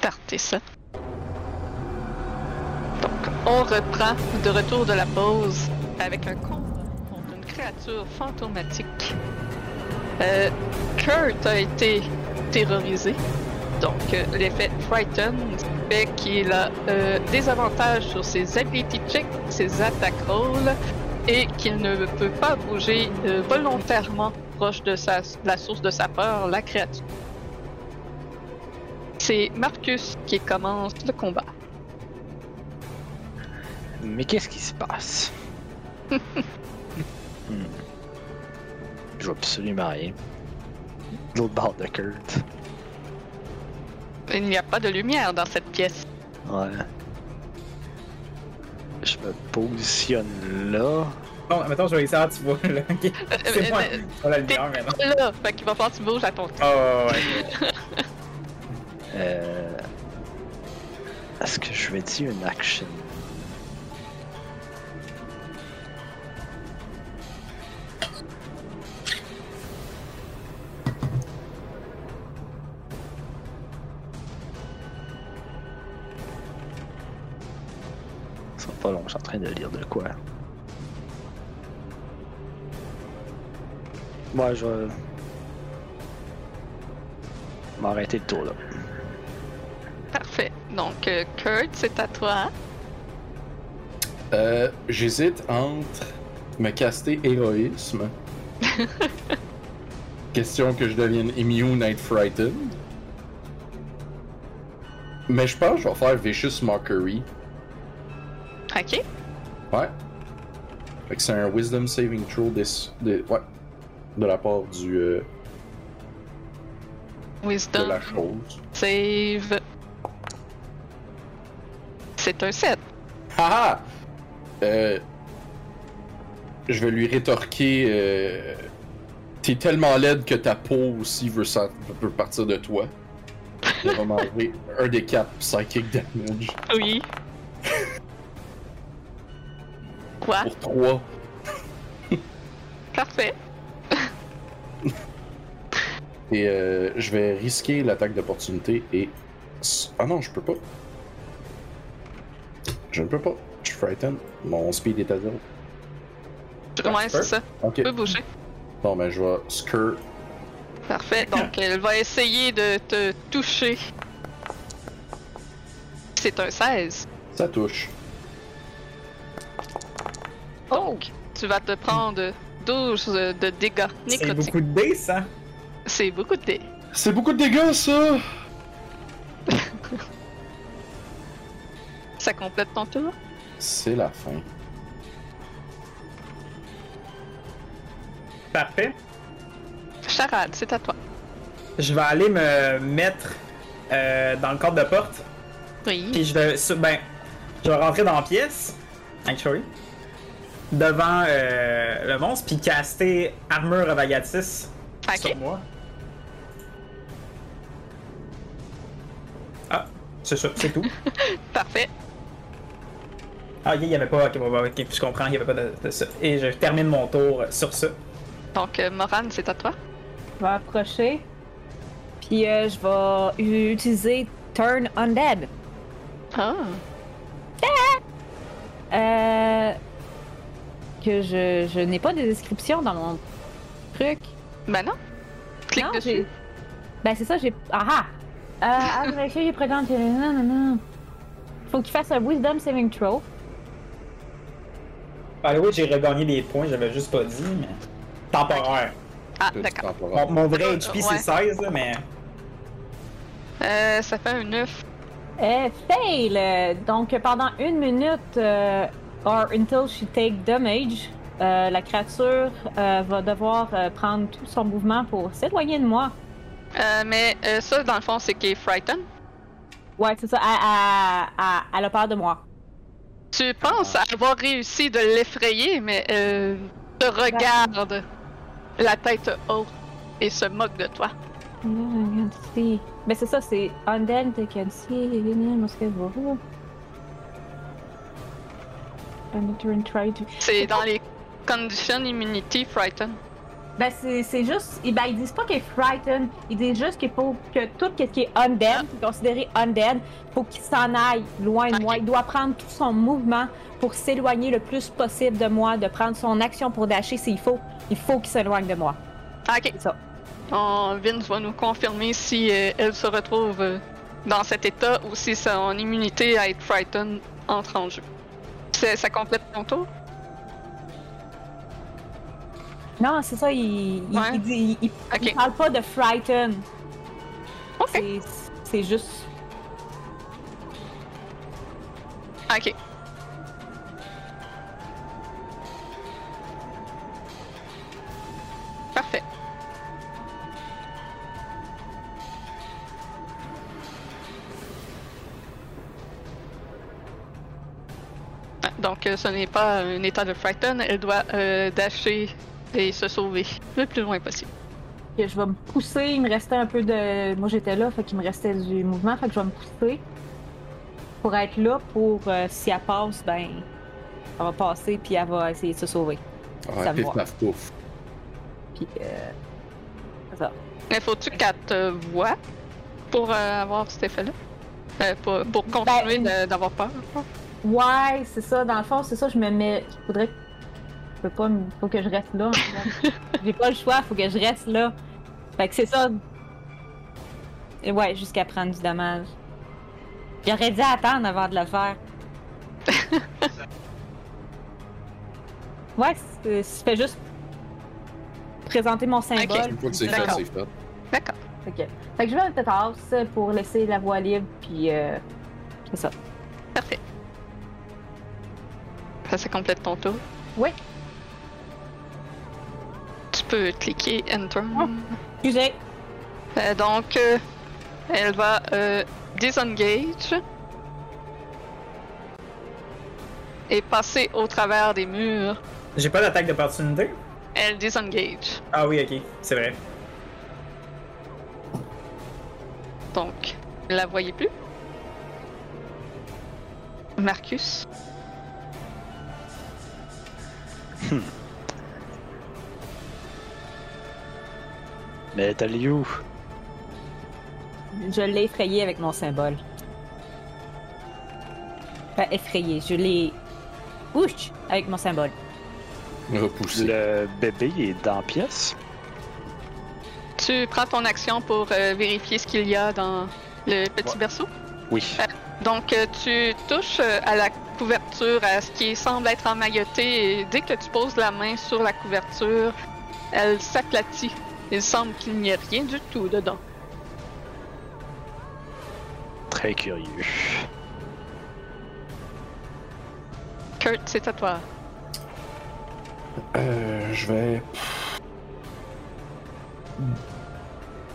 partez ça. Donc, on reprend de retour de la pause avec un combat contre une créature fantomatique. Euh, Kurt a été terrorisé. Donc, euh, l'effet Frightened fait qu'il a euh, des avantages sur ses ability checks, ses attack rolls, et qu'il ne peut pas bouger euh, volontairement proche de sa- la source de sa peur, la créature. C'est Marcus qui commence le combat. Mais qu'est-ce qui se passe Hmm. Je vois absolument rien. De L'autre barre de Kurt. Il n'y a pas de lumière dans cette pièce. Ouais. Je me positionne là. Bon, mettons, je vais essayer, ah, tu vois, là. ok. C'est euh, moi, euh, sur la lumière, maintenant. Là, fait qu'il va falloir que tu bouges à ton tour. Ah, ouais, ouais, ouais. Euh... Est-ce que je vais dire une action Ça va pas long, je suis en train de lire de quoi. Moi, je vais m'arrêter le tour là. Parfait. Donc, euh, Kurt, c'est à toi. hein? Euh, J'hésite entre me caster héroïsme. Question que je devienne immune à être frightened. Mais je pense que je vais faire Vicious Mockery. Ok. Ouais. Fait que c'est un Wisdom Saving Throw des, des- ouais, de la part du, euh, de Wisdom la chose. save. C'est un 7. Haha! Ah, Euh, je vais lui rétorquer. euh, T'es tellement laide que ta peau aussi veut, s'en- peut partir de toi. Elle va m'enlever un des quatre psychic damage Oui. Quoi? pour 3. Parfait. Et euh, je vais risquer l'attaque d'opportunité et. Ah non, je peux pas. Je ne peux pas. Je suis frightened. Mon speed est à zéro. Ouais, c'est ça. Ok. Tu peux bouger. Bon, ben je vais skirt. Parfait. Donc, elle va essayer de te toucher. C'est un 16. Ça touche. Donc, tu vas te prendre 12 de dégâts C'est nécrotiques. beaucoup de dés, ça. C'est beaucoup de dés. C'est beaucoup de dégâts, ça! Ça complète ton tour. C'est la fin. Parfait. Charade, c'est à toi. Je vais aller me mettre euh, dans le cadre de porte. Oui. Puis je vais. sur- ben, je vais rentrer dans la pièce. Actually. Devant euh, le monstre, puis caster Armure of Agatis Ok. sur moi. Ah, c'est ça, c'est tout. Parfait. ah, il n'y avait pas. Ok, bon, bon, ok, je comprends, il n'y avait pas de, de ça. Et je termine mon tour sur ça. Donc, euh, Morane, c'est à toi. Je vais approcher. Puis euh, je vais u- utiliser Turn Undead. Ah. Euh, que je, je n'ai pas de description dans mon truc. Ben non. Clique Non, dessus. j'ai- Ben c'est ça, j'ai. Ah ah! Euh, à vérifier, j'ai prétendu. Non, non, non. Faut qu'il fasse un Wisdom Saving Throw. Ah oui, j'ai regagné des points, j'avais juste pas dit, mais. Temporaire. Ah, Petit d'accord. temporaire. Mon, mon vrai HP Ouais. c'est 16, là, mais. Euh, ça fait un 9. Euh, fail! Donc pendant une minute, euh, or until she take damage, euh, la créature euh, va devoir euh, prendre tout son mouvement pour s'éloigner de moi. Euh, mais euh, ça, dans le fond, c'est qu'il est frightened. Ouais, c'est ça. Elle, elle- elle- elle a peur de moi. Tu penses avoir réussi de l'effrayer, mais euh, te regarde la tête haute et se moque de toi. Mais c'est ça, c'est Undead they can see. Parce que vous. And try to. C'est dans les conditions immunity frightened. Ben, c'est c'est juste. Ben, ils disent pas qu'elle est frightened. Ils disent juste qu'il faut que tout ce qui est undead, qui est considéré undead, faut qu'il s'en aille loin de moi. Il doit prendre tout son mouvement pour s'éloigner le plus possible de moi, de prendre son action pour dasher s'il faut. Il faut qu'il s'éloigne de moi. Ok. C'est ça. On, Vince va nous confirmer si euh, elle se retrouve euh, dans cet état ou si son immunité à être frightened entre en jeu. C'est- Ça complète ton tour? Non, c'est ça, il, il, Ouais. il dit- il- Ok. il parle pas de frightened. Ok. C'est- C'est juste. Ah, Ok. Parfait. Ah, Donc, euh, ce n'est pas un état de frighten, elle doit euh, dasher et se sauver le plus loin possible. que je vais me pousser. Il me restait un peu de. Moi, j'étais là, fait qu'il me restait du mouvement, fait que je vais me pousser pour être là pour euh, si elle passe, ben, elle va passer puis elle va essayer de se sauver. Ça Ouais, me pif voit. paf pouf. Puis, euh, c'est ça. Mais faut-tu qu'elle te voie pour euh, avoir cet effet-là? Euh, pour, pour continuer de- d'avoir peur? Ouais, c'est ça. Dans le fond, c'est ça. Je me mets. Il faudrait que. Je peux pas. me- Faut que je reste là. en fait. J'ai pas le choix. Faut que je reste là. Fait que c'est ça. Et ouais, jusqu'à prendre du dommage. J'aurais dû attendre avant de le faire. ouais, c'est- je fais juste présenter mon symbole. Ok. Une fois que c'est fait, D'accord. c'est fait. D'accord. Fait que- Fait que je vais à Pétasse pour laisser la voie libre, puis euh, c'est ça. Parfait. Ça, ça complète ton tour. Oui. Tu peux cliquer Enter. Oh. Excusez. Euh, donc, euh, elle va euh, disengage et passer au travers des murs. J'ai pas d'attaque d'opportunité? Elle disengage. Ah oui, ok, c'est vrai. Donc, vous la voyez plus. Marcus. Mais t'as le où? Je l'ai effrayé avec mon symbole. Pas effrayé, je l'ai. Ouch! Avec mon symbole. Repoussé. Le bébé il est dans la pièce. Tu prends ton action pour euh, vérifier ce qu'il y a dans le petit Ouais. berceau. Oui. Donc, euh, tu touches euh, à la couverture, à ce qui semble être emmailloté, et dès que tu poses la main sur la couverture, elle s'aplatit. Il semble qu'il n'y ait rien du tout dedans. Très curieux. Kurt, c'est à toi. Euh, je vais.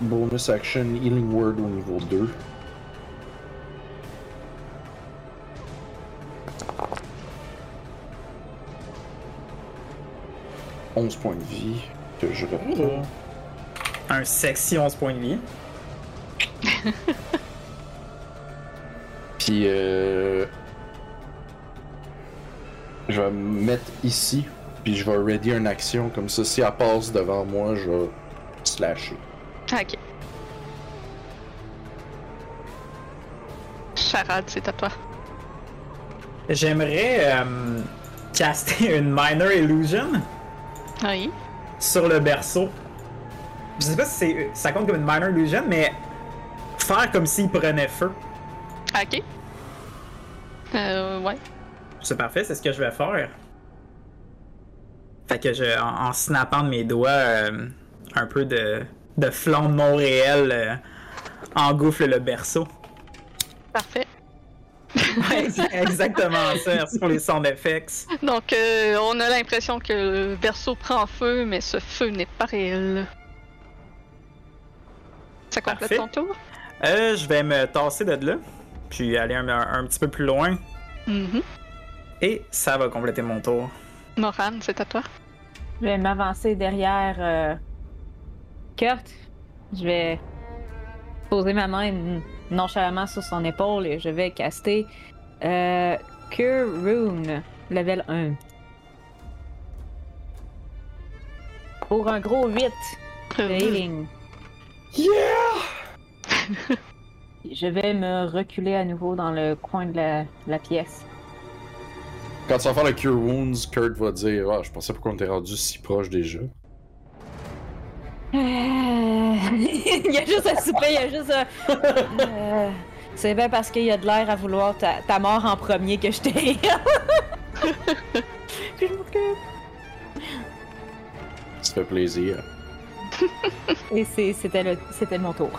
Bonus action Healing Word au niveau 2. Onze points de vie que je reprends. Un sexy 11 points de vie. Puis euh, je vais me mettre ici, puis je vais ready une action comme ça. Si elle passe devant moi, je vais slasher. Ok. Charade, c'est à toi. J'aimerais euh, caster une Minor Illusion Oui. sur le berceau. Je sais pas si c'est- ça compte comme une Minor Illusion, mais faire comme s'il prenait feu. Ok. Euh, ouais. C'est parfait, c'est ce que je vais faire. Fait que je, en, en snappant de mes doigts, euh, un peu de, de flamme Montréal euh, engouffle le berceau. Parfait. Ouais, c'est exactement ça, c'est pour les sound effects. Donc, euh, on a l'impression que le berceau prend feu, mais ce feu n'est pas réel. Ça complète Parfait. ton tour? Euh, je vais me tasser de là, puis aller un, un- un petit peu plus loin, Mhm. et ça va compléter mon tour. Morane, c'est à toi. Je vais m'avancer derrière euh, Kurt. Je vais poser ma main n- nonchalamment sur son épaule et je vais caster euh, Cure Rune, level 1. pour un gros 8 de Euh, healing. Yeah! Je vais me reculer à nouveau dans le coin de la, la pièce. Quand tu vas faire le Cure Wounds, Kurt va dire Ah, je pensais pas qu'on était rendu si proche déjà. Euh, il y a juste un souper, il y a juste un... Euh, C'est bien parce qu'il y a de l'air à vouloir ta, ta mort en premier que je t'ai. Puis je m'occupe. Ça fait plaisir. Et c'est- c'était le- c'était mon tour.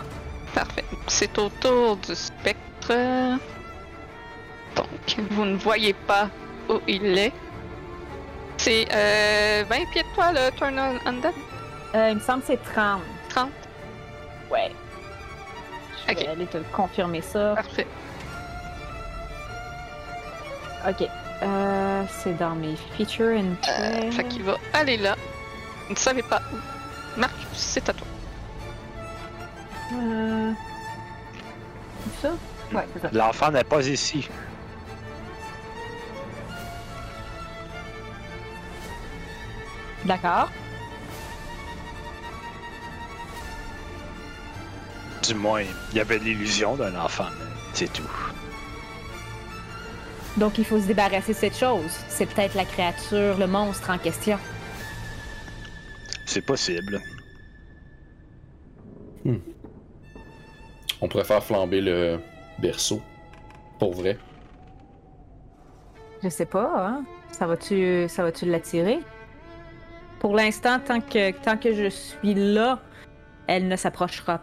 Parfait. C'est au tour du spectre. Donc, vous ne voyez pas où il est. C'est euh, 20 pieds de toi, le Turn on Undead Euh, il me semble que c'est 30. 30. Ouais. Je Ok. vais aller te confirmer ça. Parfait. Ok. Euh, c'est dans mes features and Euh, play. Fait qu'il va aller là. Vous ne savez pas où. Marc, c'est à toi. Euh, C'est ça? Ouais, c'est ça. L'enfant n'est pas ici. D'accord. Du moins, il y avait l'illusion d'un enfant, mais c'est tout. Donc il faut se débarrasser de cette chose. C'est peut-être la créature, le monstre en question. C'est possible. On pourrait faire flamber le berceau. Pour vrai. Je sais pas, hein. Ça va-tu, ça va-tu l'attirer? Pour l'instant, tant que, tant que je suis là, elle ne s'approchera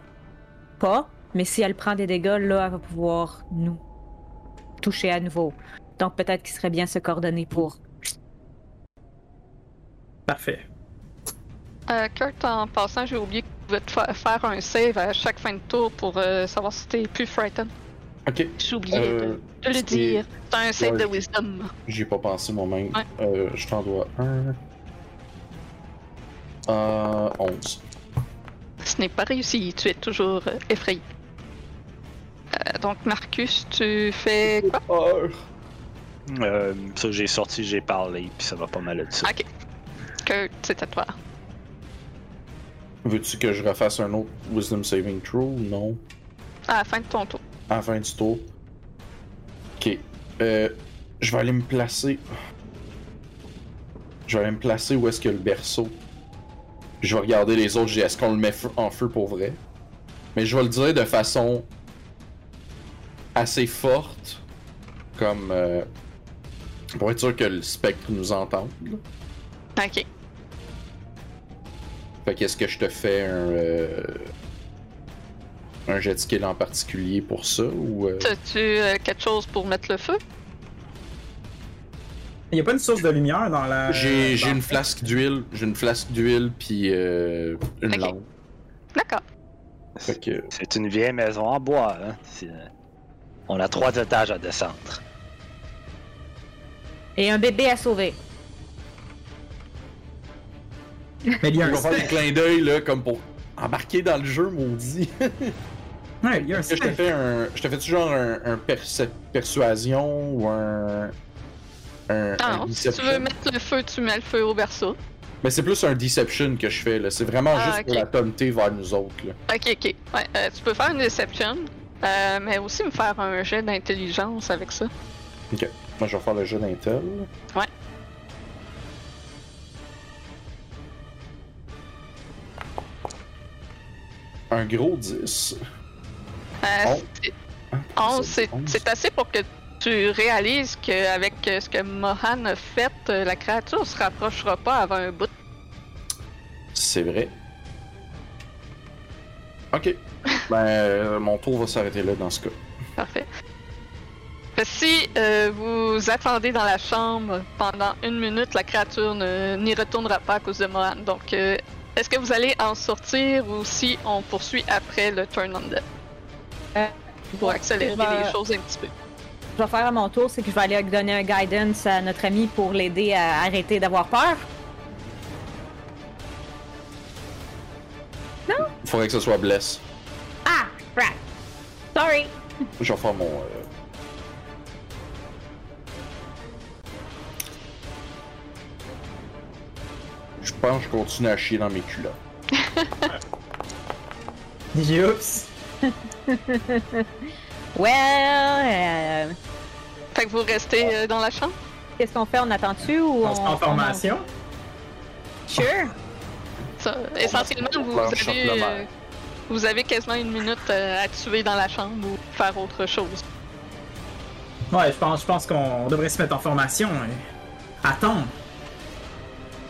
pas. Mais si elle prend des dégâts, là, elle va pouvoir nous toucher à nouveau. Donc peut-être qu'il serait bien se coordonner pour. Parfait. Euh, Kurt, en passant, j'ai oublié que vous pouvez te fa- faire un save à chaque fin de tour pour euh, savoir si t'es plus frightened. Ok, J'ai oublié euh, de, de le c'est- dire. C'est un save Ouais, de je- wisdom. j'y ai pas pensé moi-même. Ouais. Euh, je t'en dois un. Euh, 11. Ce n'est pas réussi, tu es toujours euh, effrayé. Euh, donc Marcus, tu fais quoi Ah, Euh, ça, j'ai sorti, j'ai parlé, puis ça va pas mal de ça. Ok. que c'est à toi. Veux-tu que je refasse un autre Wisdom Saving Throw ou non? À la fin de ton tour. À la fin du tour. Ok. Euh, je vais aller me placer. Je vais aller me placer où est-ce que le berceau. Je vais regarder les autres. je dis, Est-ce qu'on le met feu- en feu pour vrai? Mais je vais le dire de façon assez forte. Comme. euh, pour être sûr que le spectre nous entende. Ok. Fait qu'est-ce que je te fais un. euh, un jet de skill en particulier pour ça ou. euh, As-tu euh, quelque chose pour mettre le feu? Il n'y a pas une source de lumière dans la. J'ai j'ai dans- une flasque d'huile, j'ai une flasque d'huile puis euh, une Ok. lampe. D'accord. Fait que C'est une vieille maison en bois, hein. C'est- On a trois étages à descendre. Et un bébé à sauver. Mais il y a je un vais faire des spectre. clins d'œil là comme pour embarquer dans le jeu maudit. Ouais, il y a un je te spectre. fais un je te fais toujours un, un perce- persuasion ou un un, Ah un non, si tu deception. veux mettre le feu, tu mets le feu au berceau. Mais c'est plus un deception que je fais là, c'est vraiment Ah, juste pour ok. la tomber vers nous autres là. Ok, ok. Ouais, euh, tu peux faire une deception, euh, mais aussi me faire un jet d'intelligence avec ça. Moi je vais faire le jeu d'intel. Ouais. Un gros 10. Euh, Onze. Ah, c'est- onze, c'est- Onze. c'est assez pour que tu réalises qu'avec ce que Mohan a fait, euh, la créature se rapprochera pas avant un bout. C'est vrai. Ok. ben, euh, mon tour va s'arrêter là dans ce cas. Parfait. Fait que Si euh, vous attendez dans la chambre pendant une minute, la créature ne- n'y retournera pas à cause de Mohan. Donc, euh, est-ce que vous allez en sortir ou si on poursuit après le turn on death pour accélérer Ben, les choses un petit peu? je vais faire à mon tour, c'est que je vais aller donner un guidance à notre ami pour l'aider à arrêter d'avoir peur. Faudrait que ce soit bless. Ah! Crap! Sorry! Je vais faire mon. euh, Je pense que je continue à chier dans mes culottes. Youps! Well, euh, Fait que vous restez euh, dans la chambre? qu'est-ce qu'on fait? On attend-tu ou on... On se met en formation. on- Sure. Ça, essentiellement, On vous, planche avez, sur le euh, maire. vous avez quasiment une minute euh, à tuer dans la chambre ou faire autre chose. Ouais, je pense, je pense qu'on devrait se mettre en formation et attendre.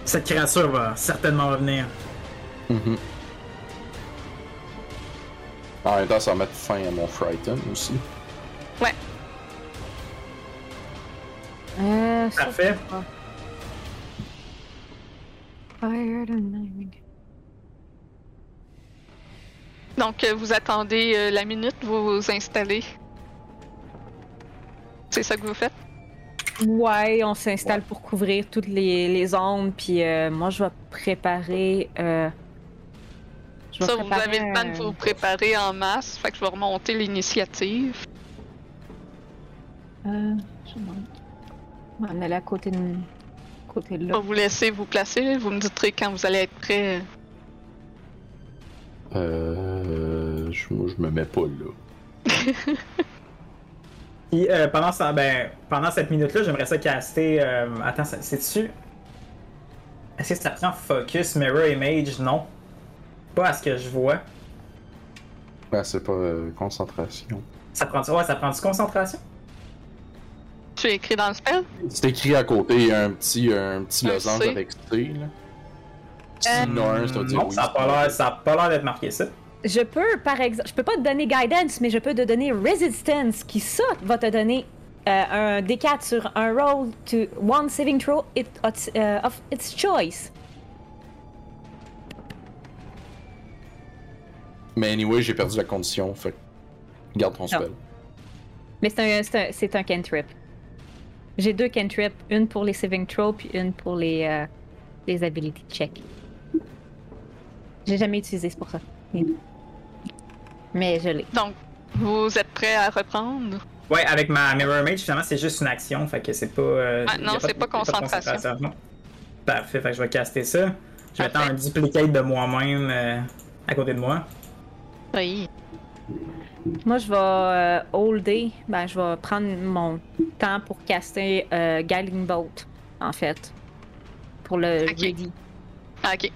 Cette créature va certainement revenir. Mhm. En même temps, ça va mettre fin à mon Frighten aussi. Euh, ça, Parfait. c'est pas- Fired and lightning. Donc, euh, vous attendez euh, la minute, vous vous installez. C'est ça que vous faites? Ouais, on s'installe pour couvrir toutes les, les ondes, puis euh, moi je vais préparer. euh, je vais Ça, vous préparer avez le temps de vous préparer en masse, fait que je vais remonter l'initiative. un- euh, je me demande. On va en aller à côté de, côté de Je vais là. vous laisser vous placer, vous me direz quand vous allez être prêt. Euh. Je, moi, je me mets pas là. Puis euh, pendant, ce- ben, pendant cette minute-là, j'aimerais ça caster. euh, attends, ça- c'est dessus. Est-ce que ça prend focus, mirror image Non. Pas à ce que je vois. Ah, c'est pas euh, concentration. Ça prend du, ouais, ça prend du concentration. Tu es écrit dans le spell? C'est écrit à côté, il y a un petit, euh, un petit Un losange C. avec C, là. Euh, Sinon, un, ça veut dire non, oui. ça a pas l'air- ça a pas l'air d'être marqué ça. Je peux, par exemple, je peux pas te donner guidance, mais je peux te donner resistance, qui ça va te donner euh, un D4 sur un roll to one saving throw it, ot- euh, of its choice. Mais anyway, j'ai perdu la condition, fait que garde ton spell. Mais c'est un, c'est un, c'est un cantrip. J'ai deux cantrips, une pour les saving throws puis une pour les, euh, les ability check. J'ai jamais utilisé, c'est pour ça. Mais je l'ai. Donc, vous êtes prêt à reprendre? Ouais, avec ma mirror image, finalement, c'est juste une action, fait que c'est pas. euh, Ah, non, y a c'est de- pas y a concentration. non. Parfait, fait que je vais caster ça. Je vais Parfait. mettre un duplicate de moi-même euh, à côté de moi. Oui. Moi, je vais euh, holder. Ben, je vais prendre mon temps pour caster euh, Guiding Bolt, en fait. Pour le Ok. ready. Ah, ok.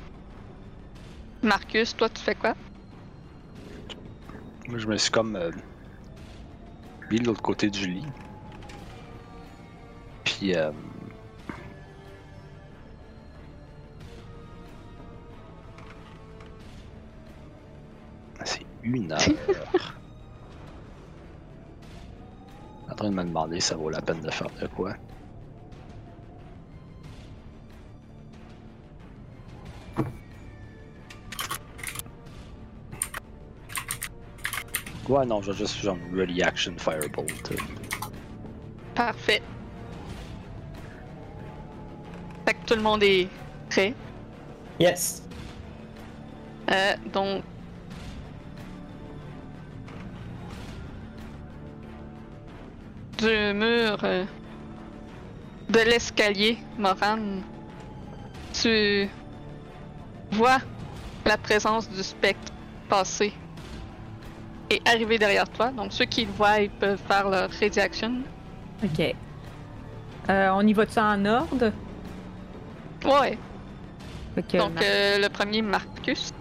Marcus, toi, tu fais quoi? Moi, je me suis comme euh, mis de l'autre côté du lit. Puis, euh, c'est une heure. en train de me demander si ça vaut la peine de faire de quoi. Ouais, non, je vais juste genre ready action firebolt. euh. Parfait. Fait que tout le monde est prêt. Yes! Euh, donc. Du mur euh, de l'escalier, Moran, tu vois la présence du spectre passer et arriver derrière toi. Donc, ceux qui le voient, ils peuvent faire leur ready action. Ok. Euh, on y va-tu en ordre? Ouais, Fait que- Donc euh, le premier Marcus.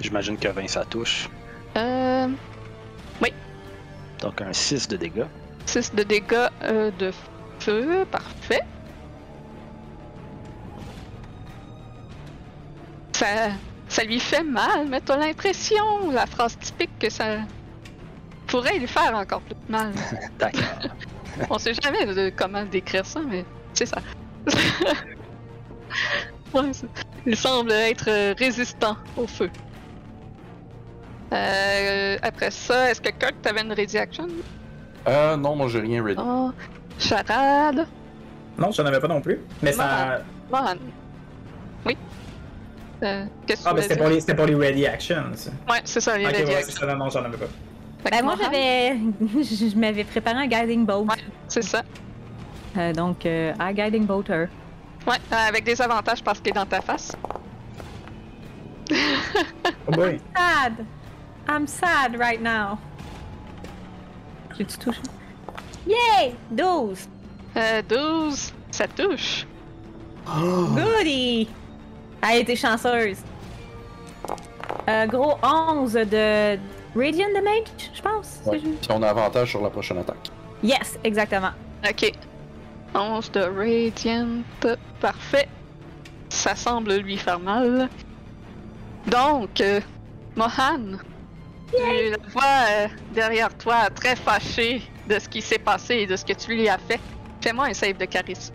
J'imagine que 20 ça touche. Euh, Donc un 6 de dégâts. 6 de dégâts euh, de feu, parfait. Ça, ça lui fait mal, mais t'as l'impression, la phrase typique, que ça pourrait lui faire encore plus mal. D'accord. On sait jamais de- comment décrire ça, mais c'est ça. Ouais, c'est- il semble être euh, résistant au feu. Euh, après ça, est-ce que Kirk, t'avais une ready action? Euh, non, moi j'ai rien ready. Oh, charade. Non, j'en avais pas non plus. Mais ça. ah, Mohan. Oui. Euh, Qu'est-ce que tu Ah, ben voulais c'était dire? pour, les, c'était pour les ready actions. ça. Ouais, c'est ça, les ok, ready ouais, c'est action. ça, non, non, j'en avais pas. Fait que Ben moi Mohan, j'avais, je je m'avais préparé un guiding bolt. C'est ça. Euh, donc, euh, à Guiding Boater. Ouais, euh, avec des avantages parce qu'il est dans ta face. Oh boy. Sad! I'm sad right now. J'ai-tu touché? Yay! 12! Euh, 12, ça touche. Goody! Elle était chanceuse. Euh, gros 11 de Radiant Damage, je pense. c'est Ouais. juste. Puis on a avantage sur la prochaine attaque. Yes, exactement. Ok. 11 de Radiant. Parfait. Ça semble lui faire mal. Donc, euh, Mohan, tu la vois euh, derrière toi, très fâchée de ce qui s'est passé et de ce que tu lui as fait. Fais-moi un save de charisme.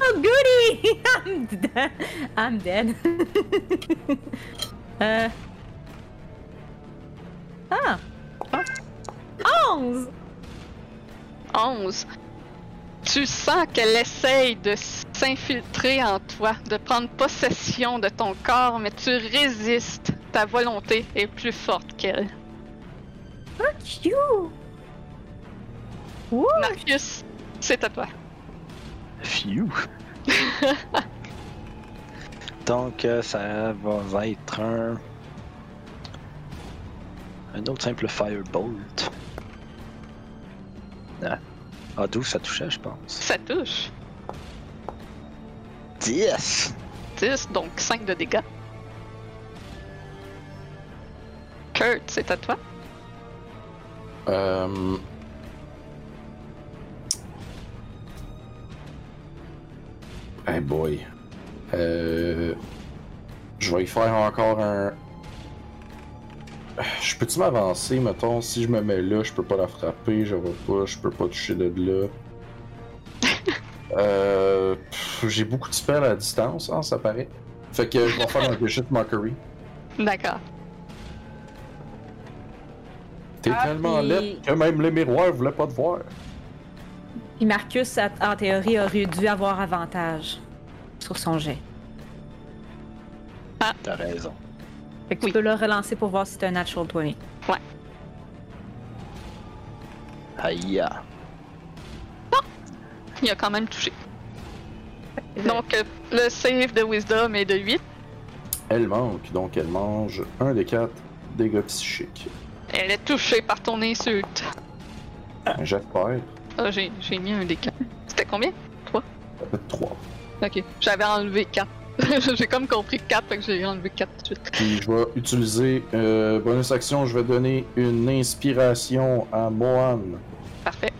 Oh, goody! I'm dead. I'm dead. euh... Ah! Ah. 11! 11. Tu sens qu'elle essaye de s'infiltrer en toi, de prendre possession de ton corps, mais tu résistes. Ta volonté est plus forte qu'elle. Fuck you! Ah, Woo! Marcus, c'est à toi. Phew. Donc, euh, ça va être un. Un autre simple Firebolt. Ah, ah 12, ça touchait, je pense. Ça touche. 10! 10, donc 5 de dégâts. Kurt, c'est à toi. Euh... Hey boy. Euh... Je vais y faire encore un. Je peux-tu m'avancer, mettons, si je me mets là, je peux pas la frapper, je vois pas, je peux pas toucher de là. euh... pff, J'ai beaucoup de spells à distance, hein, ça paraît. Fait que je vais faire un Vicious Mockery. D'accord. T'es Ah, tellement puis- laid que même les miroirs voulaient pas te voir. Puis Marcus, a- en théorie, aurait dû avoir avantage sur son jet. T'as raison. Fait que Oui. tu peux le relancer pour voir si c'est un natural 20. Aïe! ah. Il a quand même touché. Donc, euh, le save de Wisdom est de 8. Elle manque, donc elle mange un des quatre dégâts psychiques. Elle est touchée par ton insulte. J'espère. Ah, j'ai j'ai mis un des 4. C'était combien Ça fait trois. Ok, j'avais enlevé 4. j'ai comme compris 4, fait que j'ai enlevé 4 tout de suite. Puis je vais utiliser euh, bonus action, je vais donner une inspiration à Mohan. Parfait.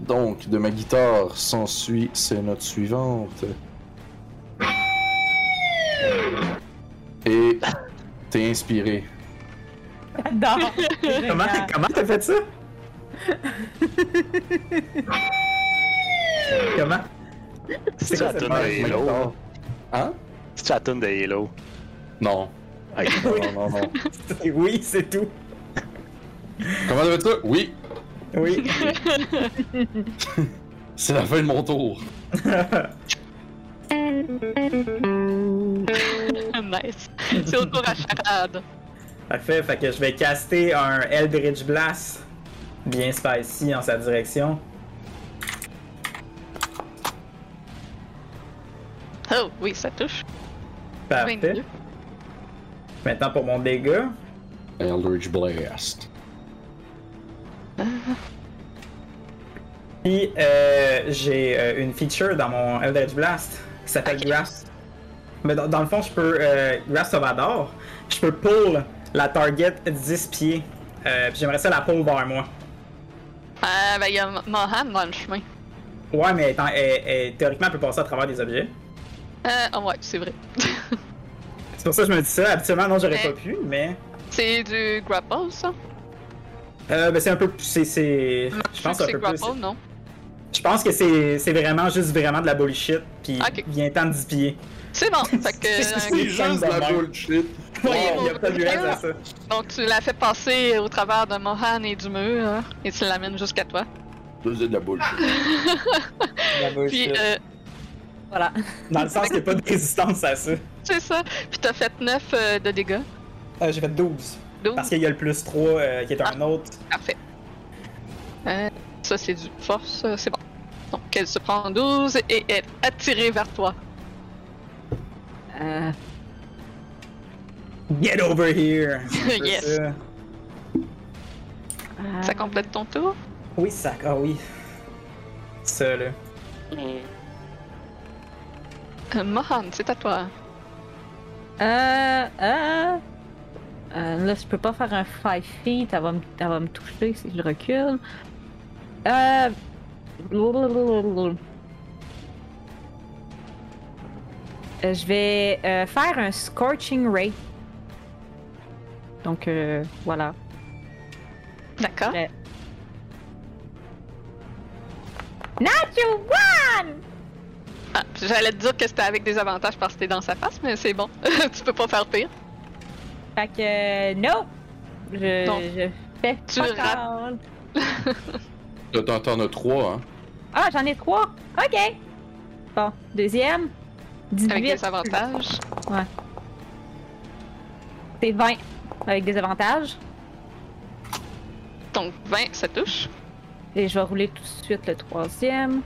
Donc de ma guitare s'ensuit ces notes suivantes. Et t'es inspiré. Non! Comment comment t'as fait ça? comment? C'est-tu quoi la cette toune Ah, Ma de Halo? guitare. Hein? C'est-tu la toune de Halo? Non. Ok. Non, non, non, non. C'est- Oui, c'est tout. Comment t'as fait ça? Oui! Oui. C'est la fin de mon tour. nice. C'est au tour à charade. Parfait, fait que je vais caster un Eldritch Blast bien spicy en sa direction. Oh, oui, ça touche. Parfait. 22. Maintenant pour mon dégât. Eldritch Blast. Puis euh, j'ai euh, une feature dans mon Eldritch Blast qui s'appelle Ok. Grasp. Mais dans, dans le fond, je peux. Euh, Grasp Sauvador, je peux pull la target 10 pieds. Euh, puis j'aimerais ça la pull vers moi. Ah, ben, il y a Mohan dans le chemin. Ouais, mais étant- elle- elle- théoriquement, elle peut passer à travers des objets. Euh, ah ouais, c'est vrai. C'est pour ça que je me dis ça. Habituellement, non, j'aurais Ouais. pas pu, mais. c'est du grapple, ça? Euh, ben, c'est un peu. C'est. c'est- Je pense un c'est peu grapple, plus. non? Je pense que c'est c'est vraiment juste vraiment de la bullshit. Puis Ok. il vient temps de 10 pieds. C'est bon. Fait que, euh, C'est juste de la bullshit. Il mon y a pas de Dieu. US à ça. euh, donc, tu l'as fait passer au travers de Mohan et du mur hein, et tu l'amènes jusqu'à toi. de la bullshit. Puis, euh, voilà. Dans le sens qu'il n'y a pas de résistance à ça. c'est ça. Puis, t'as fait 9 euh, de dégâts. Euh, j'ai fait 12. Donc, Parce qu'il y a le plus 3 Ah. euh, qui est un autre. parfait. Euh, ça, c'est du force. euh, C'est bon. Donc elle se prend en 12 et est attirée vers toi. Euh, Get over here! C'est un peu Yes. ça. euh, Ça complète ton tour? Oui, ça. Ah oui. Ça, là. Euh, Mohan, c'est à toi. Euh, euh, euh, là, je peux pas faire un 5 feet, elle va, me, elle va me toucher si je recule. Euh, blablabla. Euh, je vais euh, faire un Scorching Ray. Donc, euh, voilà. D'accord. Ouais. Natural one! Ah, J'allais te dire que c'était avec des avantages parce que t'es dans sa face, mais c'est bon. tu peux pas faire pire. Fait que, euh, no! Je, Non. je fais Tu fuck rates. all. T'en- T'en t'en as trois, hein? Ah, j'en ai trois. OK. Bon, deuxième. 18. Avec des avantages. C'est 20. Avec des avantages. Donc 20, ça touche. Et je vais rouler tout de suite le troisième.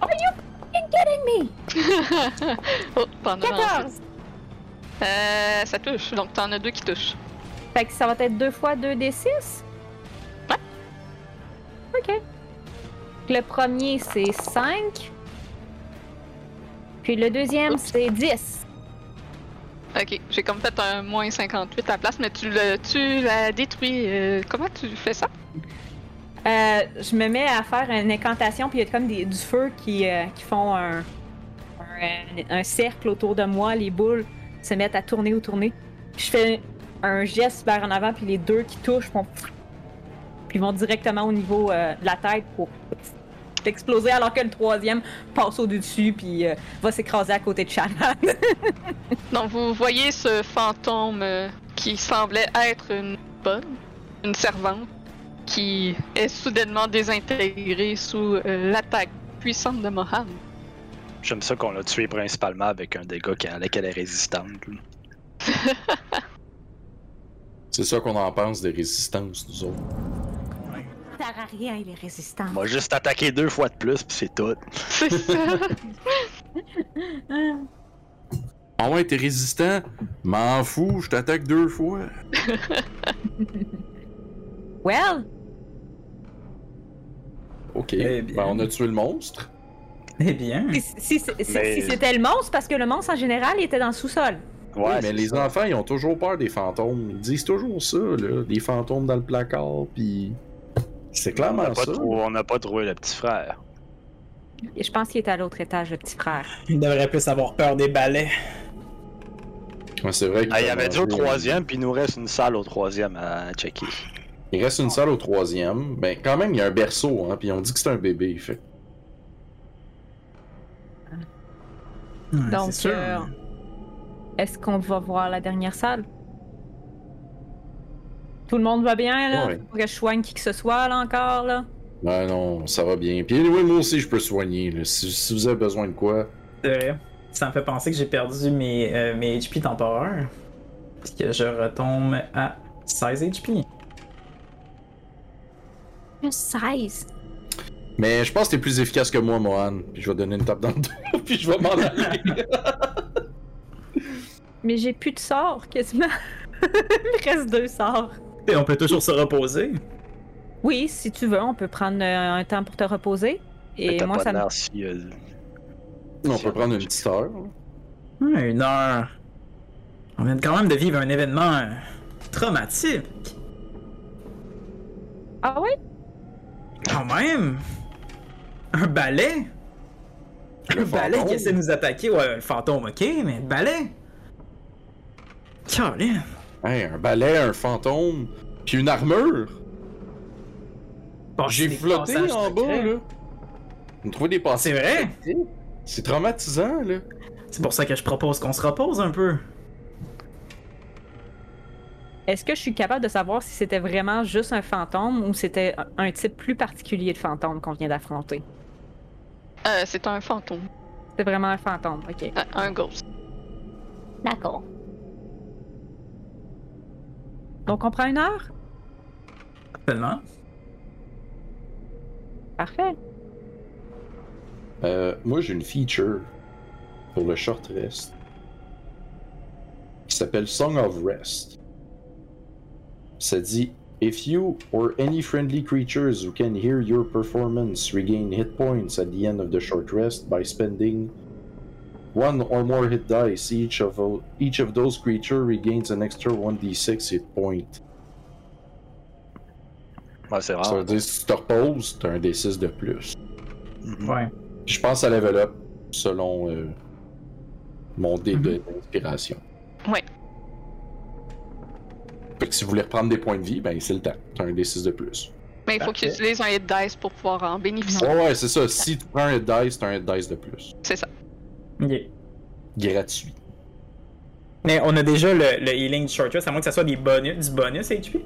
Are you fucking kidding me? Oh, t'en as lancé. 14! Euh, ça touche. Donc t'en as deux qui touchent. Fait que ça va être deux fois 2 des 6? Ouais. OK. Le premier, c'est 5. Puis le deuxième, Oups. c'est 10. Ok, j'ai comme fait un moins 58 à la place, mais tu l'as tu l'as détruit. Euh, comment tu fais ça? Euh, je me mets à faire une incantation, puis il y a comme des, du feu qui, euh, qui font un, un- un cercle autour de moi. Les boules se mettent à tourner ou tourner. Puis je fais un geste vers en avant, puis les deux qui touchent font. Puis ils vont directement au niveau euh, de la tête pour exploser, alors que le troisième passe au-dessus, puis euh, va s'écraser à côté de Shannon. Donc vous voyez ce fantôme euh, qui semblait être une bonne, une servante, qui est soudainement désintégrée sous euh, l'attaque puissante de Mohan. J'aime ça qu'on l'a tué principalement avec un dégât qui- à laquelle elle est résistante. là. C'est ça qu'on en pense des résistances, nous autres. Ça sert à rien, il est résistant. On va juste attaquer deux fois de plus, puis c'est tout. C'est ça. Ah ouais, t'es résistant? M'en fous, je t'attaque deux fois. Well, Ok, Eh bien. ben on a tué le monstre. Eh bien. si, si- si- si- Mais- si c'était le monstre, parce que le monstre en général, il était dans le sous-sol. Ouais, Ouais, mais c'est les ça. enfants, ils ont toujours peur des fantômes. Ils disent toujours ça, là. Des fantômes dans le placard, puis... C'est On clairement n'a pas, ça. trou- on n'a pas trouvé le petit frère. Et je pense qu'il est à l'autre étage, le petit frère. Il devrait plus avoir peur des balais. Ouais, c'est vrai Ah, il qu'on avait a dit au fait- troisième, puis il nous reste une salle au troisième à checker. Il reste une salle au troisième. Ben, quand même, il y a un berceau, hein, puis on dit que c'est un bébé. Fait. Hmm, Donc, c'est sûr. euh, est-ce qu'on va voir la dernière salle? Tout le monde va bien, là? Ouais. Faut que je soigne qui que ce soit, là, encore, là? Ben non, ça va bien. Puis oui, moi aussi, je peux soigner. là. Si, si vous avez besoin de quoi. C'est vrai. Ça me fait penser que j'ai perdu mes, euh, mes HP temporaires. Puis que je retombe à 16 HP. 16! Mais je pense que t'es plus efficace que moi, Mohan. Puis je vais donner une tape dans le dos, puis je vais m'en aller. Mais j'ai plus de sorts, quasiment. Il me reste deux sorts. Et on peut toujours se reposer. Oui, si tu veux, on peut prendre euh, un temps pour te reposer. Mais Et t'as moi, pas ça me... l'air si, euh, on peut prendre une petite heure. Hmm, une heure. On vient quand même de vivre un événement euh, traumatique. Ah oui? Quand même! Un balai! Le un balai fantôme. qui essaie de nous attaquer. Ouais, le fantôme, ok, mais balai! Caroline! Hey, un balai, un fantôme, puis une armure. Bon, J'ai Ah, c'est des flotté passages en bas, secrets. là. On trouvait des C'est passages. vrai! C'est traumatisant, là. C'est pour ça que je propose qu'on se repose un peu. Est-ce que je suis capable de savoir si c'était vraiment juste un fantôme ou c'était un- un type plus particulier de fantôme qu'on vient d'affronter? Euh, c'est un fantôme, C'était vraiment un fantôme, ok. Euh, un ghost. D'accord. Donc on prend une heure? Seulement. Parfait. Euh, moi, j'ai une feature pour le short rest qui s'appelle Song of Rest. Ça dit If you or any friendly creatures who can hear your performance regain hit points at the end of the short rest by spending one or more hit dice, each of, each of those creatures regains an extra 1d6 hit point. Ouais, c'est Ça veut rare. dire si tu te reposes, t'as un d6 de plus. Mhm. Ouais. Puis je pense à level up selon euh, mon dé de- d'inspiration. Ouais. Fait que si vous voulez reprendre des points de vie, ben c'est le temps. T'as un D6 de plus. Mais il faut que Parfait. tu utilises un hit dice pour pouvoir en bénéficier. Ouais, ouais, c'est ça. Si tu prends un dice, t'as un dice de plus. C'est ça. Ok. Gratuit. Mais on a déjà le, le healing du short rest, à moins que ça soit des bonus, du bonus HP.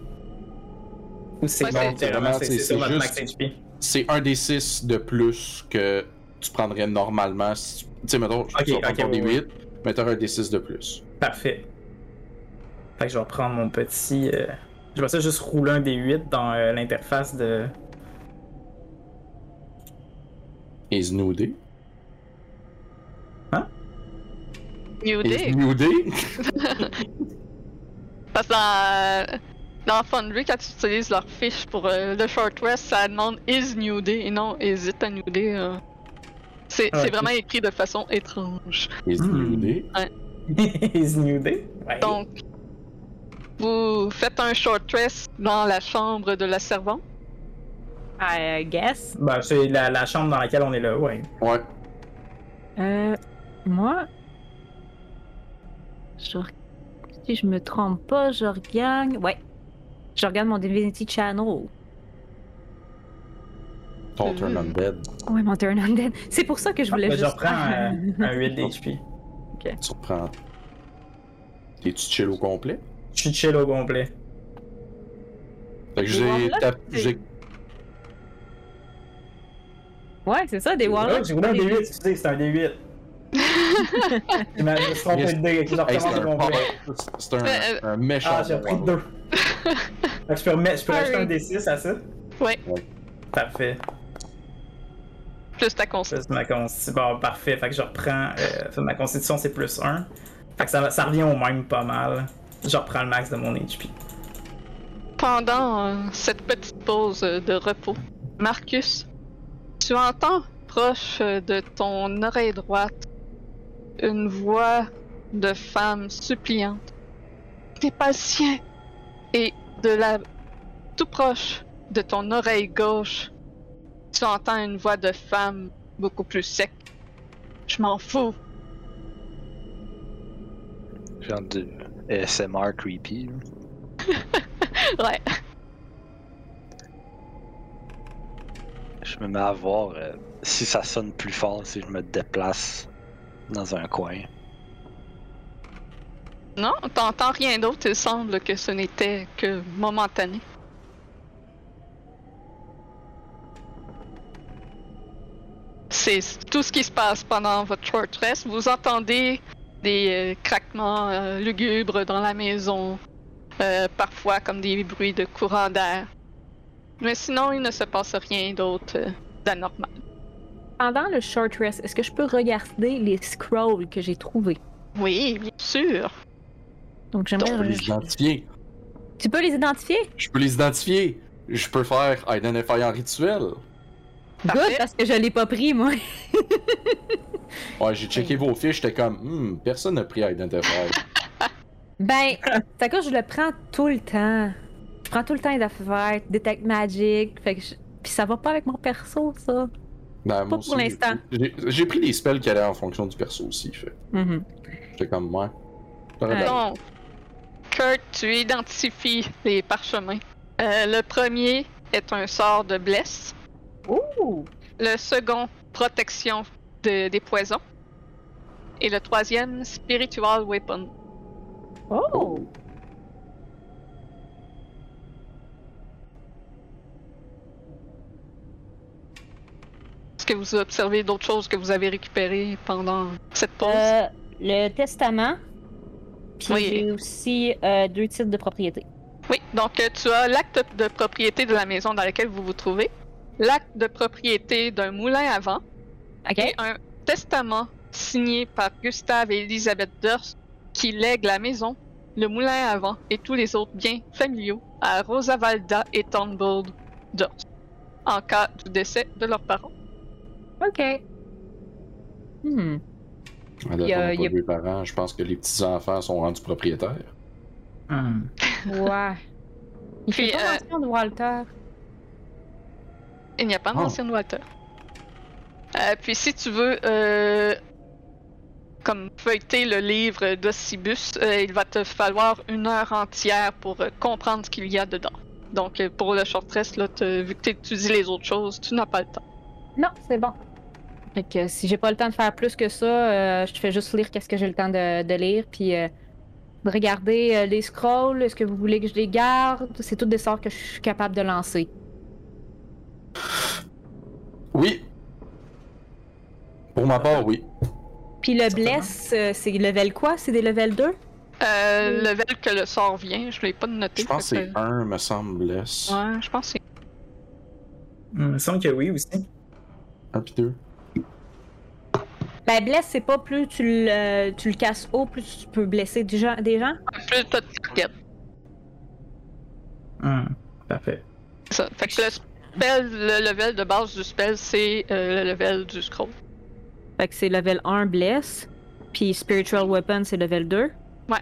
Ou c'est Ouais, non, c'est- c'est vraiment c'est- c'est- c'est sur c'est notre max juste- HP. C'est un D6 de plus que tu prendrais normalement si tu. Tu sais, mettons, Ok, tu vas prendre ok, ton ouais, D8, mais t'auras un D6 de plus. Parfait. Fait que je vais reprendre mon petit. euh, Je vais ça juste rouler un des 8 dans euh, l'interface de. Is new D. New Day. Is new D. Parce que dans, euh, dans Foundry, quand tu utilises leur fiche pour euh, le short rest, ça demande is new day et non is it a new day. euh. C'est Ah, c'est ok. vraiment écrit de façon étrange. Is Hmm. new D. Is New Day. Ouais. Donc, vous faites un short rest dans la chambre de la servante. I Euh, guess. Ben, c'est la, la chambre dans laquelle on est là, ouais. Ouais. Euh, moi, je... re- si je me trompe pas, je regarde. Ouais, je regarde mon Divinity Channel. Ton turn on bed. Ouais, mon Turn Undead. C'est pour ça que je voulais Ben, je juste. reprends euh, un 8 d'HP. Tu reprends. T'es-tu chill au complet? Je suis chill au complet. Fait que Des j'ai warlocks, tapé. c'est- j'ai- Ouais, c'est ça, des Oh, warlocks. J'ai roulé un D8, excusez, c'est un D8. Je me je me suis trompé Yes. de dé, je le Hey, c'est recommence au un, complet. c'est un- Euh, Mais, un méchant. Ah, j'ai repris warlock. deux. Fait que je peux, remettre, Ah je peux Sorry. rajouter un D6 à ça? Ouais. Ouais. Parfait. Plus ta constance. Plus ma constitution. Bon, parfait. Fait que je reprends. euh, fait que ma constitution, c'est plus 1. Fait que ça, va- ça revient au même pas mal. Je reprends le max de mon HP. Pendant euh, cette petite pause euh, de repos, Marcus, tu entends proche euh, de ton oreille droite une voix de femme suppliante. T'es pas le sien. Et de la tout proche de ton oreille gauche, tu entends une voix de femme beaucoup plus sec. Je m'en fous. Genre du ASMR creepy. là. Ouais. Je me mets à voir euh, si ça sonne plus fort si je me déplace dans un coin. Non, t'entends rien d'autre. Il semble que ce n'était que momentané. C'est tout ce qui se passe pendant votre short rest. Vous entendez des euh, craquements euh, lugubres dans la maison, euh, parfois comme des bruits de courant d'air. Mais sinon, il ne se passe rien d'autre euh, d'anormal. Pendant le short rest, est-ce que je peux regarder les scrolls que j'ai trouvés? Oui, bien sûr. Donc j'aimerais. Je peux les identifier. Tu peux les identifier? Je peux les identifier. Je peux faire Identify en rituel. Parfait. Good, parce que je l'ai pas pris, moi. Ouais, j'ai checké vos fiches, j'étais comme, hmm, personne n'a pris Identify. Ben, c'est à cause que je le prends tout le temps. Je prends tout le temps les affaires, Detect Magic. Fait que je- Puis ça va pas avec mon perso, ça. Ben, moi pour aussi, j'ai l'instant. pris- J'ai j'ai pris les spells qui allaient en fonction du perso aussi. Fait. Mm-hmm. J'étais comme, ouais. T'aurais Ouais. raison. Donc, Kurt, tu identifies les parchemins. Euh, le premier est un sort de blesse. Ouh! Le second, protection de- des poisons. Et le troisième, spiritual weapon. Oh! Est-ce que vous observez d'autres choses que vous avez récupérées pendant cette pause? Euh, le testament. Puis Oui. j'ai aussi euh, deux titres de propriété. Oui, donc euh, tu as l'acte de propriété de la maison dans laquelle vous vous trouvez l'acte de propriété d'un moulin à vent et Ok. un testament signé par Gustave et Elisabeth Durst qui lègue la maison, le moulin à vent et tous les autres biens familiaux à Rosavalda et Thornbold Durst en cas du décès de leurs parents. Ok. Mm-hmm. Hmm. À Il y a- date, on il y n'a a- pas vu parents. Je pense que les petits-enfants sont rendus propriétaires. Hmm. Ouais. Il fait Puis, pas euh, mention de Walter. Il n'y a pas de Oh. mention de Walter. Euh, puis si tu veux euh, comme feuilleter le livre d'Ossibus, euh, il va te falloir une heure entière pour euh, comprendre ce qu'il y a dedans. Donc euh, pour le short rest, là, t'as- vu que tu dis les autres choses, tu n'as pas le temps. Non, c'est bon. Fait que si j'ai pas le temps de faire plus que ça, euh, je te fais juste lire qu'est-ce que j'ai le temps de, de lire, puis euh, de regarder euh, les scrolls. Est-ce que vous voulez que je les garde C'est toutes des sorts que je suis capable de lancer. Oui. Pour ma part, oui. Puis le Certainement. bless, euh, c'est level quoi C'est des level 2 Euh, Level que le sort vient, je l'ai pas noté. Je pense que fait euh, c'est un, me semble. laisse. Ouais, je pense que c'est... Hmm, Il me semble que oui aussi. Un puis deux. Ben bless, c'est pas plus tu le, tu le casses haut, plus tu peux blesser du gens- des gens. Plus t'as de target, Hmm. Parfait. ça. Fait que le spell, le level de base du spell, c'est euh, le level du scroll. Fait que c'est level 1 bless, puis spiritual weapon c'est level 2. Ouais.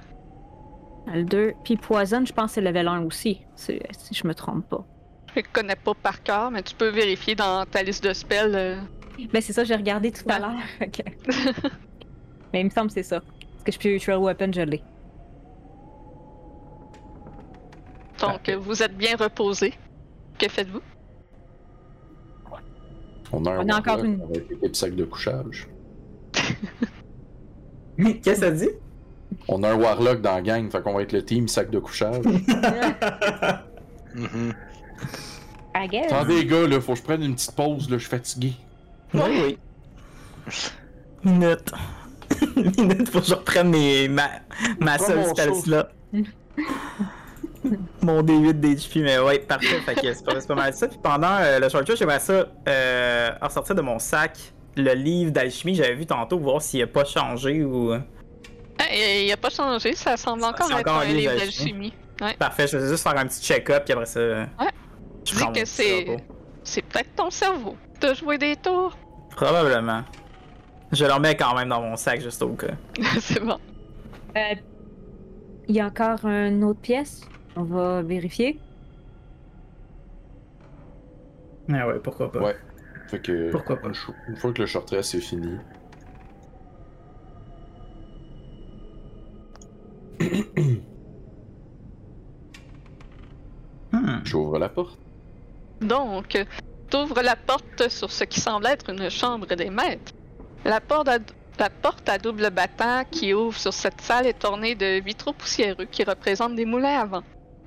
Level 2, puis poison, je pense que c'est level 1 aussi, c'est- si je me trompe pas. Je les connais pas par cœur, mais tu peux vérifier dans ta liste de spells. euh, Ben c'est ça, j'ai regardé tout à Ouais. l'heure. ok. Mais il me semble que c'est ça. Parce que Spiritual Weapon, je l'ai. Donc, euh, vous êtes bien reposé. Que faites-vous? On a, un On a encore Warlock une- Avec équipe sac de couchage. Qu'est-ce que ça dit? On a un Warlock dans la gang, fait qu'on va être le team sac de couchage. Mhm. I guess. Attendez, les gars, là, faut que je prenne une petite pause, là, je suis fatigué. Oui, oui. Minute. Minute, faut que je reprenne mes, ma, ma Prends seule mon status là. mon D8 d'HP, mais ouais, parfait. Fait que c'est pas, c'est pas mal ça. Puis pendant euh, le short rest, j'aimerais ça euh, ressortir de mon sac le livre d'alchimie que j'avais vu tantôt, voir s'il a pas changé ou. Ah, et- il a pas changé, ça semble Ça- encore c'est être encore un un livre livre d'alchimie. d'alchimie. Ouais. Parfait, je vais juste faire un petit check-up, puis après ça. Je Je dis prends mon que petit c'est. repos. C'est peut-être ton cerveau. T'as joué des tours? Probablement. Je le remets quand même dans mon sac, juste au cas. c'est bon. Euh, Il y a encore une autre pièce. On va vérifier. Ah ouais, pourquoi pas. Ouais. Fait que. Pourquoi pas? Une cho- Une fois que le short rest est fini. Hmm. J'ouvre la porte. Donc, euh, t'ouvres la porte sur ce qui semble être une chambre des maîtres. La porte à, la porte à double battant qui ouvre sur cette salle est ornée de vitraux poussiéreux qui représentent des moulins à vent.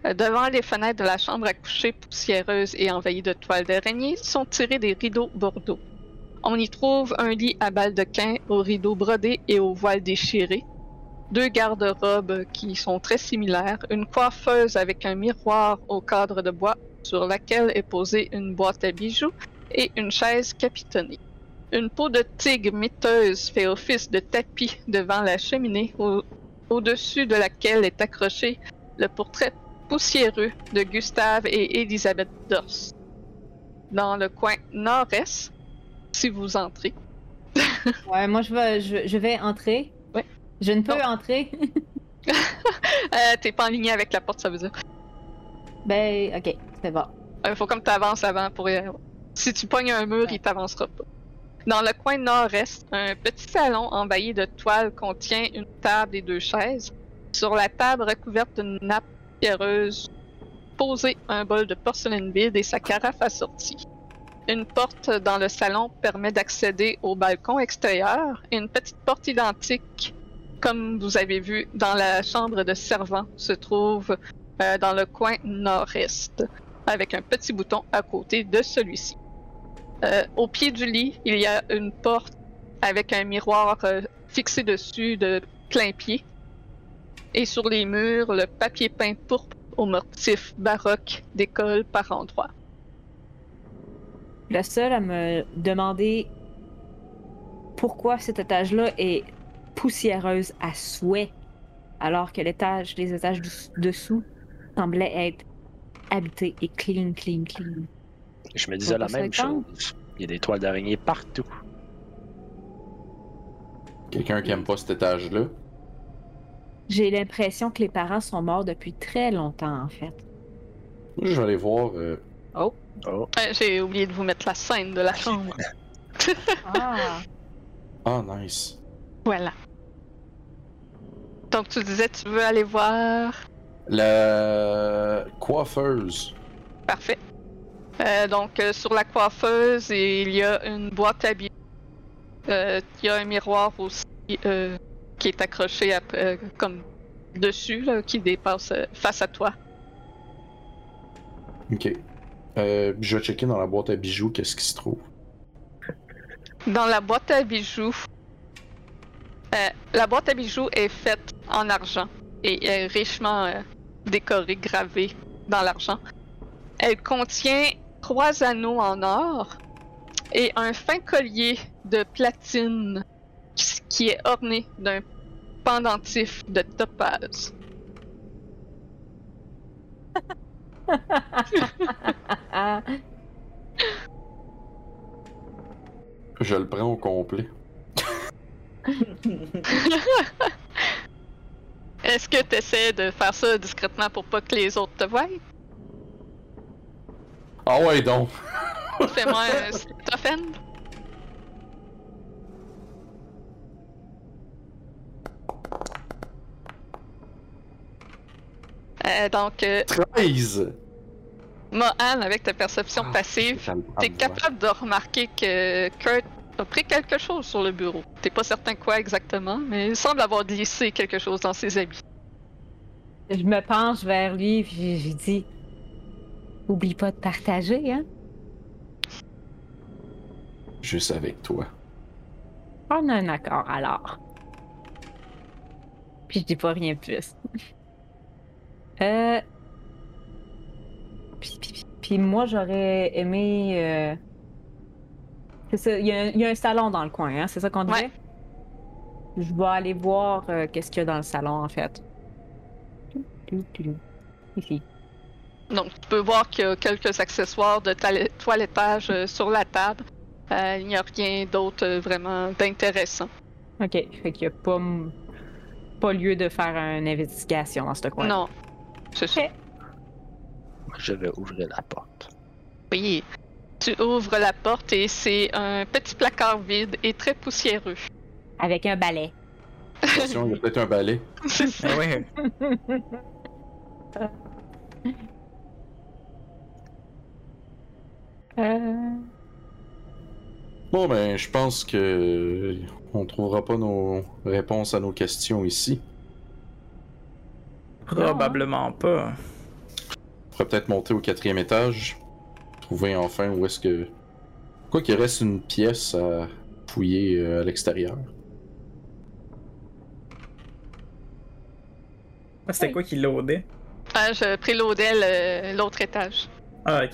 Euh, Devant les fenêtres de la chambre à coucher poussiéreuse et envahie de toiles d'araignée sont tirés des rideaux bordeaux. On y trouve un lit à baldequin aux rideaux brodés et aux voiles déchirés, deux garde-robes qui sont très similaires, une coiffeuse avec un miroir au cadre de bois sur laquelle est posée une boîte à bijoux et une chaise capitonnée. Une peau de tigre miteuse fait office de tapis devant la cheminée, au- au-dessus de laquelle est accroché le portrait poussiéreux de Gustave et Elisabeth Dorse. Dans le coin nord-est, si vous entrez, Ouais, moi je vais, je, je vais entrer. Ouais. Je ne peux Non. entrer. euh, t'es pas en ligne avec la porte, ça veut dire. ben, ok, c'est bon. Euh, faut comme t'avances avant pour y aller. Si tu pognes un mur, il t'avancera pas. Dans le coin nord-est, un petit salon envahi de toiles contient une table et deux chaises. Sur la table recouverte d'une nappe pierreuse, posé un bol de porcelaine vide et sa carafe assortie. Une porte dans le salon permet d'accéder au balcon extérieur et une petite porte identique, comme vous avez vu dans la chambre de servant, se trouve euh, dans le coin nord-est avec un petit bouton à côté de celui-ci. Euh, au pied du lit, il y a une porte avec un miroir euh, fixé dessus de plein pied. Et sur les murs, le papier peint pourpre au motif baroque décolle par endroits. La seule à me demander pourquoi cet étage-là est poussiéreuse à souhait, alors que l'étage, les étages dous- dessous semblaient être habités et clean, clean, clean. Je me disais la Pourquoi même ça tente? chose. Il y a des toiles d'araignée partout. Quelqu'un qui aime pas cet étage-là. J'ai l'impression que les parents sont morts depuis très longtemps, en fait. Moi, je vais aller voir. euh, Oh, Ouais, Euh, J'ai oublié de vous mettre la scène de la chambre. Ah! Ah, nice. Voilà. Donc tu disais tu veux aller voir. La coiffeuse. Parfait. Euh, donc euh, sur la coiffeuse, il y a une boîte à billets. Euh, il y a un miroir aussi euh, qui est accroché à- euh, comme dessus, là, qui dépasse euh, face à toi. Ok. Euh, je vais checker dans la boîte à bijoux qu'est-ce qui se trouve. Dans la boîte à bijoux, euh, la boîte à bijoux est faite en argent et est richement euh, décorée, gravée dans l'argent. Elle contient trois anneaux en or et un fin collier de platine qui- qui est orné d'un pendentif de topaz. Ah, Je le prends au complet. Est-ce que tu essaies de faire ça discrètement pour pas que les autres te voient? Ah ouais, donc. Fais-moi un Stratofen. Euh, donc, euh, 13! Mohan, avec ta perception Ah, passive, Je le prends, t'es ouais. capable de remarquer que Kurt a pris quelque chose sur le bureau. T'es pas certain quoi exactement, mais il semble avoir glissé quelque chose dans ses habits. je me penche vers lui et je lui dis Oublie pas de partager, hein? Juste avec toi. On a un accord alors. Puis je dis pas rien de plus. euh. Puis, puis- puis- puis moi, j'aurais aimé. euh, C'est ça, il y, a un- il y a un salon dans le coin, hein? C'est ça qu'on disait? Ouais. Je vais aller voir euh, qu'est-ce qu'il y a dans le salon en fait. Ici. Donc, tu peux voir qu'il y a quelques accessoires de toile- toilettage euh, sur la table. Euh, il n'y a rien d'autre euh, vraiment d'intéressant. Ok, fait qu'il y a pas, m- pas lieu de faire une investigation dans ce coin. Non. C'est ça. Ok. je vais ouvrir la porte. Oui. Tu ouvres la porte et c'est un petit placard vide et très poussiéreux. Avec un balai. Attention, il y a peut-être un balai. C'est ça. Ah ouais. Euh, Bon, ben, je pense que. On trouvera pas nos réponses à nos questions ici. Probablement pas. On pourrait peut-être monter au quatrième étage. Trouver enfin où est-ce que. Quoi qu'il reste une pièce à fouiller euh, à l'extérieur. Ah, C'était quoi qui l'audait? Ah, je préloadais le- l'autre étage. Ah, ok.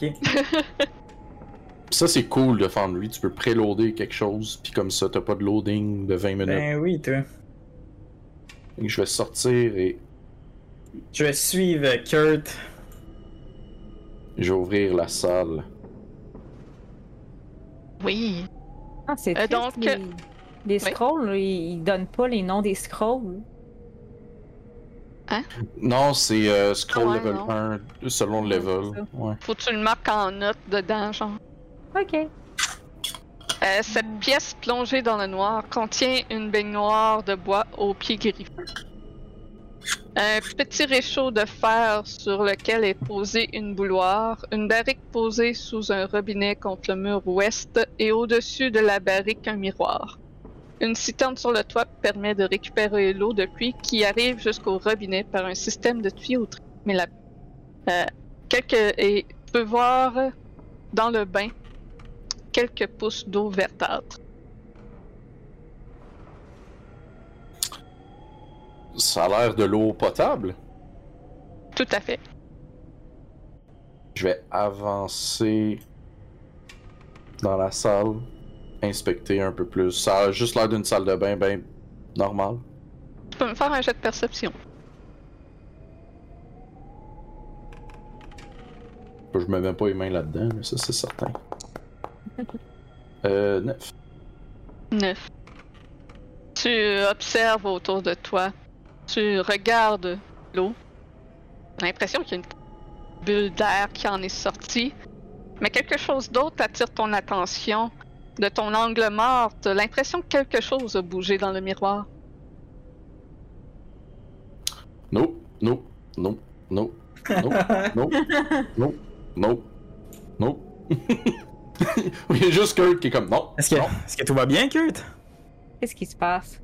Pis ça, c'est cool de faire de lui. Tu peux préloader quelque chose, puis comme ça, t'as pas de loading de 20 minutes. Ben oui, toi. Fait que Je vais sortir et Je vais suivre Kurt. je vais ouvrir la salle. Oui. ah, c'est Euh, triste, donc, les, euh, les scrolls, là, ils, ils donnent pas les noms des scrolls. Non, c'est euh, scroll Ah ouais, level non. 1 selon le Ouais, level. Ouais. Faut que tu le marques en note dedans, genre. Ok. Euh, cette pièce plongée dans le noir contient une baignoire de bois au pied griffon. Un petit réchaud de fer sur lequel est posée une bouloire, une barrique posée sous un robinet contre le mur ouest et au-dessus de la barrique un miroir. Une citerne sur le toit permet de récupérer l'eau de pluie qui arrive jusqu'au robinet par un système de tuyauterie. Mais la... euh, quelques... Et tu peux voir dans le bain quelques pouces d'eau verdâtre. Ça a l'air de l'eau potable. Tout à fait. Je vais avancer dans la salle, inspecter un peu plus. Ça a juste l'air d'une salle de bain, ben normale. Tu peux me faire un jet de perception. Je me mets pas les mains là-dedans, mais ça c'est certain. Euh, 9. 9. Tu observes autour de toi. Tu regardes l'eau. T'as l'impression qu'il y a une bulle d'air qui en est sortie. Mais quelque chose d'autre attire ton attention. De ton angle mort, t'as l'impression que quelque chose a bougé dans le miroir. Non, non, non, non, non, non, non, non, non. Il y a juste Kurt qui est comme non. Est-ce que, non. est-ce que tout va bien, Kurt? Qu'est-ce qui se passe?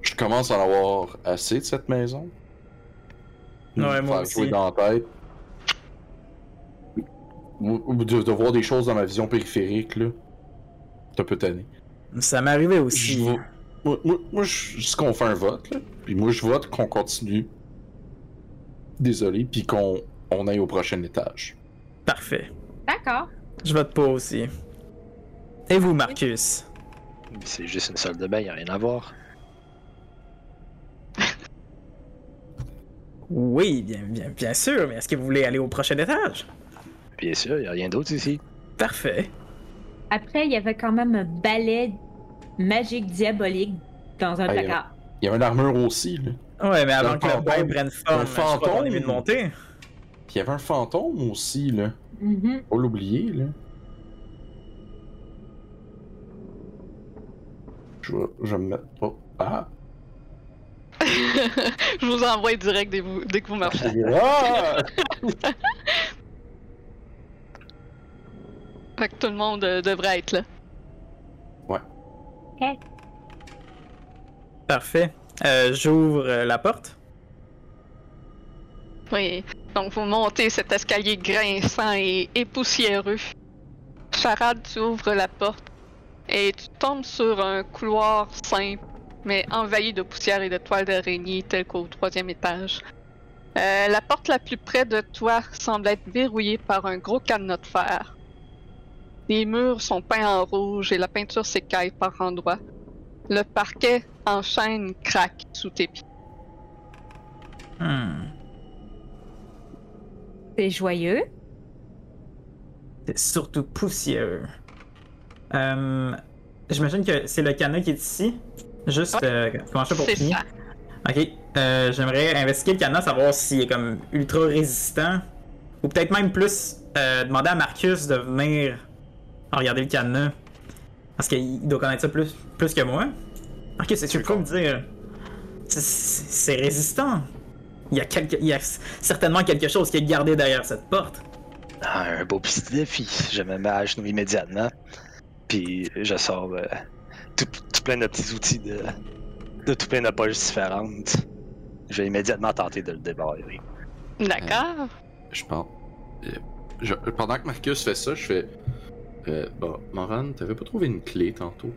Je commence à en avoir assez de cette maison. Ouais, Me moi faire aussi. jouer dans la tête. Ou- ou De, de voir des choses dans ma vision périphérique, là. T'as peu tanné. Ça m'est arrivé Je aussi. vais- Moi, moi, moi, je je dis qu'on fait un vote, là. Puis moi, je vote qu'on continue. Désolé, puis qu'on on aille au prochain étage. Parfait. D'accord. Je vote pour aussi. Et vous, Marcus? Mais C'est juste une salle de bain, y a rien à voir. Oui, bien, bien, bien sûr, mais est-ce que vous voulez aller au prochain étage? Bien sûr, y a rien d'autre ici. Parfait. Après, il y avait quand même un balai magique diabolique dans un Ah, il y a- placard. Il y avait une armure aussi, là. Ouais, mais avant Un que le bain fantôme. prenne forme, Un je crois qu'on est mieux de fantôme. monter. Puis il y avait un fantôme aussi, là. Mhm. Faut l'oublier, là. Je vais, je vais me mettre pas. Ah! Je vous envoie direct dès, vous- dès que vous marchez. Ah! Fait que tout le monde euh, devrait être là. Parfait. Euh, J'ouvre euh, la porte. Oui. Donc vous montez cet escalier grinçant et, et poussiéreux. Charade, tu ouvres la porte et tu tombes sur un couloir simple, mais envahi de poussière et de toiles d'araignée, tel qu'au troisième étage. Euh, la porte la plus près de toi semble être verrouillée par un gros cadenas de fer. Les murs sont peints en rouge et la peinture s'écaille par endroits. Le parquet en chaîne craque sous tes pieds. Hmm. C'est joyeux. C'est surtout poussiéreux. Euh, J'imagine que c'est le canot qui est ici. Juste, euh, comment je fais pour C'est finir? ça. Ok, euh, j'aimerais investiguer le cadenas, savoir s'il est comme ultra résistant. Ou peut-être même plus euh, demander à Marcus de venir regarder le cadenas. Parce qu'il doit connaître ça plus, plus que moi. Marcus, est-ce que tu peux me dire c'est- C'est c'est résistant. Il y, a quelque, il y a certainement quelque chose qui est gardé derrière cette porte. Ah, un beau petit défi. Je me mets à genoux immédiatement. Puis je sors euh, tout, tout plein de petits outils de, de tout plein de poches différentes. Je vais immédiatement tenter de le débarrer. D'accord. Je pense. euh, je- pendant que Marcus fait ça, je fais. Euh, bon, Moran, t'avais pas trouvé une clé tantôt?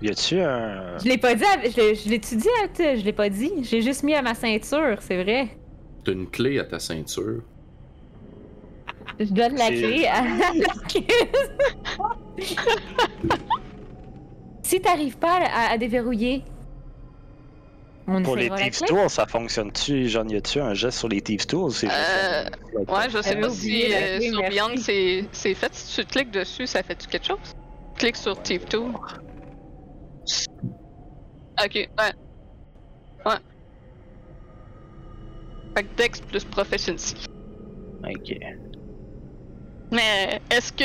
Y a-tu un. Je l'ai pas dit, à- je l'ai- je l'ai-tu dit, à- tu- je l'ai pas dit. J'ai juste mis à ma ceinture, c'est vrai. T'as une clé à ta ceinture. Je donne la C'est- clé à Marcus. si t'arrives pas à, à déverrouiller, on Pour les essaiera la Thieves clé. Tools, ça fonctionne-tu? Genre, y a-tu un geste sur les Thieves Tools? C'est Euh, juste un- Ouais, je sais J'avais pas si oublié la euh, clé, sur merci. Beyond c'est c'est fait. Si tu cliques dessus, ça fait-tu quelque chose? Clique sur Thief Tool. Ok, ouais. Ouais. Fait que Dex plus Proficiency. Ok. Mais euh, est-ce que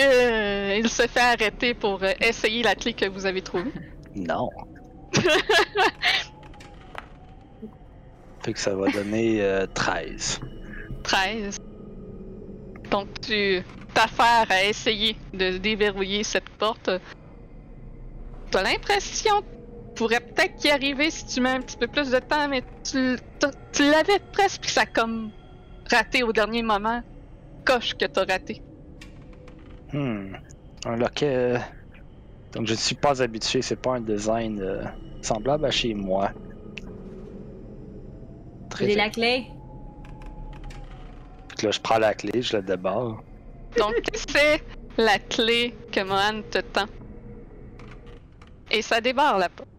euh, il se fait arrêter pour euh, essayer la clé que vous avez trouvée? Non. fait que ça va donner euh, 13. 13. Donc tu t'affaires à essayer de déverrouiller cette porte. T'as l'impression que tu pourrais peut-être y arriver si tu mets un petit peu plus de temps, mais tu, t'as- tu l'avais presque, puis ça a comme raté au dernier moment. Coche que t'as raté. Hmm. Un loquet. euh, Donc je ne suis pas habitué, c'est pas un design euh, semblable à chez moi. Très J'ai bien. la clé. Fait que Là, je prends la clé, je la débarre. Donc tu sais la clé que Mohan te tend. Et ça débarre la porte.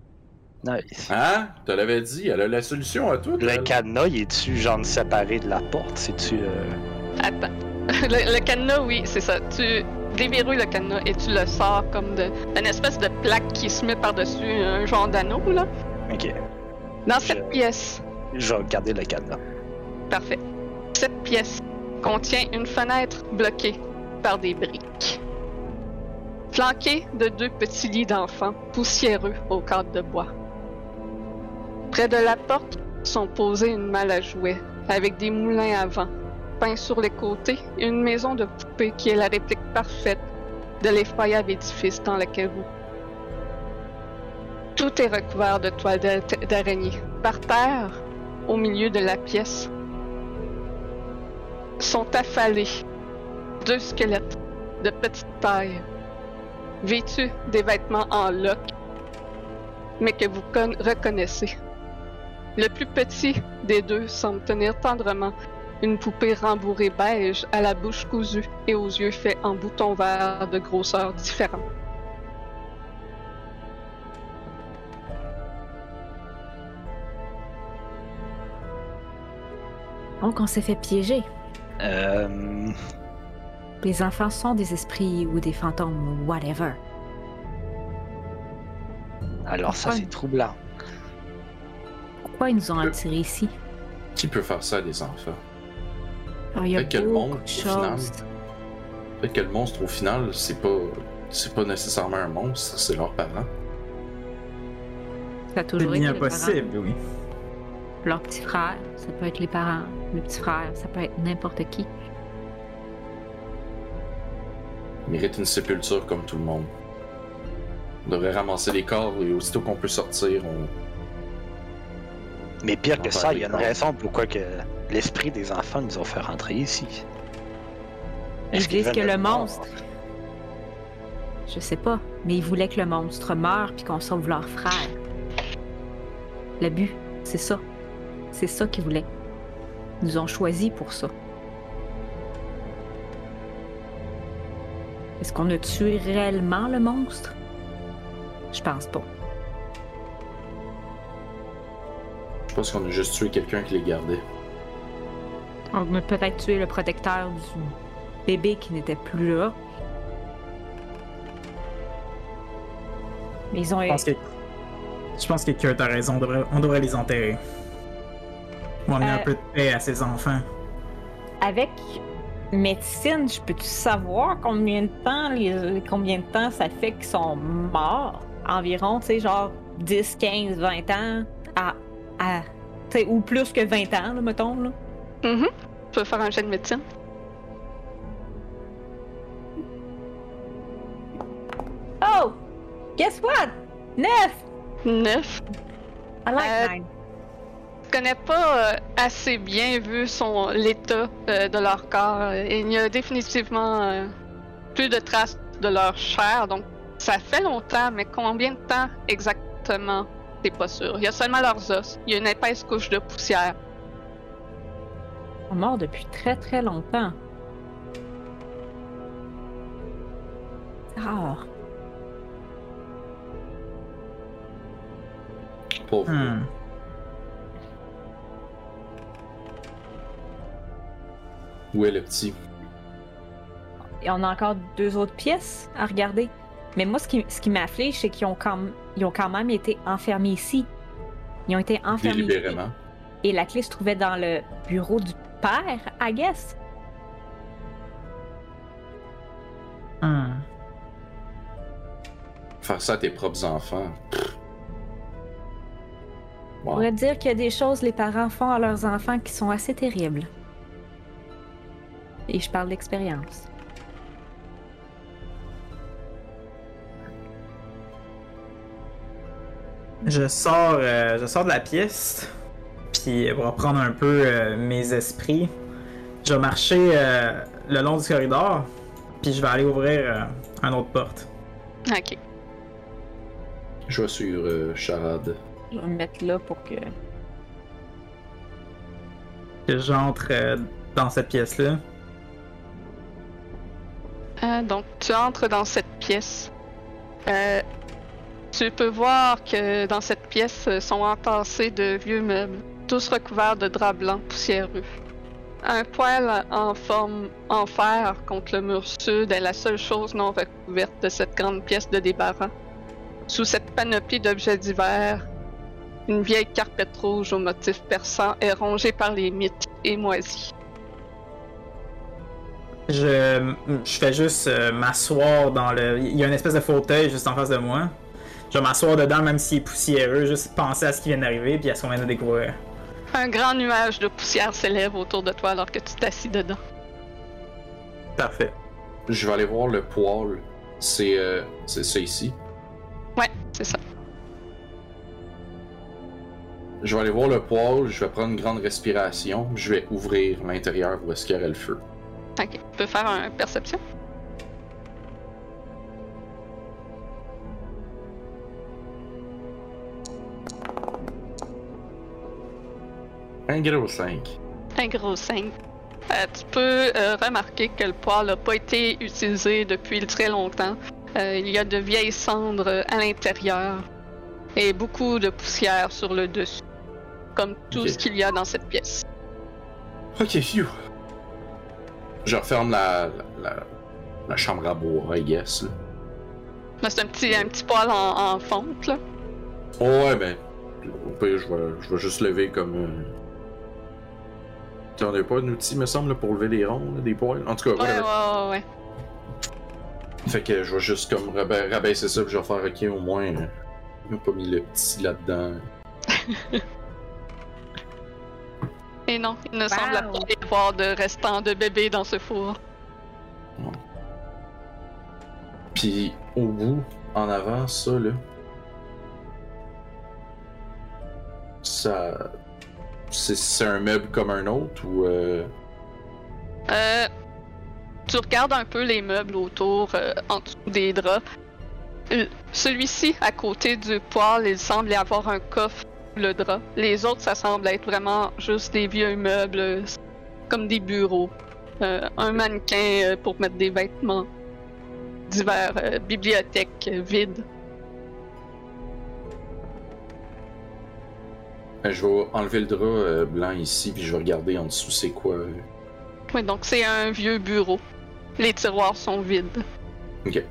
Nice. Hein? Te l'avais dit, elle a la solution à tout. Le elle. cadenas, il est-tu genre séparé de la porte? C'est-tu. euh, Attends. Le, le cadenas, oui, c'est ça. Tu déverrouilles le cadenas et tu le sors comme de, une espèce de plaque qui se met par-dessus un genre d'anneau, là. Ok. Dans Je- cette pièce, Je vais regarder le cadenas. parfait. Cette pièce contient une fenêtre bloquée par des briques, flanquée de deux petits lits d'enfants poussiéreux au cadre de bois. Près de la porte sont posées une malle à jouets avec des moulins à vent, peints sur les côtés, et une maison de poupée qui est la réplique parfaite de l'effroyable édifice dans lequel vous. Tout est recouvert de toiles d'a- d'araignée. Par terre, au milieu de la pièce, sont affalés deux squelettes de petite taille, vêtus des vêtements en loques, mais que vous con- reconnaissez. Le plus petit des deux semble tenir tendrement une poupée rembourrée beige à la bouche cousue et aux yeux faits en boutons verts de grosseur différente. Donc, on s'est fait piéger. Euh. Les enfants sont des esprits ou des fantômes ou whatever. Alors, ça, Ouais. c'est troublant. Pourquoi ils nous Euh, ont attirés ici? Qui peut faire ça à des enfants? euh, Alors, il y a Peut-être que le beaucoup monde, de au final. choses. Peut-être que le monstre, au final, c'est pas. C'est pas nécessairement un monstre, c'est leurs parents. Ça a C'est toujours été bien les parents. possible, oui. Leur petit frère, ça peut être les parents. Le petit frère, ça peut être n'importe qui. Ils méritent une sépulture comme tout le monde. On devrait ramasser les corps et aussitôt qu'on peut sortir, on. Mais pire que On ça, parle il y a des une corps. raison pourquoi que l'esprit des enfants nous ont fait rentrer ici. Ils Est-ce qu'ils disent que veulent le notre mort? monstre. Je sais pas, mais ils voulaient que le monstre meure puis qu'on sauve leur frère. Le but, c'est ça. C'est ça qu'ils voulaient. Ils nous ont choisis pour ça. Est-ce qu'on a tué réellement le monstre? Je pense pas. Je pense qu'on a juste tué quelqu'un qui les gardait. On a peut-être tué le protecteur du bébé qui n'était plus là. Mais ils ont Je pense que. Je pense que Kurt a raison, on devrait, on devrait les enterrer. On amener Euh, un peu de paix à ses enfants. Avec médecine, je peux-tu savoir combien de temps les- combien de temps ça fait qu'ils sont morts? Environ, tu sais, genre 10, 15, 20 ans à. à tu sais, ou plus que 20 ans, là, mettons. Là. Mhm. Tu peux faire un jet de médecine? Oh! Guess what? 9! Neuf. I Euh, like nine. Je connais pas euh, assez bien vu son l'état euh, de leur corps. euh, Il n'y a définitivement euh, plus de traces de leur chair, donc ça fait longtemps, mais combien de temps exactement, t'es pas sûr. Il y a seulement leurs os. Il y a une épaisse couche de poussière. Ils sont morts depuis très très longtemps. C'est Ah! rare. Pauvre. Hmm. Où est le petit? Et on a encore deux autres pièces à regarder. Mais moi, ce qui, ce qui m'afflige, c'est qu'ils ont, quand m- ils ont quand même été enfermés ici. Ils ont été enfermés. ici. Délibérément. Et la clé se trouvait dans le bureau du père, I guess. Ah. Hmm. Faire ça à tes propres enfants. Pfff. On Wow. pourrait dire qu'il y a des choses les parents font à leurs enfants qui sont assez terribles. Et je parle d'expérience. Je sors, euh, je sors de la pièce, puis pour reprendre un peu euh, mes esprits, je vais marcher euh, le long du corridor, puis je vais aller ouvrir euh, une autre porte. Ok. Je vais sur euh, Charade. Je vais me mettre là pour que. Que J'entre euh, dans cette pièce-là. Euh, donc, tu entres dans cette pièce. Euh, tu peux voir que dans cette pièce euh, sont entassés de vieux meubles, tous recouverts de draps blancs poussiéreux. Un poêle en forme en fer contre le mur sud est la seule chose non recouverte de cette grande pièce de débarras. Sous cette panoplie d'objets divers, une vieille carpette rouge au motif perçant est rongée par les mites et moisie. Je, je fais juste euh, m'asseoir dans le. Il y a une espèce de fauteuil juste en face de moi. Je vais m'asseoir dedans, même s'il est poussiéreux, juste penser à ce qui vient d'arriver puis à ce qu'on vient de découvrir. Un grand nuage de poussière s'élève autour de toi alors que tu t'assis dedans. Parfait. Je vais aller voir le poêle. C'est euh, c'est ça ici. Ouais, c'est ça. Je vais aller voir le poêle, je vais prendre une grande respiration, je vais ouvrir l'intérieur où est-ce qu'il y aurait le feu. Ok, tu peux faire un perception. Un gros 5. Un gros 5. tu peux euh, remarquer que le poêle n'a pas été utilisé depuis très longtemps. Euh, il y a de vieilles cendres euh, à l'intérieur et beaucoup de poussière sur le dessus, comme tout Ok. ce qu'il y a dans cette pièce. Ok, phew. Je referme la, la, la chambre à bois, I guess. là. Là, C'est un petit, un petit poêle en, en fonte, là. Oh, ouais, ben. Au pire, je vais, je vais juste lever comme. Euh... T'en as pas d'outil, me semble, pour lever les ronds, là, des poils. En tout cas, Ouais, ouais, whatever. ouais, ouais. Fait que je vais juste comme raba- rabaisser ça, puis je vais faire ok, au moins. euh, Ils ont pas mis le petit là-dedans. Et non, il ne semble Wow. pas y avoir de restant de bébé dans ce four. Puis au bout, en avant, ça là. Ça. C'est, c'est un meuble comme un autre ou. Euh... Euh, tu regardes un peu les meubles autour, euh, en dessous des draps. Euh, Celui-ci, à côté du poêle, il semble y avoir un coffre sous le drap. Les autres, ça semble être vraiment juste des vieux meubles, euh, comme des bureaux. Euh, un mannequin euh, pour mettre des vêtements. Divers euh, bibliothèques euh, vides. ben, je vais enlever le drap euh, blanc ici, puis je vais regarder en dessous c'est quoi. euh. Oui, donc c'est un vieux bureau. Les tiroirs sont vides. Ok.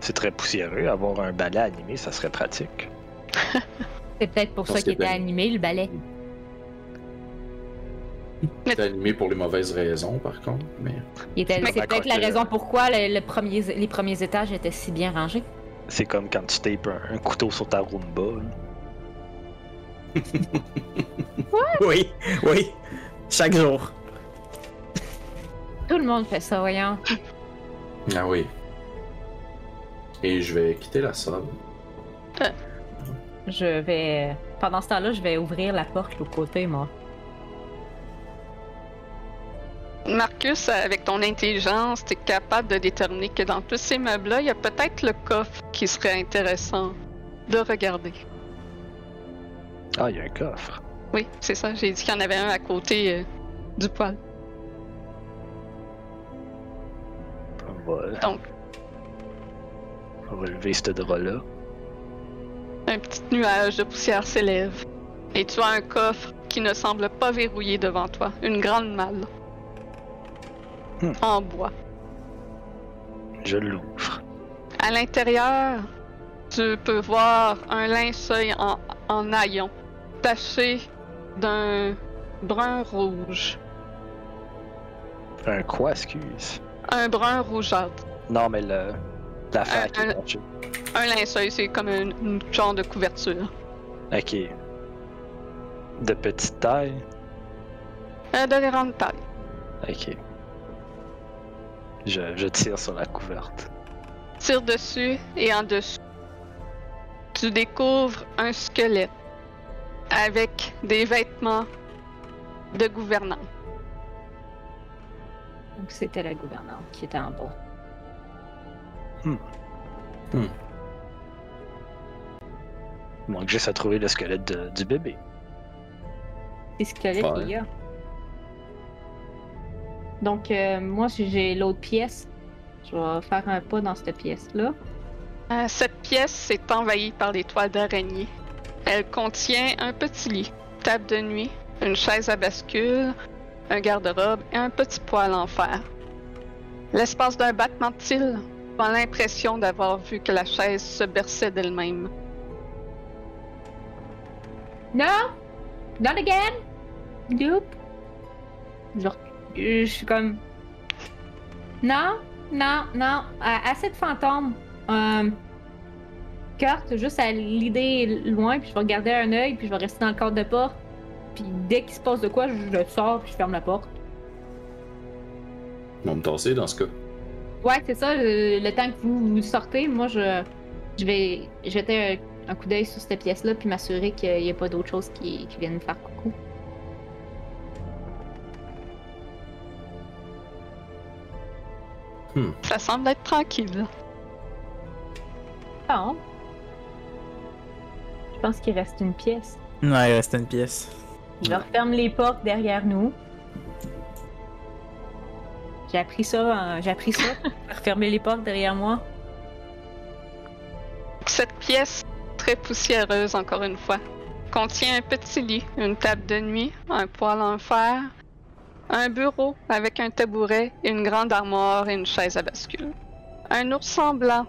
C'est très poussiéreux. Avoir un balai animé, ça serait pratique. C'est peut-être pour Je ça pense qu'il que était t'as- animé, le ballet. C'est animé pour les mauvaises raisons, par contre, mais. Il était- Mais- C'est peut-être la D'accord, raison que- pourquoi le, le premier, les premiers étages étaient si bien rangés. C'est comme quand tu tapes un, un couteau sur ta Roomba. là. Oui, oui. Chaque jour. Tout le monde fait ça, voyons. Ah oui. Et je vais quitter la salle. Je vais. Pendant ce temps-là, je vais ouvrir la porte de l'autre côté, moi. Marcus, avec ton intelligence, tu es capable de déterminer que dans tous ces meubles-là, il y a peut-être le coffre qui serait intéressant de regarder. Ah, il y a un coffre. Oui, c'est ça, j'ai dit qu'il y en avait un à côté euh, du poêle. On va, Donc, on va lever ce drap-là. un petit nuage de poussière s'élève. Et tu as un coffre qui ne semble pas verrouillé devant toi, une grande malle. Hmm. En bois. Je l'ouvre. À l'intérieur, tu peux voir un linceul en, en haillons, taché d'un brun rouge. Un quoi, excuse? Un brun rougeâtre. Non, mais le... L'affaire Un- qui est un- cachée. Un linceul, c'est comme une, une genre de couverture. Ok. De petite taille? Euh, de grande taille. Ok. Je, je tire sur la couverte. Tire dessus et en dessous. Tu découvres un squelette avec des vêtements de gouvernante. Donc, c'était la gouvernante qui était en bas. Il manque juste à trouver le squelette de- du bébé. C'est ce qu'il y a. Ouais. qu'il y a. Donc, euh, moi, si j'ai l'autre pièce, je vais faire un pas dans cette pièce-là. Euh, cette pièce est envahie par des toiles d'araignée. Elle contient un petit lit, table de nuit, une chaise à bascule, un garde-robe et un petit poêle en fer. L'espace d'un battement de cils prend l'impression d'avoir vu que la chaise se berçait d'elle-même. Non! Not again! Nope! Genre, euh, je suis comme. Non, non, non. Euh, assez de fantômes. Euh, Kurt, juste à l'idée loin, puis je vais regarder un œil, puis je vais rester dans le cadre de porte. Puis dès qu'il se passe de quoi, je le sors, puis je ferme la porte. On va me tasser dans ce cas. Ouais, c'est ça. Le, le temps que vous, vous sortez, moi, je, je vais jeter un, un coup d'œil sur cette pièce-là, puis m'assurer qu'il n'y a pas d'autre chose qui, qui vienne me faire coucou. Ça semble être tranquille. Bon. Je pense qu'il reste une pièce. Ouais, il reste une pièce. Je referme les portes derrière nous. J'ai appris ça, hein, j'ai appris ça. Refermer les portes derrière moi. Cette pièce, très poussiéreuse encore une fois, contient un petit lit, une table de nuit, un poêle en fer, un bureau avec un tabouret, une grande armoire et une chaise à bascule. Un ourson blanc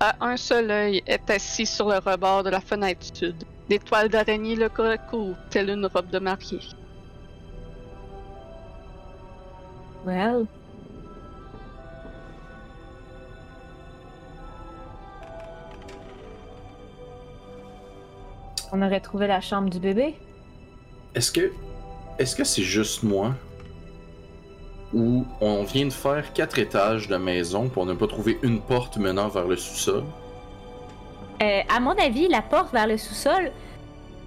à un seul œil est assis sur le rebord de la fenêtre sud. Des toiles d'araignée le recouvrent, telle une robe de mariée. Well. On aurait trouvé la chambre du bébé. Est-ce que. Est-ce que c'est juste moi? Ou on vient de faire quatre étages de maison pour ne pas trouver une porte menant vers le sous-sol? Euh, à mon avis, la porte vers le sous-sol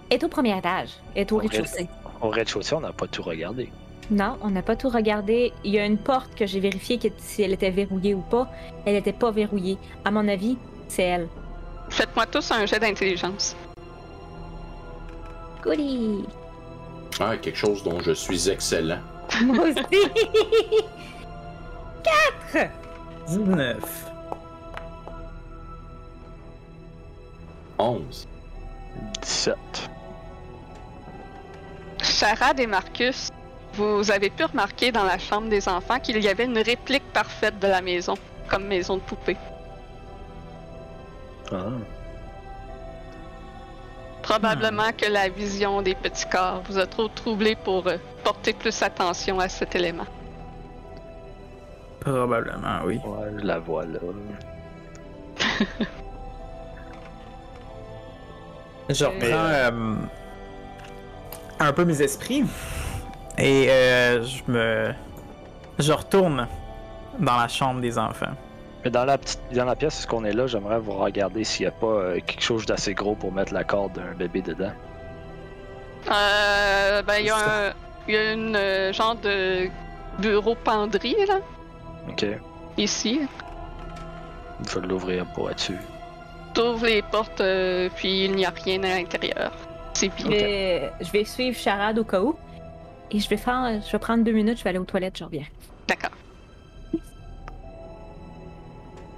est au premier étage, est au Ok. rez-de-chaussée. Au rez-de-chaussée, on n'a pas tout regardé. Non, on n'a pas tout regardé. Il y a une porte que j'ai vérifiée que- si elle était verrouillée ou pas. Elle n'était pas verrouillée. À mon avis, c'est elle. Faites-moi tous un jet d'intelligence. Goody! Ah, quelque chose dont je suis excellent. Moi aussi! 19. 11. 17. Charade et Marcus, vous avez pu remarquer dans la chambre des enfants qu'il y avait une réplique parfaite de la maison, comme maison de poupée. Ah. Probablement que la vision des petits corps vous a trop troublé pour euh, porter plus attention à cet élément. Probablement, oui. Ouais, je la vois là. Je reprends Mais, euh, un peu mes esprits et euh, je me. Je retourne dans la chambre des enfants. Mais dans la petite, dans la pièce, ce qu'on est là, j'aimerais vous regarder s'il n'y a pas euh, quelque chose d'assez gros pour mettre la corde d'un bébé dedans. Euh, ben, il y a un il y a une euh, genre de bureau penderie, là, Ok. ici. Je vais l'ouvrir pour être sûr. T'ouvres les portes, euh, puis il n'y a rien à l'intérieur. C'est je, bien. vais, je vais suivre Charade au cas où. Et je vais, faire, je vais prendre deux minutes, je vais aller aux toilettes, je reviens. D'accord.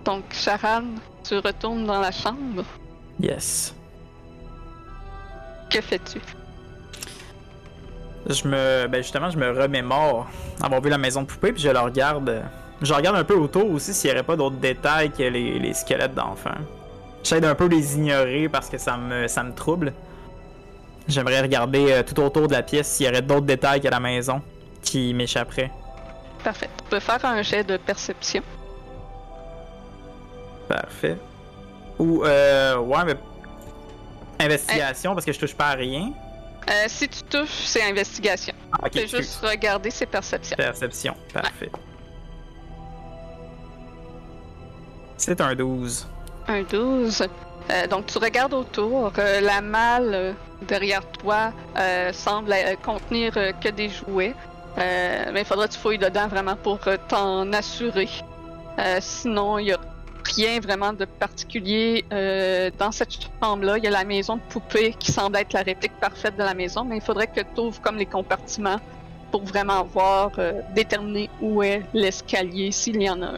Donc, Sharan, tu retournes dans la chambre. Yes. Que fais-tu? Je me. Ben justement, je me remémore avoir vu la maison de poupée, puis je la regarde. euh, Je regarde un peu autour aussi s'il n'y aurait pas d'autres détails que les, les squelettes d'enfants. J'essaie d'un peu les ignorer parce que ça me, ça me trouble. J'aimerais regarder euh, tout autour de la pièce s'il y aurait d'autres détails que la maison qui m'échapperaient. Parfait. Tu peux faire un jet de perception. Parfait. Ou, euh, ouais, mais. Investigation, parce que je touche pas à rien. Euh, si tu touches, c'est investigation. Ah, ok, Tu peux excuse. juste regarder ses perceptions. Perception, parfait. C'est un 12. Un 12. Euh, donc, tu regardes autour. Euh, la malle euh, derrière toi euh, semble euh, contenir euh, que des jouets. Euh, mais il faudra que tu fouilles dedans vraiment pour euh, t'en assurer. Euh, sinon, il n'y a rien vraiment de particulier euh, dans cette chambre-là. Il y a la maison de poupée qui semble être la réplique parfaite de la maison, mais il faudrait que tu ouvres comme les compartiments pour vraiment voir, euh, déterminer où est l'escalier, s'il y en a un.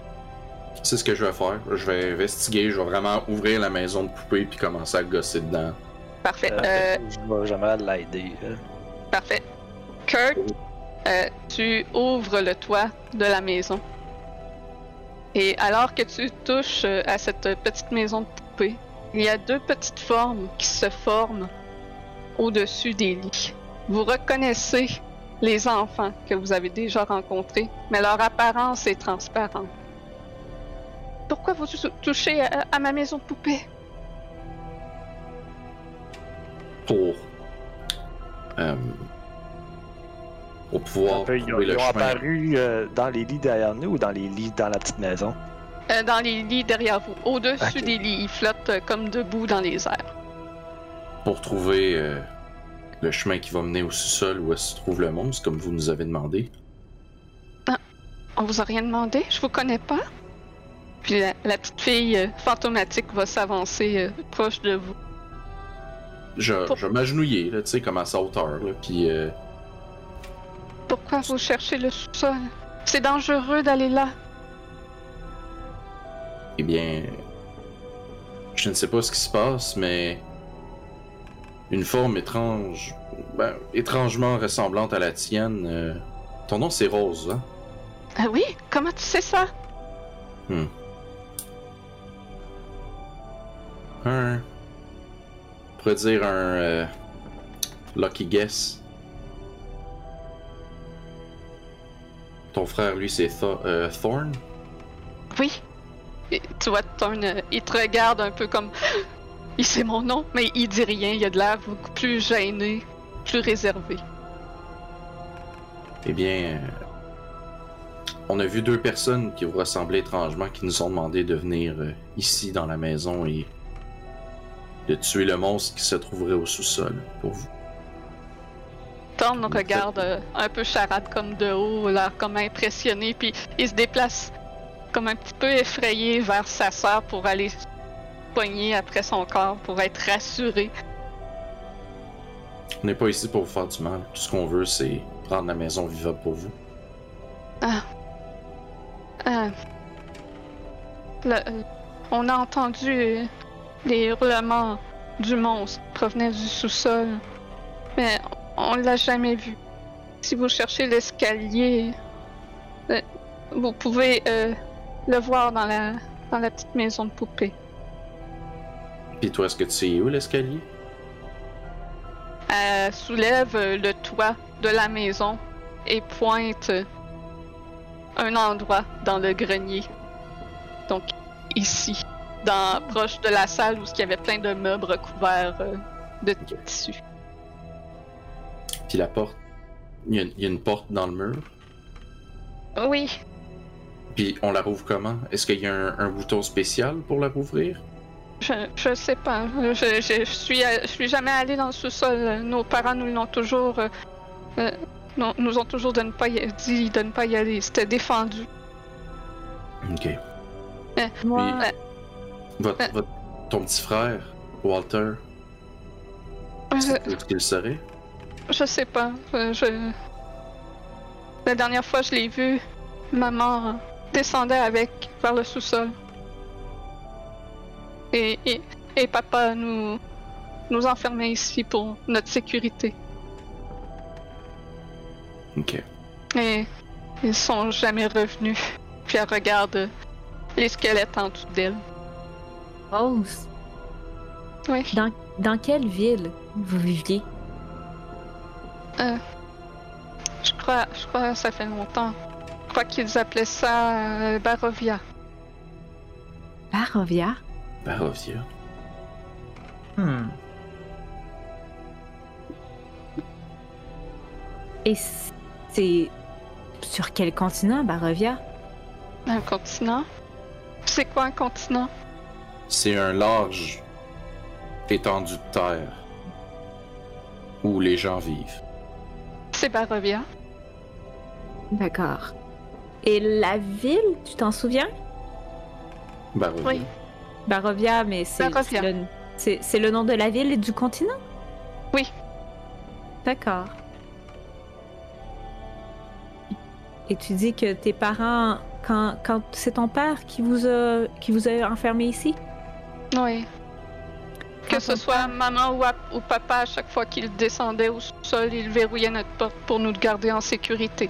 C'est ce que je vais faire. Je vais investiguer, je vais vraiment ouvrir la maison de poupée puis commencer à gosser dedans. Parfait. Euh, Euh, Je vais jamais l'aider. euh. là. Parfait. Kurt, euh, tu ouvres le toit de la maison. Et alors que tu touches euh, à cette petite maison de poupée, il y a deux petites formes qui se forment au-dessus des lits. Vous reconnaissez les enfants que vous avez déjà rencontrés, mais leur apparence est transparente. Pourquoi vous tou- touchez à, à ma maison de poupée? pour euh, pour pouvoir Un peu, ils ont, trouver ils le ont chemin. apparu euh, dans les lits derrière nous ou dans les lits dans la petite maison? Euh, dans les lits derrière vous. Au-dessus Ok. des lits, ils flottent euh, comme debout dans les airs. pour trouver euh, le chemin qui va mener au sous-sol où se trouve le monstre, comme vous nous avez demandé. On vous a rien demandé, je vous connais pas. Puis la, la petite fille euh, fantomatique va s'avancer euh, proche de vous. Je, Pour- je vais m'agenouiller, là, tu sais, comme à sa hauteur, là, puis euh, Pourquoi vous cherchez le sous-sol C'est dangereux d'aller là. eh bien, je ne sais pas ce qui se passe, mais une forme étrange, ben, étrangement ressemblante à la tienne. euh, Ton nom c'est Rose, hein? Ah oui Comment tu sais ça un. On pourrait dire un. euh, lucky guess. Ton frère, lui, c'est Tho- euh, Thorn. Oui. Et tu vois, Thorn, euh, il te regarde un peu comme. Il sait mon nom, mais il dit rien. Il a de l'air beaucoup plus gêné, plus réservé. Eh bien. euh, on a vu deux personnes qui vous ressemblaient étrangement qui nous ont demandé de venir euh, ici dans la maison et. de tuer le monstre qui se trouverait au sous-sol pour vous. Thorn Vous regarde euh, un peu Charade comme de haut, l'air comme impressionné, puis il se déplace comme un petit peu effrayé vers sa sœur pour aller poigner après son corps, pour être rassuré. On n'est pas ici pour vous faire du mal. Tout ce qu'on veut, c'est rendre la maison vivable pour vous. Euh, le- euh, on a entendu euh, les hurlements du monstre qui provenaient du sous-sol, mais on l'a jamais vu. Si vous cherchez l'escalier, euh, vous pouvez euh, le voir dans la, dans la petite maison de poupée. Puis toi, est-ce que tu sais où l'escalier? Elle soulève euh, le toit de la maison et pointe euh, un endroit dans le grenier. Donc ici, dans, proche de la salle où il y avait plein de meubles recouverts euh, de Ok. tissu. Puis la porte. Il y, a, il y a une porte dans le mur. Oh Oui, Puis on la rouvre comment Est-ce qu'il y a un, un bouton spécial pour la rouvrir je, je sais pas. Je, je- je suis, euh, je suis jamais allée dans le sous-sol. Nos parents nous l'ont toujours, euh, euh, nous- nous ont toujours de ne pas y- dit de ne pas y aller. C'était défendu. Ok. Moi, Puis- Votre, votre- ton petit frère, Walter, Je- est-ce qu'il serait Je sais pas. euh, Je... La dernière fois je l'ai vu, maman euh, descendait avec vers le sous-sol. Et, et, et papa nous, nous enfermait ici pour notre sécurité. Ok. Et ils sont jamais revenus. Puis elle regarde euh, les squelettes en dessous d'elle. Rose, Oui. dans quelle ville vous viviez? Je crois, je crois que ça fait longtemps. Je crois qu'ils appelaient ça euh, Barovia. Barovia? Barovia. Hmm. Et c'est sur quel continent, Barovia? Un continent. C'est quoi un continent? C'est un large étendu de terre où les gens vivent. C'est Barovia. D'accord. Et la ville, tu t'en souviens? Barovia. Oui. Bah, Barovia, mais c'est Barovia. c'est le, c'est- c'est le nom de la ville et du continent? Oui. D'accord. Et tu dis que tes parents, quand, quand c'est ton père qui vous a, qui vous a enfermé ici? Oui. Que Quand ce ton soit maman ou, ap- ou papa, à chaque fois qu'il descendait au sol, il verrouillait notre porte pour nous garder en sécurité.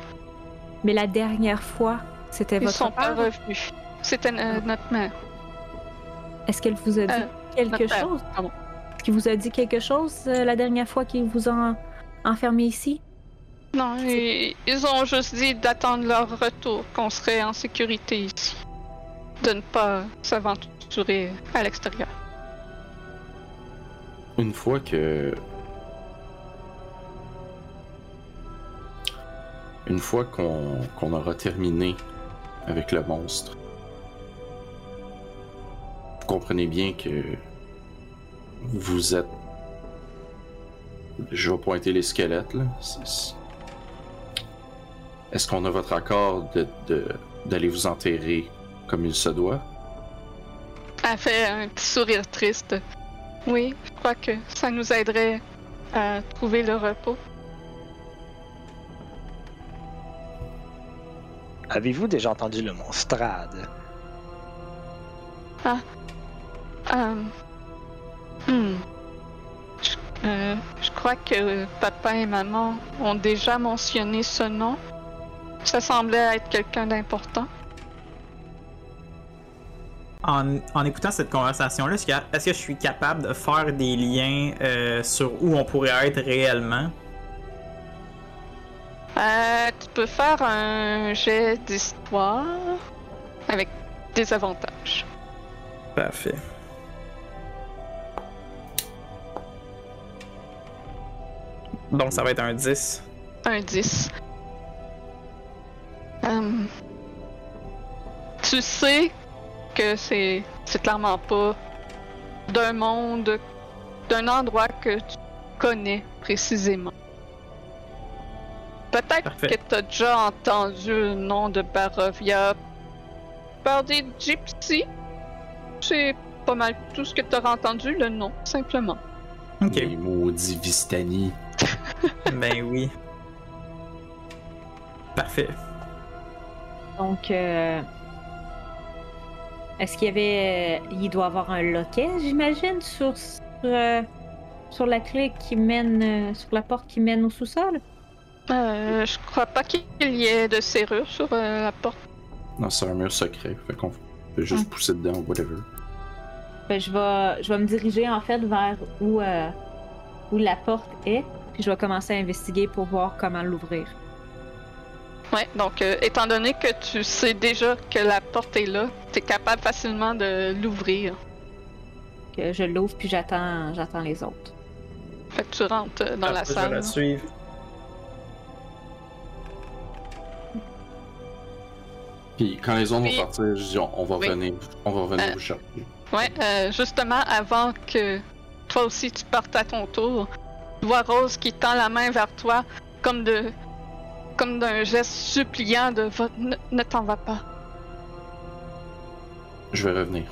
Mais la dernière fois, c'était Ils votre sont pas père. revenus. C'était euh, notre mère. Est-ce qu'elle vous a dit Euh, quelque notre père, chose? pardon. Est-ce qu'il vous a dit quelque chose euh, la dernière fois qu'il vous a en- enfermé ici? Non, ils, ils ont juste dit d'attendre leur retour, qu'on serait en sécurité ici. De ne pas s'aventurer à l'extérieur. Une fois que. Une fois qu'on qu'on aura terminé avec le monstre, vous comprenez bien que vous êtes. Je vais pointer les squelettes, là. C'est- c'est- Est-ce qu'on a votre accord d'aller de, d'aller vous enterrer comme il se doit? Elle fait un petit sourire triste. Oui, je crois que ça nous aiderait à trouver le repos. Avez-vous déjà entendu le mot Strad? Euh, hmm. Je, euh, je crois que papa et maman ont déjà mentionné ce nom. Ça semblait être quelqu'un d'important. En, en écoutant cette conversation-là, est-ce que, est-ce que je suis capable de faire des liens euh, sur où on pourrait être réellement? Euh, tu peux faire un jet d'histoire avec des avantages. Parfait. Donc ça va être un 10. Un 10. Hum. tu sais que c'est c'est clairement pas d'un monde, d'un endroit que tu connais précisément. Peut-être Parfait. que tu as déjà entendu le nom de Barovia par des gypsies. C'est pas mal tout ce que tu auras entendu, le nom, simplement. Ok. Les maudits Vistani. ben oui. Parfait. Donc, euh, est-ce qu'il y avait. euh, il doit avoir un loquet, j'imagine, sur, sur, euh, sur la clé qui mène. euh, sur la porte qui mène au sous-sol? Euh, je crois pas qu'il y ait de serrure sur euh, la porte. Non, c'est un mur secret. Fait qu'on peut juste Hum. pousser dedans, whatever. Ben, je, vais, je vais me diriger, en fait, vers où, euh, où la porte est. Puis je vais commencer à investiguer pour voir comment l'ouvrir. Ouais, donc euh, étant donné que tu sais déjà que la porte est là, t'es capable facilement de l'ouvrir. Que je l'ouvre, puis j'attends, j'attends les autres. Fait que tu rentres euh, dans la Après, salle. Je vais la suivre. Puis quand les autres Oui. vont partir, je dis on, on va Oui. revenir. On va revenir Euh. vous chercher. Ouais, euh, justement, avant que toi aussi tu partes à ton tour, tu vois Rose qui tend la main vers toi comme de comme d'un geste suppliant de va- ne, ne t'en va pas. Je vais revenir.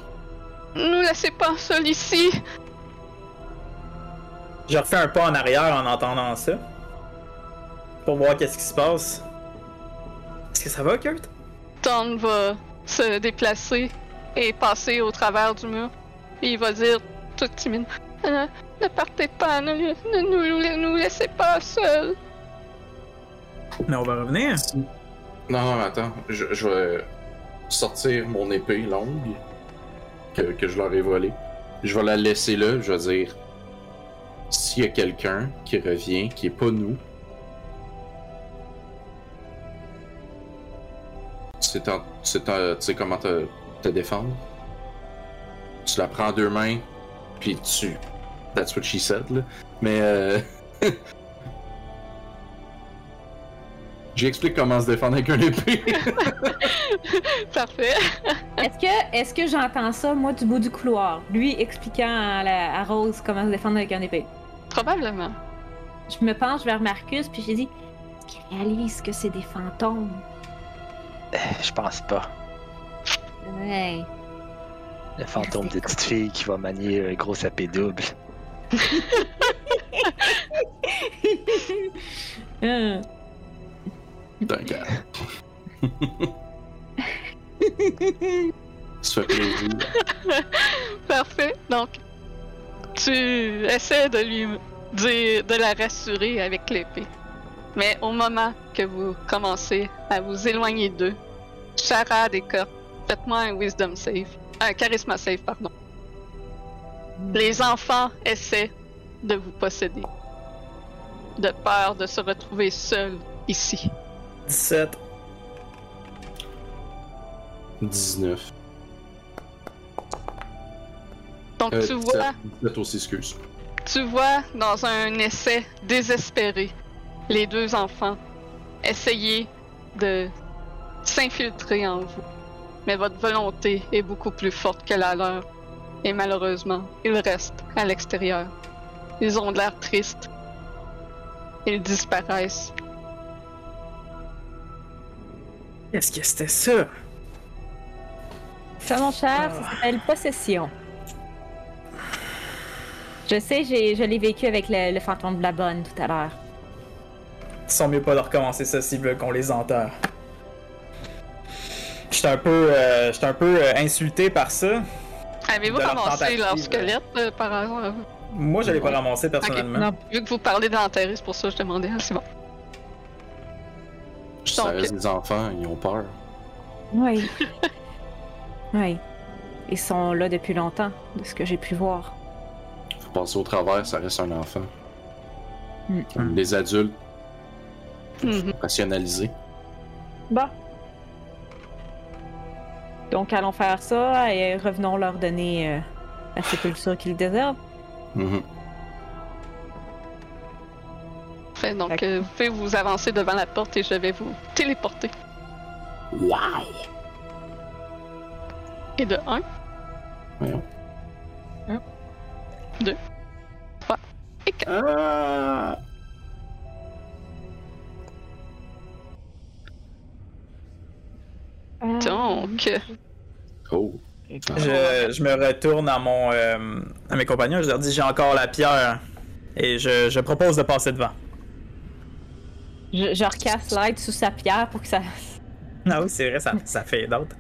Nous laissez pas seuls ici. Je refais un pas en arrière en entendant ça. Pour voir qu'est-ce qui se passe. Est-ce que ça va, Kurt? Thorne va se déplacer et passer au travers du mur. Et il va dire tout timide Euh, Ne partez pas, ne, ne- ne nous, nous laissez pas seuls. Mais Ben, on va revenir. Non, non, mais attends. Je, je vais sortir mon épée longue que, que je leur ai volée. Je vais la laisser là. Je vais dire s'il y a quelqu'un qui revient, qui est pas nous, c'est un, c'est un, tu sais comment te, te défendre. Tu la prends en deux mains, puis tu. That's what she said, là. Mais. Euh... J'explique comment se défendre avec un épée. Parfait. Est-ce que, est-ce que j'entends ça, moi, du bout du couloir? Lui expliquant à, la- à Rose comment se défendre avec un épée. Probablement. Je me penche vers Marcus, puis j'ai dit Est-ce qu'il réalise que c'est des fantômes? Eh, Je pense pas. Ouais. Le fantôme de petite fille qui va manier euh, un gros sapé double. Hum. D'un gars. Ça fait plaisir. Parfait. Donc, tu essaies de lui dire, de la rassurer avec l'épée. Mais au moment que vous commencez à vous éloigner d'eux, Charade et Corp, faites-moi un Wisdom Save. Un Charisma Save, pardon. Les enfants essaient de vous posséder. De peur de se retrouver seuls ici. 17. 19. Donc Euh, tu 17, vois 17 aussi, excuse. Tu vois, dans un essai désespéré, les deux enfants essayer de s'infiltrer en vous. Mais votre volonté est beaucoup plus forte que la leur. Et malheureusement, ils restent à l'extérieur. Ils ont de l'air tristes. Ils disparaissent. Qu'est-ce que c'était ça? Ça, mon cher, ça Elle possession. Je sais, j'ai, je l'ai vécu avec le, le fantôme de la bonne tout à l'heure. Ils sont mieux pas de recommencer ça s'ils veulent qu'on les enterre. J'étais un peu, euh, j'étais un peu euh, insulté par ça. Avez-vous De leur ramassé tentative, leur euh. squelette euh, par hasard? Moi, j'allais pas Ouais. ramasser personnellement. Non. Vu que vous parlez de l'enterrer, c'est pour ça que je demandais. Ah, C'est bon. Ça Donc- reste des enfants, ils ont peur. Oui. oui. Ils sont là depuis longtemps, de ce que j'ai pu voir. Faut passer au travers, ça reste un enfant. Mm. Comme les adultes, Mm-hmm. Mhm. rationalisés. Bah. Donc, allons faire ça et revenons leur donner euh, la sépulture qu'ils déservent. Mhm. Fait, donc, Fait- euh, vous pouvez vous avancer devant la porte et je vais vous téléporter. Wow! Et de 1 Voyons. et 4. Ah! Donc, euh, Oh! Je, je me retourne à mon, euh, à mes compagnons. Je leur dis j'ai encore la pierre et je, je propose de passer devant. Je, je recasse l'aide sous sa pierre pour que ça. Ah oui, c'est vrai, ça, ça fait d'autres.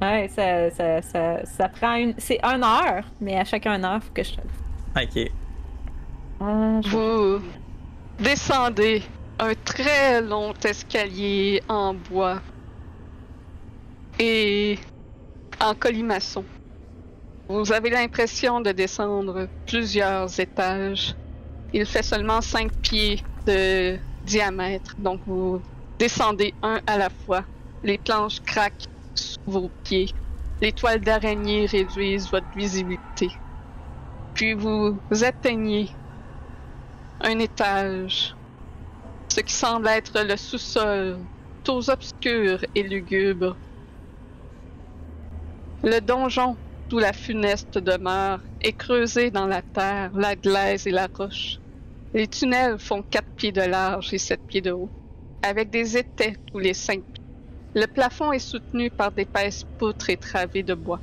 Ouais, ça, ça, ça, ça prend une. C'est une heure, mais à chacun une heure, faut que je. Ok. Ah, je- vous descendez un très long escalier en bois et en colimaçon. Vous avez l'impression de descendre plusieurs étages. Il fait seulement 5 pieds de diamètre, donc vous descendez un à la fois. Les planches craquent sous vos pieds. Les toiles d'araignée réduisent votre visibilité. Puis vous atteignez un étage, ce qui semble être le sous-sol, tout obscur et lugubre. Le donjon d'où la funeste demeure est creusé dans la terre, la glaise et la roche. Les tunnels font quatre pieds de large et sept pieds de haut, avec des étais tous les cinq pieds. Le plafond est soutenu par d'épaisses poutres et travées de bois.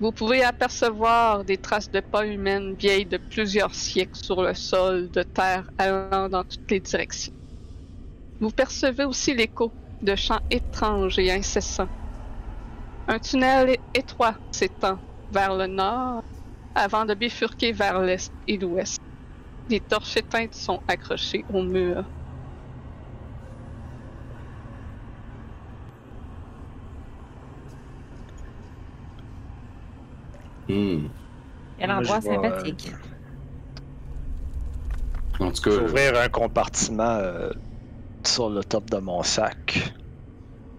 Vous pouvez apercevoir des traces de pas humaines vieilles de plusieurs siècles sur le sol de terre allant dans toutes les directions. Vous percevez aussi l'écho de chants étranges et incessants. Un tunnel étroit s'étend vers le nord avant de bifurquer vers l'est et l'ouest. Des torches éteintes sont accrochées au mur. Hmm. Quel Moi, je endroit vois, euh, sympathique. En tout Je cas, vais ouvrir un compartiment euh, sur le top de mon sac.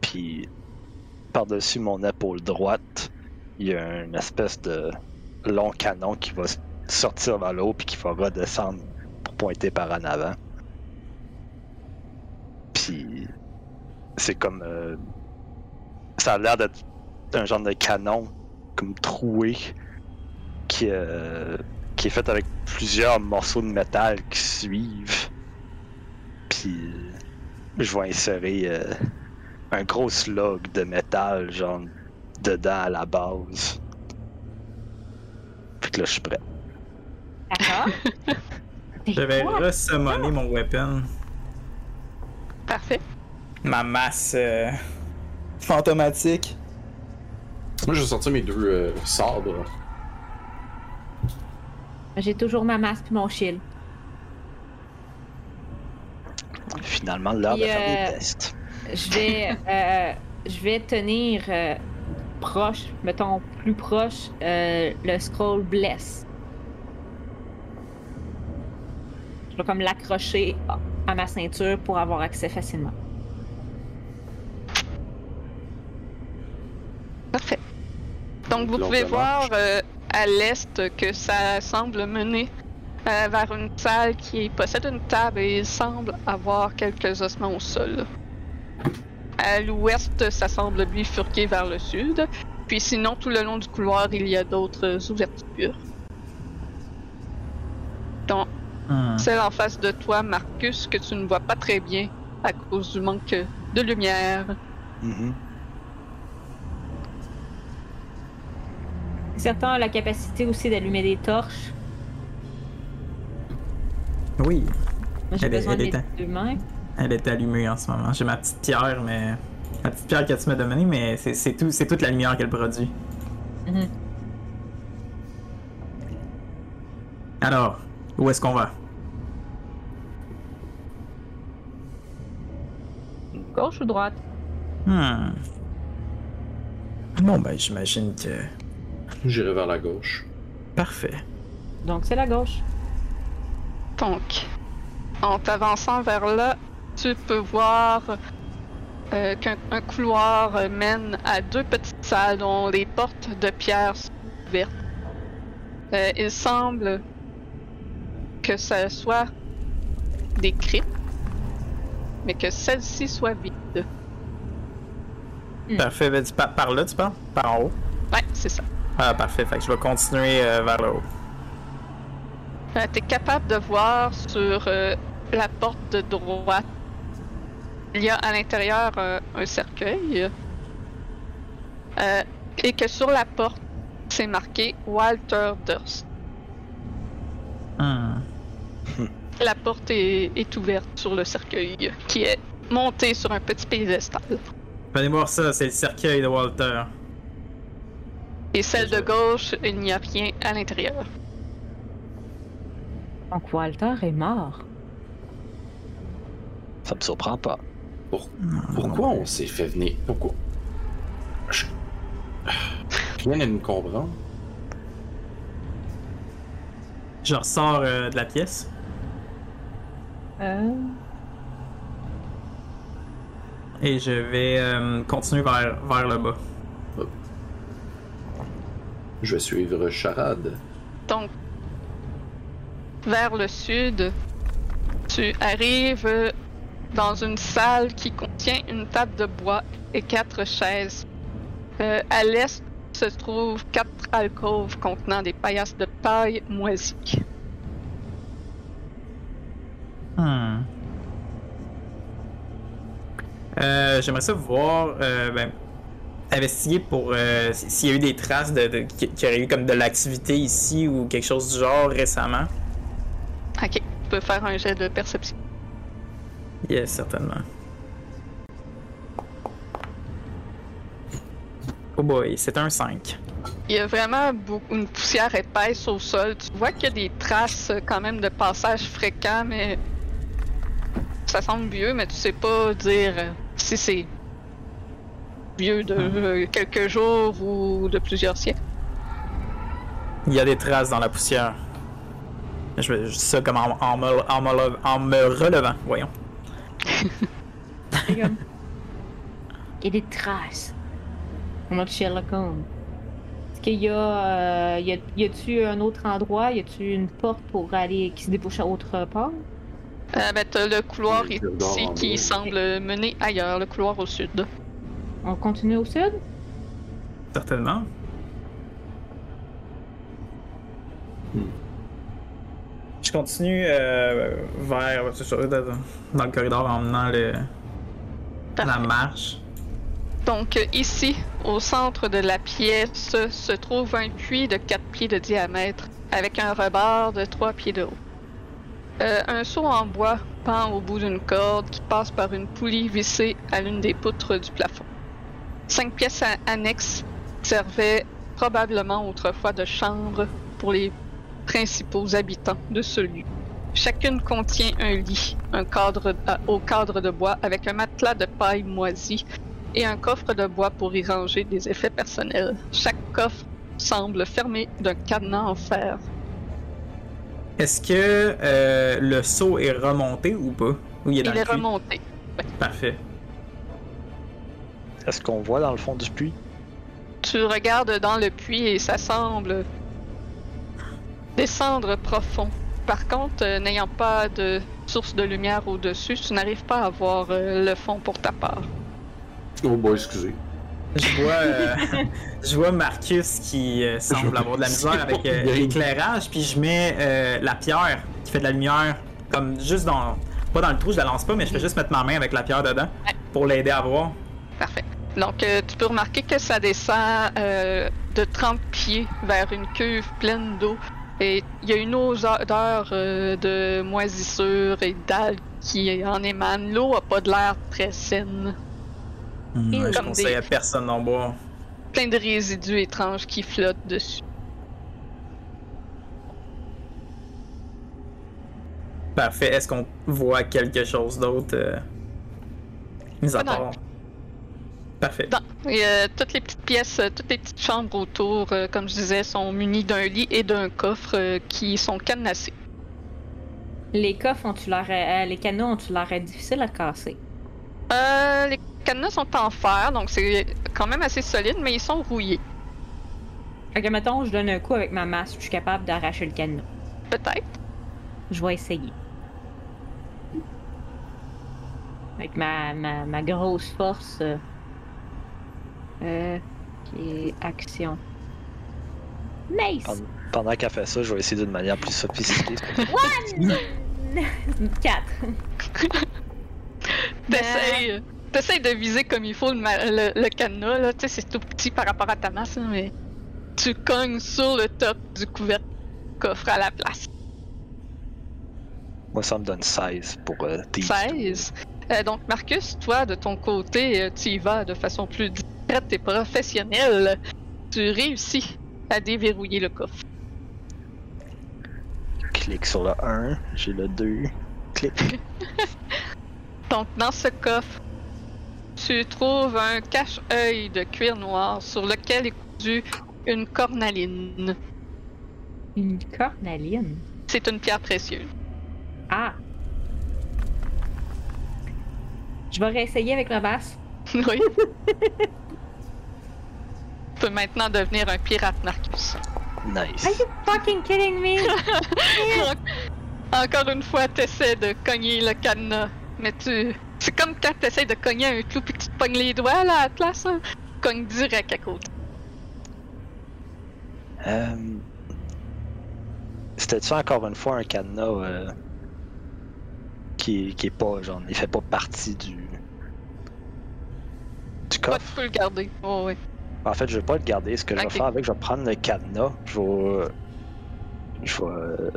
Puis, par-dessus mon épaule droite, il y a une espèce de long canon qui va s- sortir vers le haut puis qui va redescendre pour pointer par en avant. Puis, c'est comme. euh, ça a l'air d'être un genre de canon, comme troué, qui. euh, qui est faite avec plusieurs morceaux de métal qui suivent. Puis euh, je vais insérer euh, un gros slug de métal, genre dedans à la base. Puis que là, je suis prêt. D'accord. Je vais ressummoner mon weapon. Parfait. Ma masse euh, fantomatique. Moi, je vais sortir mes deux euh, sabres. J'ai toujours ma masse puis mon shield. Finalement, l'heure de Puis, euh, faire des tests. Je vais, euh, je vais tenir euh, proche, mettons plus proche, euh, le scroll bless. Je vais comme l'accrocher à- à ma ceinture pour avoir accès facilement. Parfait. Donc vous Long pouvez de voir euh, à l'est que ça semble mener euh, vers une salle qui possède une table et il semble avoir quelques ossements au sol. À l'ouest, ça semble lui furquer vers le sud. Puis sinon, tout le long du couloir, il y a d'autres ouvertures. Hmm. Celle en face de toi, Marcus, que tu ne vois pas très bien à cause du manque de lumière. Mhm. Certains ont la capacité aussi d'allumer des torches. Oui, Moi, j'ai Elle est- besoin elle de est mes à- deux mains. elle est allumée en ce moment. J'ai ma petite pierre, mais. La petite pierre que tu m'as donnée, mais c'est- c'est tout, c'est toute la lumière qu'elle produit. Mhm. Alors, où est-ce qu'on va? Gauche ou droite? Hmm. Bon, ben, j'imagine que. J'irai vers la gauche. Parfait. Donc, c'est la gauche. Donc, en t'avançant vers là, tu peux voir euh, qu'un un couloir euh, mène à deux petites salles dont les portes de pierre sont ouvertes. Euh, il semble que ce soit des cryptes, mais que celle-ci soit vide. Parfait, ben, tu par, par là, tu parles? Par en haut? Ouais, c'est ça. Ah, parfait, fait que je vais continuer euh, vers le haut. tu es Ah, capable de voir sur euh, la porte de droite, il y a à l'intérieur euh, un cercueil. Euh, et que sur la porte, c'est marqué Walter Durst. Hmm. La porte est, est ouverte sur le cercueil, qui est monté sur un petit piédestal. Venez voir ça, c'est le cercueil de Walter. Et celle de gauche, il n'y a rien à l'intérieur. Donc, Walter est mort. Ça me surprend pas. Pourquoi on s'est fait venir Pourquoi Je... Rien à me comprendre. Je ressors euh, de la pièce. Euh, Et je vais euh, continuer vers, vers le bas. Je vais suivre Charade. Donc, vers le sud, tu arrives euh, dans une salle qui contient une table de bois et quatre chaises. Euh, à l'est se trouvent quatre alcôves contenant des paillasses de paille moisies. Hmm. Euh, J'aimerais ça voir, euh, ben, investiguer pour euh, s- s'il y a eu des traces de, de- qui- qu'il y aurait eu comme de l'activité ici ou quelque chose du genre récemment. Ok, tu peux faire un jet de perception. Yes, certainement. Oh boy, c'est un 5. Il y a vraiment beaucoup, une poussière épaisse au sol. Tu vois qu'il y a des traces euh, quand même de passage fréquents, mais ça semble vieux, mais tu sais pas dire euh, si c'est vieux de euh, quelques jours ou de plusieurs siècles. Il y a des traces dans la poussière. Je, me- je dis ça comme en, en me, en me le- en me relevant, voyons. Et des traces. En mode Sherlock Holmes. Est-ce qu'il y a, euh, y a- y a-tu un autre endroit, y a-tu une porte pour aller qui se débouche à autre part Euh, ben, t'as le couloir Oui, je dors ici en qui haut. semble mener ailleurs, le couloir au sud. On continue au sud Certainement. Hmm. Je continue euh, vers. c'est sûr, dans dans le corridor en menant le, la Parfait. marche. Donc euh, ici, au centre de la pièce, se trouve un puits de 4 pieds de diamètre avec un rebord de 3 pieds de haut. Euh, un seau en bois pend au bout d'une corde qui passe par une poulie vissée à l'une des poutres du plafond. Cinq pièces a- annexes servaient probablement autrefois de chambre pour les principaux habitants de ce lieu. Chacune contient un lit, un cadre à- au cadre de bois avec un matelas de paille moisie et un coffre de bois pour y ranger des effets personnels. Chaque coffre semble fermé d'un cadenas en fer. Est-ce que euh, le seau est remonté ou pas? Ou il est dans Il le est puits? remonté. Parfait. Est-ce qu'on voit dans le fond du puits Tu regardes dans le puits et ça semble descendre profond. Par contre, euh, n'ayant pas de source de lumière au-dessus, tu n'arrives pas à voir euh, le fond pour ta part. Oh boy, excusez. Je vois, euh, je vois Marcus qui euh, semble avoir de la misère avec euh, l'éclairage, puis je mets euh, la pierre qui fait de la lumière, comme juste dans. Pas dans le trou, je la lance pas, mais je fais juste mettre ma main avec la pierre dedans pour l'aider à voir. Parfait. Donc, euh, tu peux remarquer que ça descend euh, de 30 pieds vers une cuve pleine d'eau. Et il y a une odeur euh, de moisissure et d'algues qui en émane. L'eau a pas de l'air très saine. Hmm, Ouais, je Comme conseille des- à personne d'en boire. Plein de résidus étranges qui flottent dessus. Parfait. Est-ce qu'on voit quelque chose d'autre? euh, Mis à Pas dans part. Parfait. Dans- et, euh, toutes les petites pièces, euh, toutes les petites chambres autour, euh, comme je disais, sont munies d'un lit et d'un coffre euh, qui sont cadenassés. Les coffres ont-tu l'air. euh, les canaux ont-tu l'air euh, difficile à casser? Euh, les cadenas sont en fer, donc c'est quand même assez solide, mais ils sont rouillés. Fait que, mettons, je donne un coup avec ma masse, je suis capable d'arracher le canot. Peut-être. Je vais essayer. Avec ma, ma, ma grosse force. euh, euh, qui est action. Mace! Pardon. Pendant qu'elle fait ça, je vais essayer d'une manière plus sophistiquée. 4. T'essayes, euh, t'essayes de viser comme il faut le, ma- le- le cadenas, là. Tu sais, c'est tout petit par rapport à ta masse, là, mais tu cognes sur le top du couvercle coffre à la place. Moi, ça me donne 16 pour euh, tes 16. Euh, donc, Marcus, toi, de ton côté, euh, tu y vas de façon plus discrète et professionnelle. Tu réussis à déverrouiller le coffre. Clique sur le 1, j'ai le 2. Clique. Donc, dans ce coffre, tu trouves un cache-œil de cuir noir sur lequel est cousue une cornaline. Une cornaline. C'est une pierre précieuse. Ah! Je vais réessayer avec ma masse. oui. Tu peux maintenant devenir un pirate, Marcus. Are Nice. you fucking kidding me? En- Encore une fois, t'essaies de cogner le cadenas, mais tu... C'est comme quand t'essaies de cogner un clou puis que tu te pognes les doigts, là, à la place, hein. Tu cognes direct à côté. Euh, C'était-tu encore une fois un cadenas euh, qui, qui est pas, genre, il fait pas partie du. du Toi, coffre? tu peux le garder. Oh, ouais. Bah, En fait, je vais pas le garder. Ce que je Ok. vais faire avec, je vais prendre le cadenas. Je vais. Je vais. euh,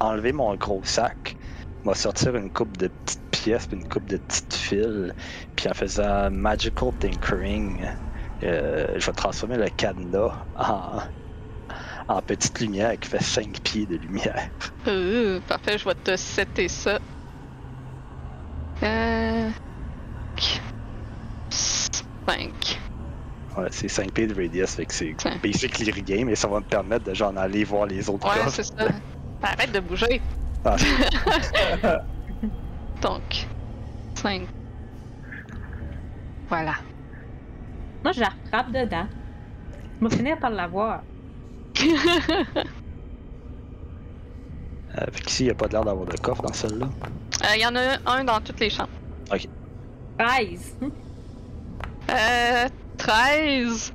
Enlever mon gros sac. Je vais sortir une coupe de petites pièces, puis une coupe de petites fils. Puis en faisant Magical Tinkering, euh, je vais transformer le cadenas en. En petite lumière qui fait 5 pieds de lumière. Euh, parfait, je vais te setter ça. Euh... 5. Ouais, c'est 5 pieds de radius, fait que c'est Tiens. basically rien, mais ça va me permettre de genre aller voir les autres Ouais, coffres. c'est ça. Arrête de bouger. Ah. Donc, 5. Voilà. Moi, je la frappe dedans. Je vais finir par l'avoir. Euh, fait qu'ici, il n'y a pas l'air d'avoir de coffre dans celle-là. Il y en a un dans toutes les chambres. 13. Euh, 13.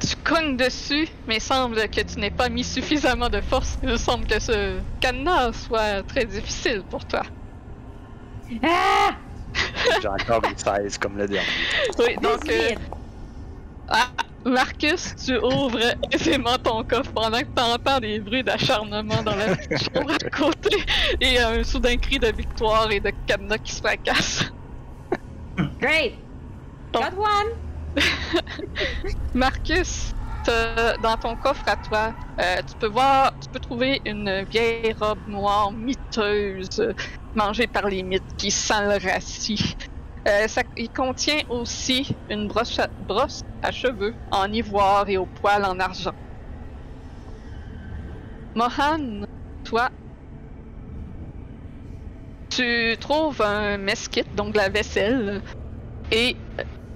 Tu cognes dessus, mais semble que tu n'aies pas mis suffisamment de force. Il semble que ce cadenas soit très difficile pour toi. Ah! J'ai encore une 16 comme le dernier. Oui, donc, euh, 18. ah, Marcus, tu ouvres aisément ton coffre pendant que tu entends des bruits d'acharnement dans la petite chambre à côté et euh, un soudain cri de victoire et de cadenas qui se fracasse. Great! Got one! Marcus, t'as- dans ton coffre à toi, euh, tu peux voir, tu peux trouver une vieille robe noire miteuse, euh, mangée par les mythes, qui sent le rassis. Euh, ça- il contient aussi une brosse à, brosse à cheveux en ivoire et au poil en argent. Mohan, toi, tu trouves un mesquite, donc de la vaisselle, et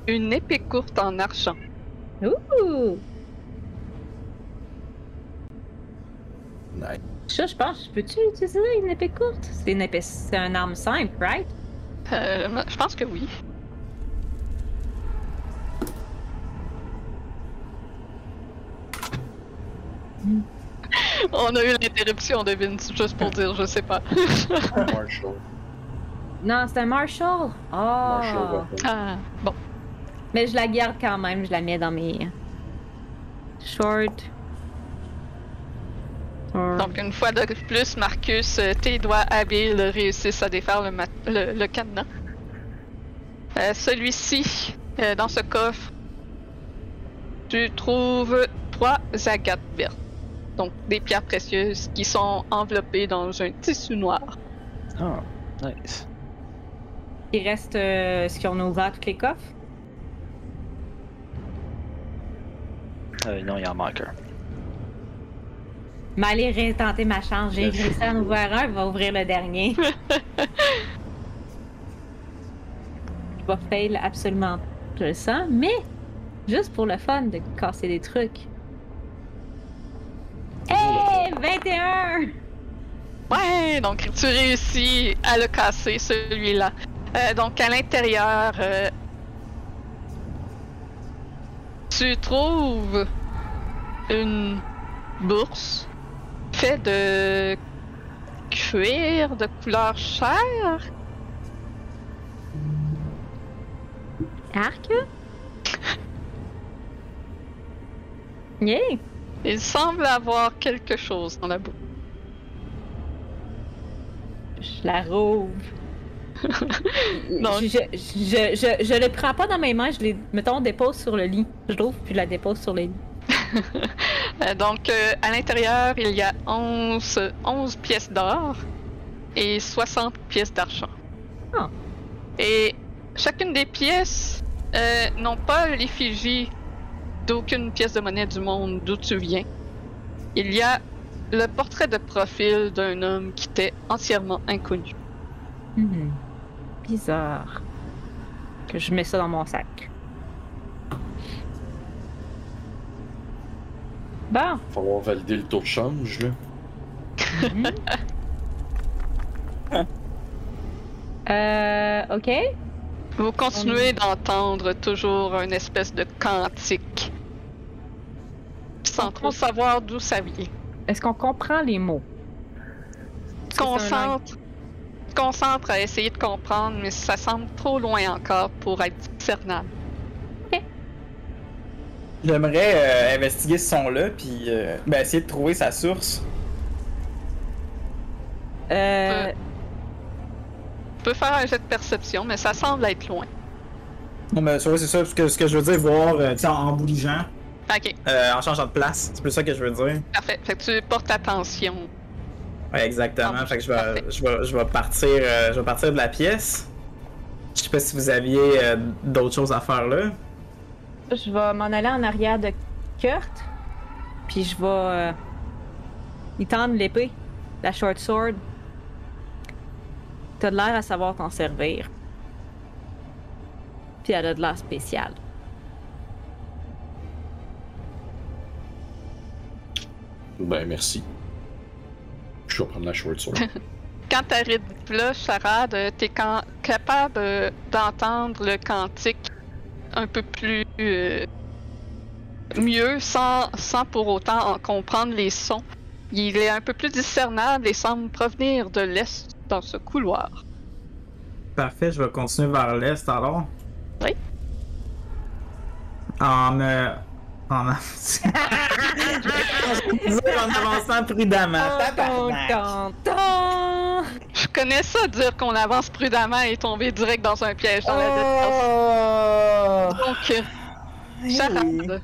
une épée courte en argent. Ouh! Nice. Ça, je pense, peux-tu utiliser une épée courte? C'est une épée, c'est une arme simple, right? Euh, je pense que oui. On a eu l'interruption de Vince, juste pour dire, je sais pas. Marshall. Non, c'est un Marshall. Oh! Marshall weapon. Ah, bon. Mais je la garde quand même, je la mets dans mes. Short. Or- Donc, une fois de plus, Marcus, euh, tes doigts habiles réussissent à défaire le, mat- le- le cadenas. Euh, Celui-ci, euh, dans ce coffre, tu trouves trois agates vertes. Donc, des pierres précieuses qui sont enveloppées dans un tissu noir. Ah, nice. Il reste euh, ce qu'on a ouvert tous les coffres. Euh, non, il en manque un. Mais allez retenter ma chance. J'ai Neuf. réussi à en ouvrir un, il va ouvrir le dernier. Je vais fail absolument, je le sens, mais juste pour le fun de casser des trucs. Hey! 21! Ouais, donc tu réussis à le casser, celui-là. Euh, donc à l'intérieur, euh, tu trouves une bourse faite de cuir de couleur chair. Arc? Yeah! Il semble avoir quelque chose dans la bourse. Je la rouvre. Non. Je, je, je, je, je le prends pas dans mes mains, je les, mettons, dépose sur le lit. Je l'ouvre puis je la dépose sur le lit. Euh, donc, euh, à l'intérieur, il y a 11, 11 pièces d'or et 60 pièces d'argent. Ah. Et chacune des pièces euh, n'ont pas l'effigie d'aucune pièce de monnaie du monde d'où tu viens. Il y a le portrait de profil d'un homme qui t'est entièrement inconnu. Mhm. Bizarre. Que je mets ça dans mon sac. Bon. Faut avoir validé le taux de change, là. Euh, ok. Vous continuez d'entendre toujours une espèce de cantique sans trop savoir d'où ça vient. Est-ce qu'on comprend les mots? Tu Parce que c'est un langue- concentres, tu concentres à essayer de comprendre, mais ça semble trop loin encore pour être discernable. J'aimerais euh, investiguer ce son-là, puis euh, ben, essayer de trouver sa source. Euh, Tu peux faire un jet de perception, mais ça semble être loin. Non, mais ça, c'est ça, parce que ce que je veux dire, voir euh, tu sais, en, en bouligeant, Ok, euh, en changeant de place. C'est plus ça que je veux dire. parfait. Fait que tu portes attention. Ouais, exactement. Ah, fait que je parfait. vais, je vais, je vais partir, euh, je vais partir de la pièce. Je sais pas si vous aviez euh, d'autres choses à faire là. je vais m'en aller en arrière de Kurt. Puis je vais. euh, y tendre l'épée, la short sword. T'as de l'air à savoir t'en servir. Puis elle a de l'air spéciale. Ben, merci. Je vais prendre la short sword. Quand t'arrives là, Charade, euh, t'es can- capable euh, d'entendre le cantique un peu plus euh, mieux, sans, sans pour autant en comprendre les sons. Il est un peu plus discernable et semble provenir de l'est dans ce couloir. Parfait, je vais continuer vers l'est alors. Oui. En me. En, en avançant prudemment. Ah, Tabarnak. Tantantan! Je Oh, Euh. connais ça, dire qu'on avance prudemment et tomber direct dans un piège dans la distance. Donc, euh, Eh oui. Charade,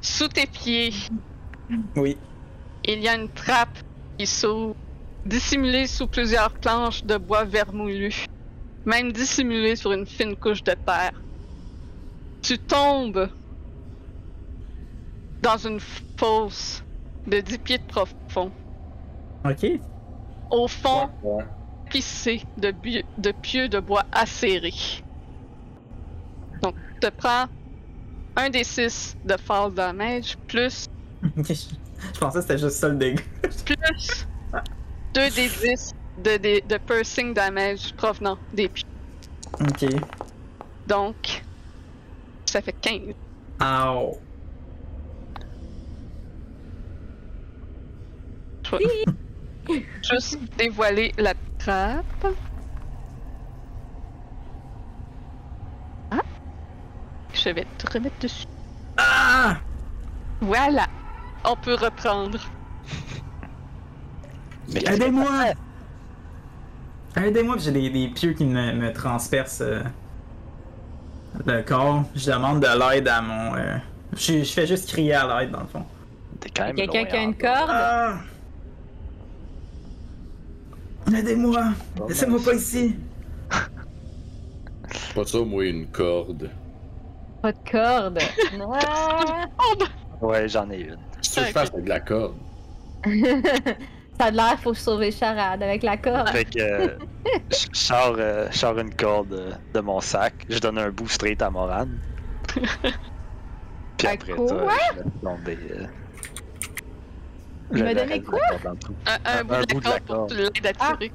sous tes pieds, Oui. il y a une trappe qui s'ouvre, dissimulée sous plusieurs planches de bois vermoulu, même dissimulée sur une fine couche de terre. Tu tombes dans une fosse de 10 pieds de profond, Ok. au fond Ouais. tapissé de, bu- de pieux de bois acérés. Donc, te prends un des six de fall damage plus Ok, Je je pensais que c'était juste ça le dégât. plus 2 des 10 de, de, de piercing damage provenant des pieds. Ok. Donc, ça fait 15. Ow. Juste dévoiler la trappe. Ah. Je vais te remettre dessus. Ah! Voilà. On peut reprendre. Mais Aidez-moi! Aidez-moi, puis j'ai des, des pieux qui me, me transpercent euh, le corps. Je demande de l'aide à mon. euh, je, je fais juste crier à l'aide dans le fond. t'es quand même Quelqu'un loin, qui a hein. une corde? Ah! Aidez-moi! Laissez-moi pas ici! Pas ça, moi, une corde. Pas de corde. Ah! Ouais, j'en ai une. Qu'est-ce que tu veux que je fasse avec de la corde? Ça a de l'air, faut sauver Charade avec la corde. Fait que euh, je je sors, euh, je sors une corde euh, de mon sac, je donne un bout straight à Morane. Puis À après quoi? ça, je laisse tomber. euh, Il le- m'a le donné reste de la corde dans le trou. Un, un Un- bout, un de la corde pour que tu l'aides à Ah. tirer.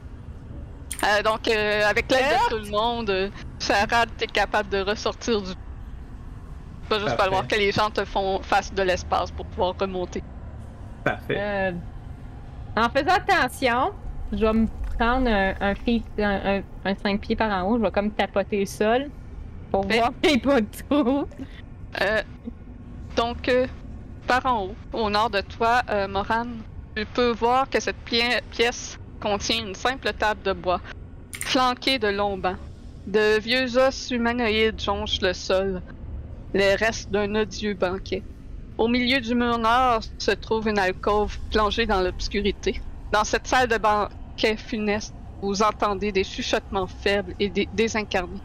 Euh, donc, euh, avec l'aide de tout le monde, euh, Sarah, t'es capable de ressortir du. Va juste Parfait. falloir que les gens te font fassent de l'espace pour pouvoir remonter. Parfait. Euh, en faisant attention, je vais me prendre un, un, feet- un, 5 pieds par en haut. Je vais comme tapoter le sol pour Fait. voir qu'il n'y ait pas de trou. Euh, donc, euh, par en haut, au nord de toi, euh, Moran, tu peux voir que cette pie- pièce contient une simple table de bois, flanquée de longs bancs. De vieux os humanoïdes jonchent le sol, les restes d'un odieux banquet. Au milieu du mur nord se trouve une alcôve plongée dans l'obscurité. Dans cette salle de banquet funeste, vous entendez des chuchotements faibles et des désincarnés.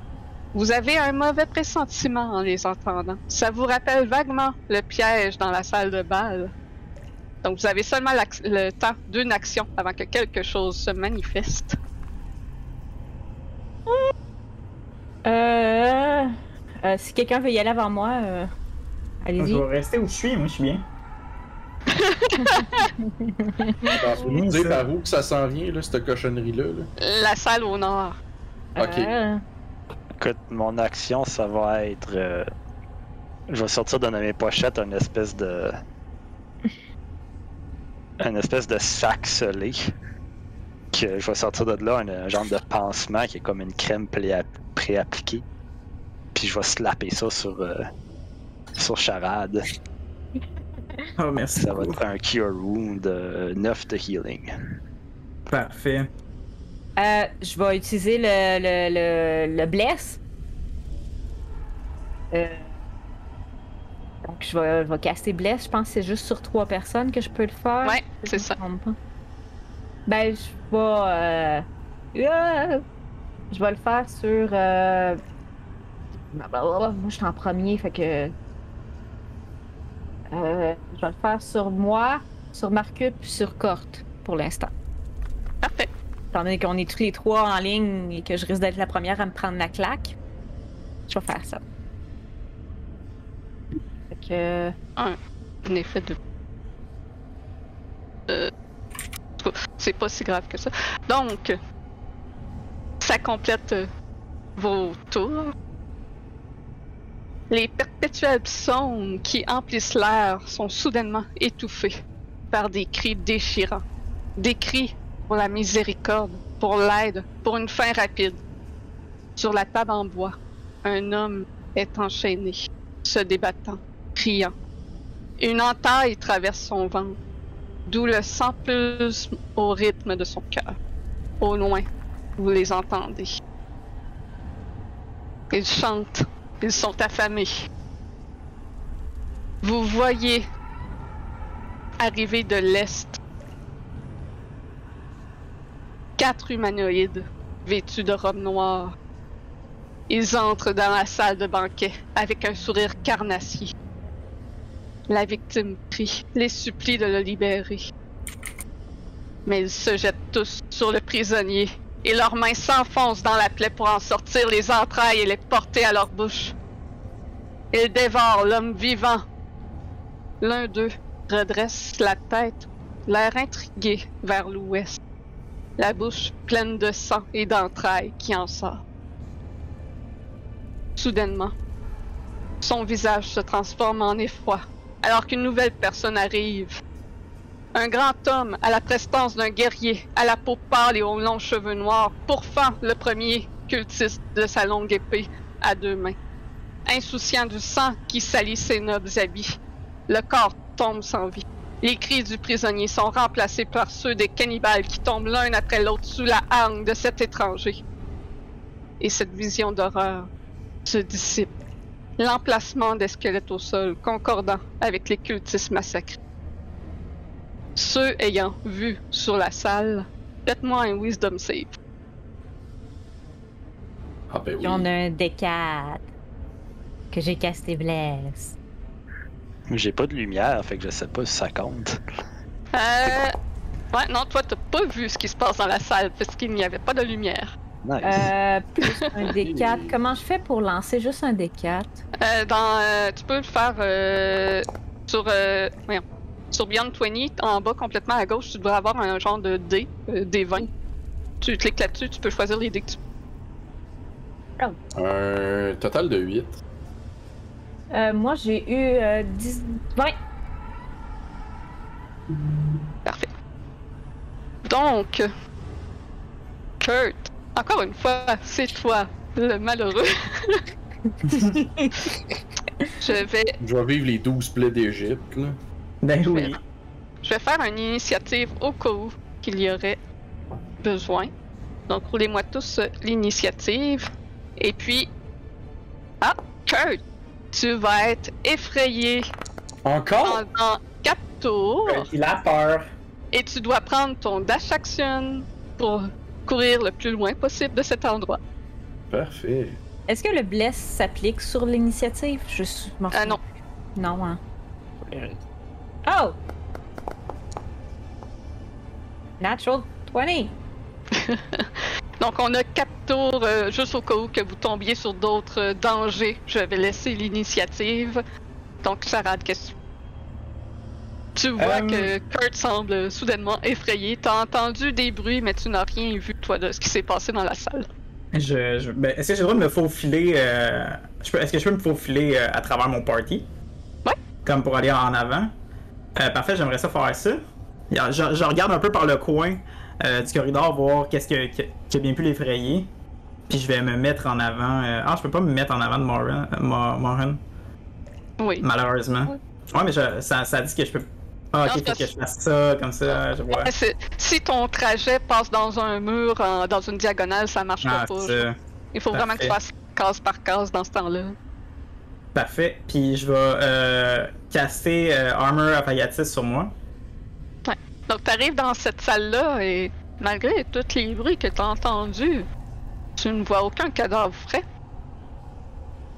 Vous avez un mauvais pressentiment en les entendant. Ça vous rappelle vaguement le piège dans la salle de bal. Donc vous avez seulement l'ac- le temps d'une action avant que quelque chose se manifeste. Euh, euh, si quelqu'un veut y aller avant moi, euh, Je allez-y. vais rester où je suis, moi je suis bien. Bah, Faut nous Ça. dire par où que ça s'en vient, là, cette cochonnerie-là. là. La salle au nord. Ok. Euh, Écoute, mon action, ça va être. euh, Je vais sortir de mes pochettes un espèce de. un espèce de sac scellé. Que je vais sortir de là, un, un genre de pansement qui est comme une crème préa- pré-appliquée. Puis je vais slapper ça sur. euh, sur charade. Oh, merci. Ça va beaucoup. être un Cure Wound de 9 de healing. Parfait. euh, je vais utiliser le, le, le, le bless. Euh, donc, je vais, je vais caster bless. Je pense que c'est juste sur trois personnes que je peux le faire. Ouais, c'est Je me ça. trompe pas. Ben, je vais. euh, euh, je vais le faire sur. euh, blablabla. Moi, je suis en premier, fait que. euh, je vais le faire sur moi, sur Marcus, puis sur Corte, pour l'instant. Parfait. Étant donné qu'on est tous les trois en ligne et que je risque d'être la première à me prendre la claque, je vais faire ça. Fait que. Un effet de. Euh, en tout cas, C'est pas si grave que ça. Donc, ça complète euh, vos tours. Les perpétuels psaumes qui emplissent l'air sont soudainement étouffés par des cris déchirants. Des cris pour la miséricorde, pour l'aide, pour une fin rapide. Sur la table en bois, un homme est enchaîné, se débattant, criant. Une entaille traverse son ventre, d'où le sang pulse au rythme de son cœur. Au loin, vous les entendez. Ils chantent Ils sont affamés. Vous voyez arriver de l'Est quatre humanoïdes vêtus de robes noires. Ils entrent dans la salle de banquet avec un sourire carnassier. La victime prie, les supplie de le libérer. Mais ils se jettent tous sur le prisonnier et leurs mains s'enfoncent dans la plaie pour en sortir les entrailles et les porter à leur bouche. Ils dévorent l'homme vivant. L'un d'eux redresse la tête, l'air intrigué vers l'ouest, la bouche pleine de sang et d'entrailles qui en sort. Soudainement, son visage se transforme en effroi alors qu'une nouvelle personne arrive. Un grand homme à la prestance d'un guerrier, à la peau pâle et aux longs cheveux noirs, pourfend le premier cultiste de sa longue épée à deux mains. Insouciant du sang qui salit ses nobles habits, le corps tombe sans vie. Les cris du prisonnier sont remplacés par ceux des cannibales qui tombent l'un après l'autre sous la hargne de cet étranger. Et cette vision d'horreur se dissipe. L'emplacement des squelettes au sol concordant avec les cultistes massacrés. Ceux ayant vu sur la salle, faites-moi un wisdom save. Ah ben oui. Puis on a un D4 que j'ai casté blesse. J'ai pas de lumière, fait que je sais pas si ça compte. Euh... Ouais, non, toi, t'as pas vu ce qui se passe dans la salle parce qu'il n'y avait pas de lumière. Nice. Euh, Un D4. Comment je fais pour lancer juste un D4? Euh, dans, euh, tu peux le faire euh, sur, euh, voyons, sur Beyond 20, en bas complètement à gauche, tu devrais avoir un genre de dé, euh, D20. Tu cliques là-dessus, tu peux choisir les dés que tu Un total de 8. euh, moi, j'ai eu euh, 10... 20. Parfait. Donc, Kurt, encore une fois, c'est toi, le malheureux. je vais Je vais vivre les 12 plaies d'Égypte, là. Ben vais- oui. Je vais faire une initiative au cas où qu'il y aurait besoin. Donc, roulez-moi tous euh, l'initiative. Et puis. Ah, Kurt! Tu vas être effrayé Encore? pendant 4 tours Il a euh, peur. et tu dois prendre ton dash action pour courir le plus loin possible de cet endroit. Parfait. Est-ce que le bless s'applique sur l'initiative? Je suis... m'en Ah souviens non, plus. Non, hein. Oh! Natural 20! Donc on a quatre tours euh, juste au cas où que vous tombiez sur d'autres euh, dangers. Je vais laisser l'initiative. Donc Sarah, qu'est-ce que tu vois que Euh, Kurt semble soudainement effrayé. T'as entendu des bruits, mais tu n'as rien vu, toi, de ce qui s'est passé dans la salle. Je, je- ben, est-ce que j'ai le droit de me faufiler euh, je peux- Est-ce que je peux me faufiler euh, à travers mon party Ouais. Comme pour aller en avant. Euh, parfait, j'aimerais ça faire ça. Regarde, Je, je regarde un peu par le coin euh, du corridor, voir qu'est-ce que, que- qui a bien pu l'effrayer. Puis je vais me mettre en avant. euh, Ah, je peux pas me mettre en avant de Moran, euh, Mo- Moran, Oui. malheureusement. Ouais, mais je- ça, ça dit que je peux. Ah, Non, ok, faut parce- que je fasse ça, comme ça, je vois. Mais c'est- Si ton trajet passe dans un mur, en- dans une diagonale, ça marche Ah, pas. c'est ça. Il faut vraiment que tu fasses case par case dans ce temps-là. Parfait. Puis je vais euh, casser euh, Armor of Agatis sur moi. Donc, t'arrives dans cette salle-là et malgré tous les bruits que t'as entendus, tu ne vois aucun cadavre frais.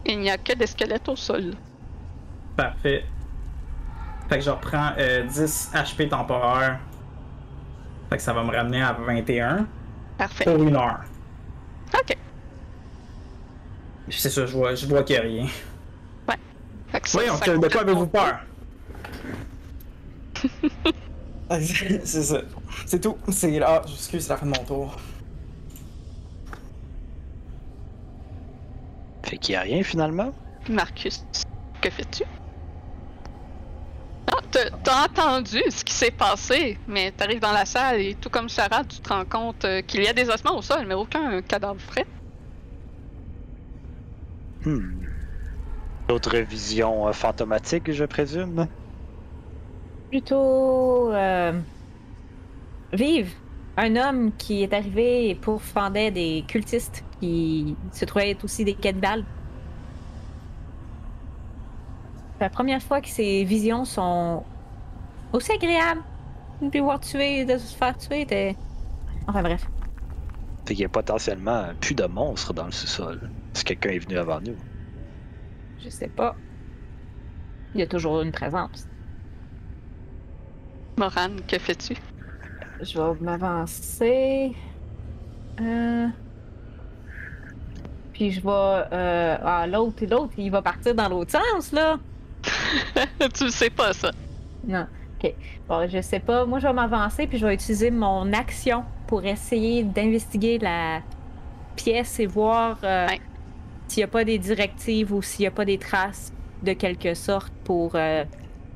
Il n'y a que des squelettes au sol. Parfait. Fait que je reprends euh, 10 HP temporaire. Fait que ça va me ramener à 21 Parfait. pour une heure. Ok. C'est ça, je vois, je vois qu'il y a rien. Fait que ça, Voyons, ça que- de complète quoi avez-vous mon- peur? Ah, c'est c'est ça. C'est tout. C'est là. Ah, excuse, c'est la fin de mon tour. Fait qu'il y a rien finalement. Marcus, que fais-tu? Ah, t'as- T'as entendu ce qui s'est passé, mais t'arrives dans la salle et tout comme Sarah, tu te rends compte euh, qu'il y a des ossements au sol, mais aucun cadavre frais. Hmm. D'autres visions euh, fantomatiques, je présume. plutôt euh, vive. Un homme qui est arrivé et pourfendait des cultistes qui se trouvaient être aussi des cannibales. C'est la première fois que ces visions sont aussi agréables. De voir tuer, de se faire tuer, t'es. Enfin bref. Fait qu'il y a potentiellement plus de monstres dans le sous-sol. Si quelqu'un est venu avant nous. Je sais pas. Il y a toujours une présence. Morane, que fais-tu? Je vais m'avancer. Euh... Puis je vais. euh, Ah, l'autre, l'autre, il va partir dans l'autre sens, là. tu le sais pas, ça. Non. Ok. Bon, je sais pas. Moi, je vais m'avancer puis je vais utiliser mon action pour essayer d'investiguer la pièce et voir euh, Ouais. s'il n'y a pas des directives ou s'il n'y a pas des traces de quelque sorte pour euh,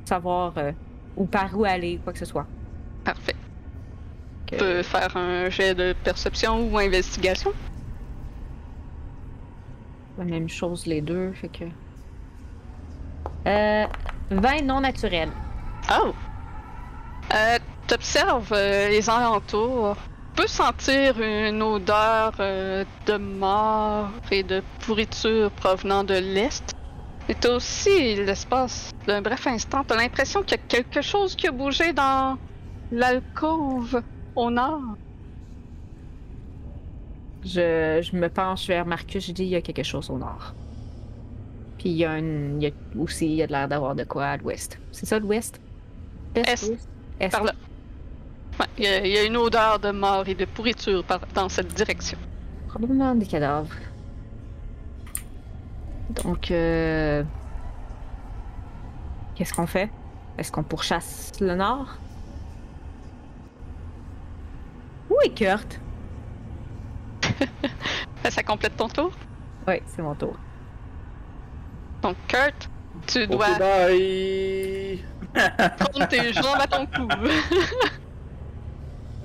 savoir euh, où par où aller, quoi que ce soit. Parfait. Ok. Tu peux faire un jet de perception ou investigation. La même chose les deux, fait que. Euh, 20 non naturel. Oh! Euh, T'observes euh, les alentours. Tu peux sentir une odeur euh, de mort et de pourriture provenant de l'Est. Mais t'as aussi, l'espace d'un bref instant, t'as l'impression qu'il y a quelque chose qui a bougé dans l'alcôve au nord. Je, je me penche vers Marcus, je dis il y a quelque chose au nord. Puis il y a, une, il y a aussi, il y a de l'air d'avoir de quoi à l'ouest. C'est ça l'ouest? L'est, Est. l'ouest? Est. Par là. Ouais, Il y a- il y, a une odeur de mort et de pourriture par- dans cette direction. Probablement des cadavres. Donc, euh, qu'est-ce qu'on fait? Est-ce qu'on pourchasse le nord? Où est Kurt? Ça complète ton tour? Oui, c'est mon tour. Donc, Kurt, tu dois Ok, ben, bye! prendre tes jambes à ton cou.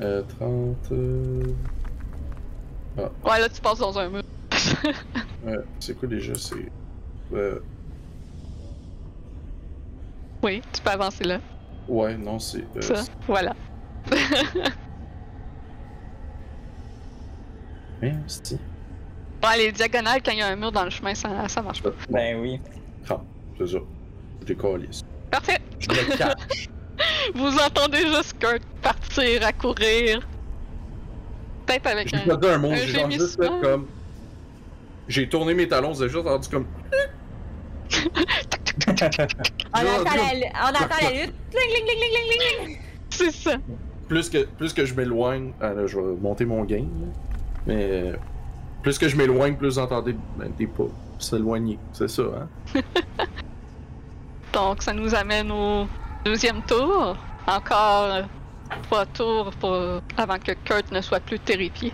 Euh, 30. euh, ouais, là, tu passes dans un mur. ouais, c'est quoi déjà? C'est. Euh, Oui, tu peux avancer là. ouais, non, Euh, c'est. euh, Ça, voilà. c'est- hein, c'est- Ouais, les diagonales, quand il y a un mur dans le chemin, ça, ça marche pas. Ben oui. C'est ça. Je décalisse. Parfait! Je le cache. Vous entendez juste Kurt partir à courir. Peut-être avec J'ai un. regardé un mot, un j'ai genre juste gémissement. fait comme. J'ai tourné mes talons, j'ai juste entendu comme. On Yo, attend, yo. la, lu- on attend la lutte. Gling, gling, gling, gling, gling, gling. C'est ça. Plus que, plus que je m'éloigne. Ah là, je vais monter mon gain. là. Mais. euh, Plus que je m'éloigne, plus j'entendais ben, des pas s'éloigner. C'est ça, hein? Donc, ça nous amène au deuxième tour. Encore euh, trois tours pour... avant que Kurt ne soit plus terrifié.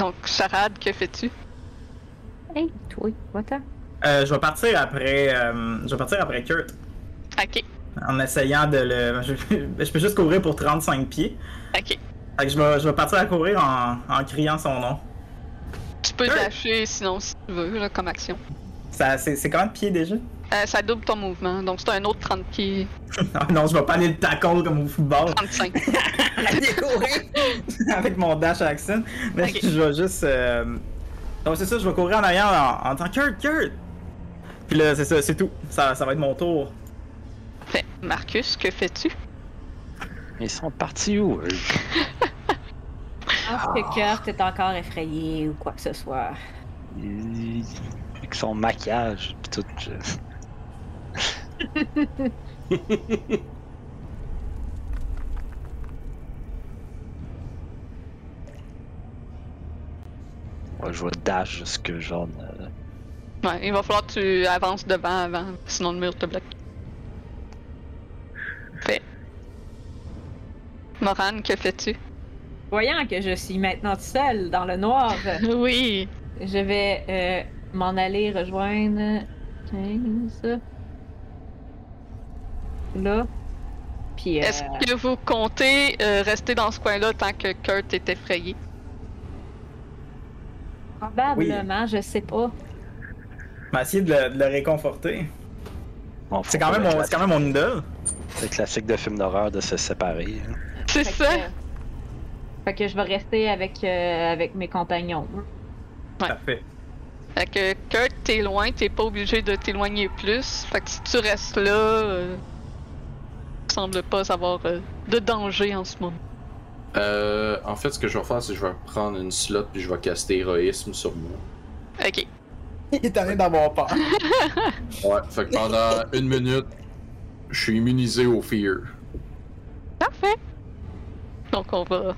Donc, Charade, que fais-tu? Hey, toi, va-t'en. Euh, je vais partir après. euh, je vais partir après Kurt. Ok, En essayant de le. Je, je peux juste courir pour 35 pieds. ok. Fait que je vais, je vais partir à courir en, en criant son nom. Tu peux Kurt! lâcher sinon si tu veux, là, comme action. Ça, c'est, c'est combien de pieds déjà? Euh, ça double ton mouvement, donc c'est un autre 30 pieds, Non, Ah non, je vais pas aller le tackle comme au football. 35. Aller courir avec mon dash action. Mais Ok. je vais juste. euh, Donc c'est ça, je vais courir en arrière en, en disant Kurt, Kurt! Puis là, c'est ça, c'est tout. Ça, ça va être mon tour. Fait, Marcus, que fais-tu? Ils sont partis où, eux? Ah, Je pense que Kurt est encore effrayé ou quoi que ce soit. Ils- Avec son maquillage, pis tout. je- Ouais, je vais dash jusque genre. euh, Ouais, il va falloir que tu avances devant avant, sinon le mur te bloque. Fait. Morane, que fais-tu? Voyant que je suis maintenant seule dans le noir, Oui! je vais euh, m'en aller rejoindre 15. Là. Puis. euh, Est-ce que vous comptez euh, rester dans ce coin-là tant que Kurt est effrayé? probablement, je sais pas. Je vais essayer de le, de le réconforter. bon, C'est faut quand, même pas mon, le- c'est quand même mon idole. C'est classique de film d'horreur de se séparer. hein. C'est Fait que- ça! Fait que je vais rester avec, euh, avec mes compagnons. Ouais. Parfait. Fait que Kurt, t'es loin, t'es pas obligé de t'éloigner plus. Fait que si tu restes là, euh, il semble pas avoir euh, de danger en ce moment. Euh, en fait, ce que je vais faire, c'est que je vais prendre une slot puis je vais caster héroïsme sur moi. Ok. Il est en train d'avoir peur. Ouais, fait que pendant une minute, je suis immunisé au fear. Parfait. Donc on va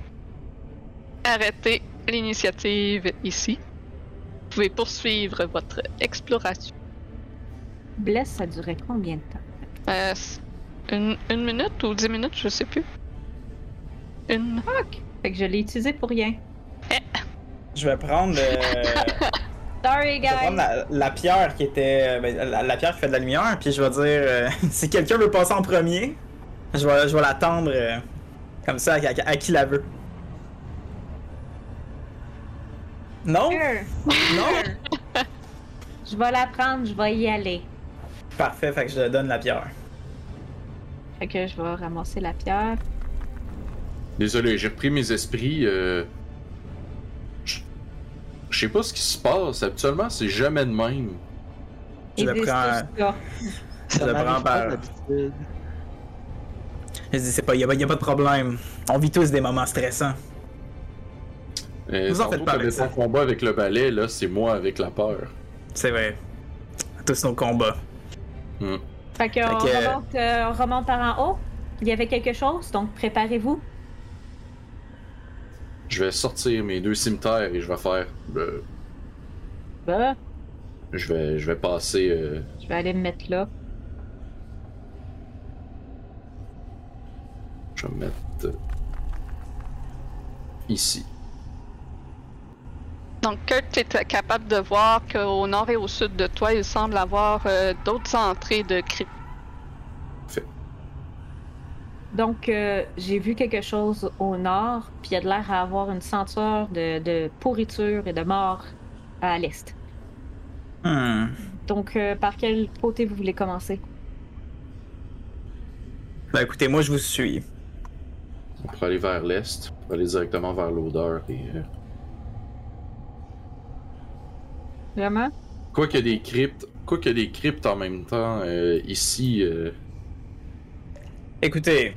arrêter l'initiative ici. Vous pouvez poursuivre votre exploration. Bless, ça durait combien de temps? Euh, c- une, une minute ou dix minutes, je sais plus. Une. Fait que je l'ai utilisé pour rien. Je vais prendre, euh, Sorry, je vais prendre guys. la, la pierre qui était. euh, ben, la, la pierre qui fait de la lumière, puis je vais dire euh, si quelqu'un veut passer en premier, je vais, je vais l'attendre euh, comme ça à, à- à qui la veut. Non? Sure. Non? Oh! Je vais la prendre, je vais y aller. Parfait, fait que je donne la pierre. Fait que je vais ramasser la pierre. Désolé, j'ai repris mes esprits. euh, Je je sais pas ce qui se passe. Habituellement, c'est jamais de même. Je Et le des- prends- c'est ça. Ça le m'arrive prends pas par- d'habitude. Je dis, c'est pas, y a, pas- y a pas de problème. On vit tous des moments stressants. Euh, Vous en tantôt, faites pas t'avais avec ton ça. combat avec le balai, là, c'est moi avec la peur. C'est vrai. Tous nos combats. Fait que on Fait que- remonte, euh, on remonte par en haut. Il y avait quelque chose, donc préparez-vous. Je vais sortir mes deux cimetières et je vais faire. euh, Bah, je, vais, je vais passer. euh, je vais aller me mettre là. je vais me mettre. euh, ici. Donc Kurt, tu es capable de voir qu'au nord et au sud de toi, il semble avoir euh, d'autres entrées de cryptes. Donc, euh, j'ai vu quelque chose au nord, puis il y a de l'air à avoir une ceinture de, de pourriture et de mort à l'est. Hmm. Donc, euh, par quel côté vous voulez commencer? Ben écoutez, moi je vous suis. On pourrait aller vers l'est. On va aller directement vers l'odeur. Et, euh, Vraiment? quoi qu'il y ait des cryptes. Quoi qu'il y ait des cryptes en même temps, euh, ici. euh, Écoutez,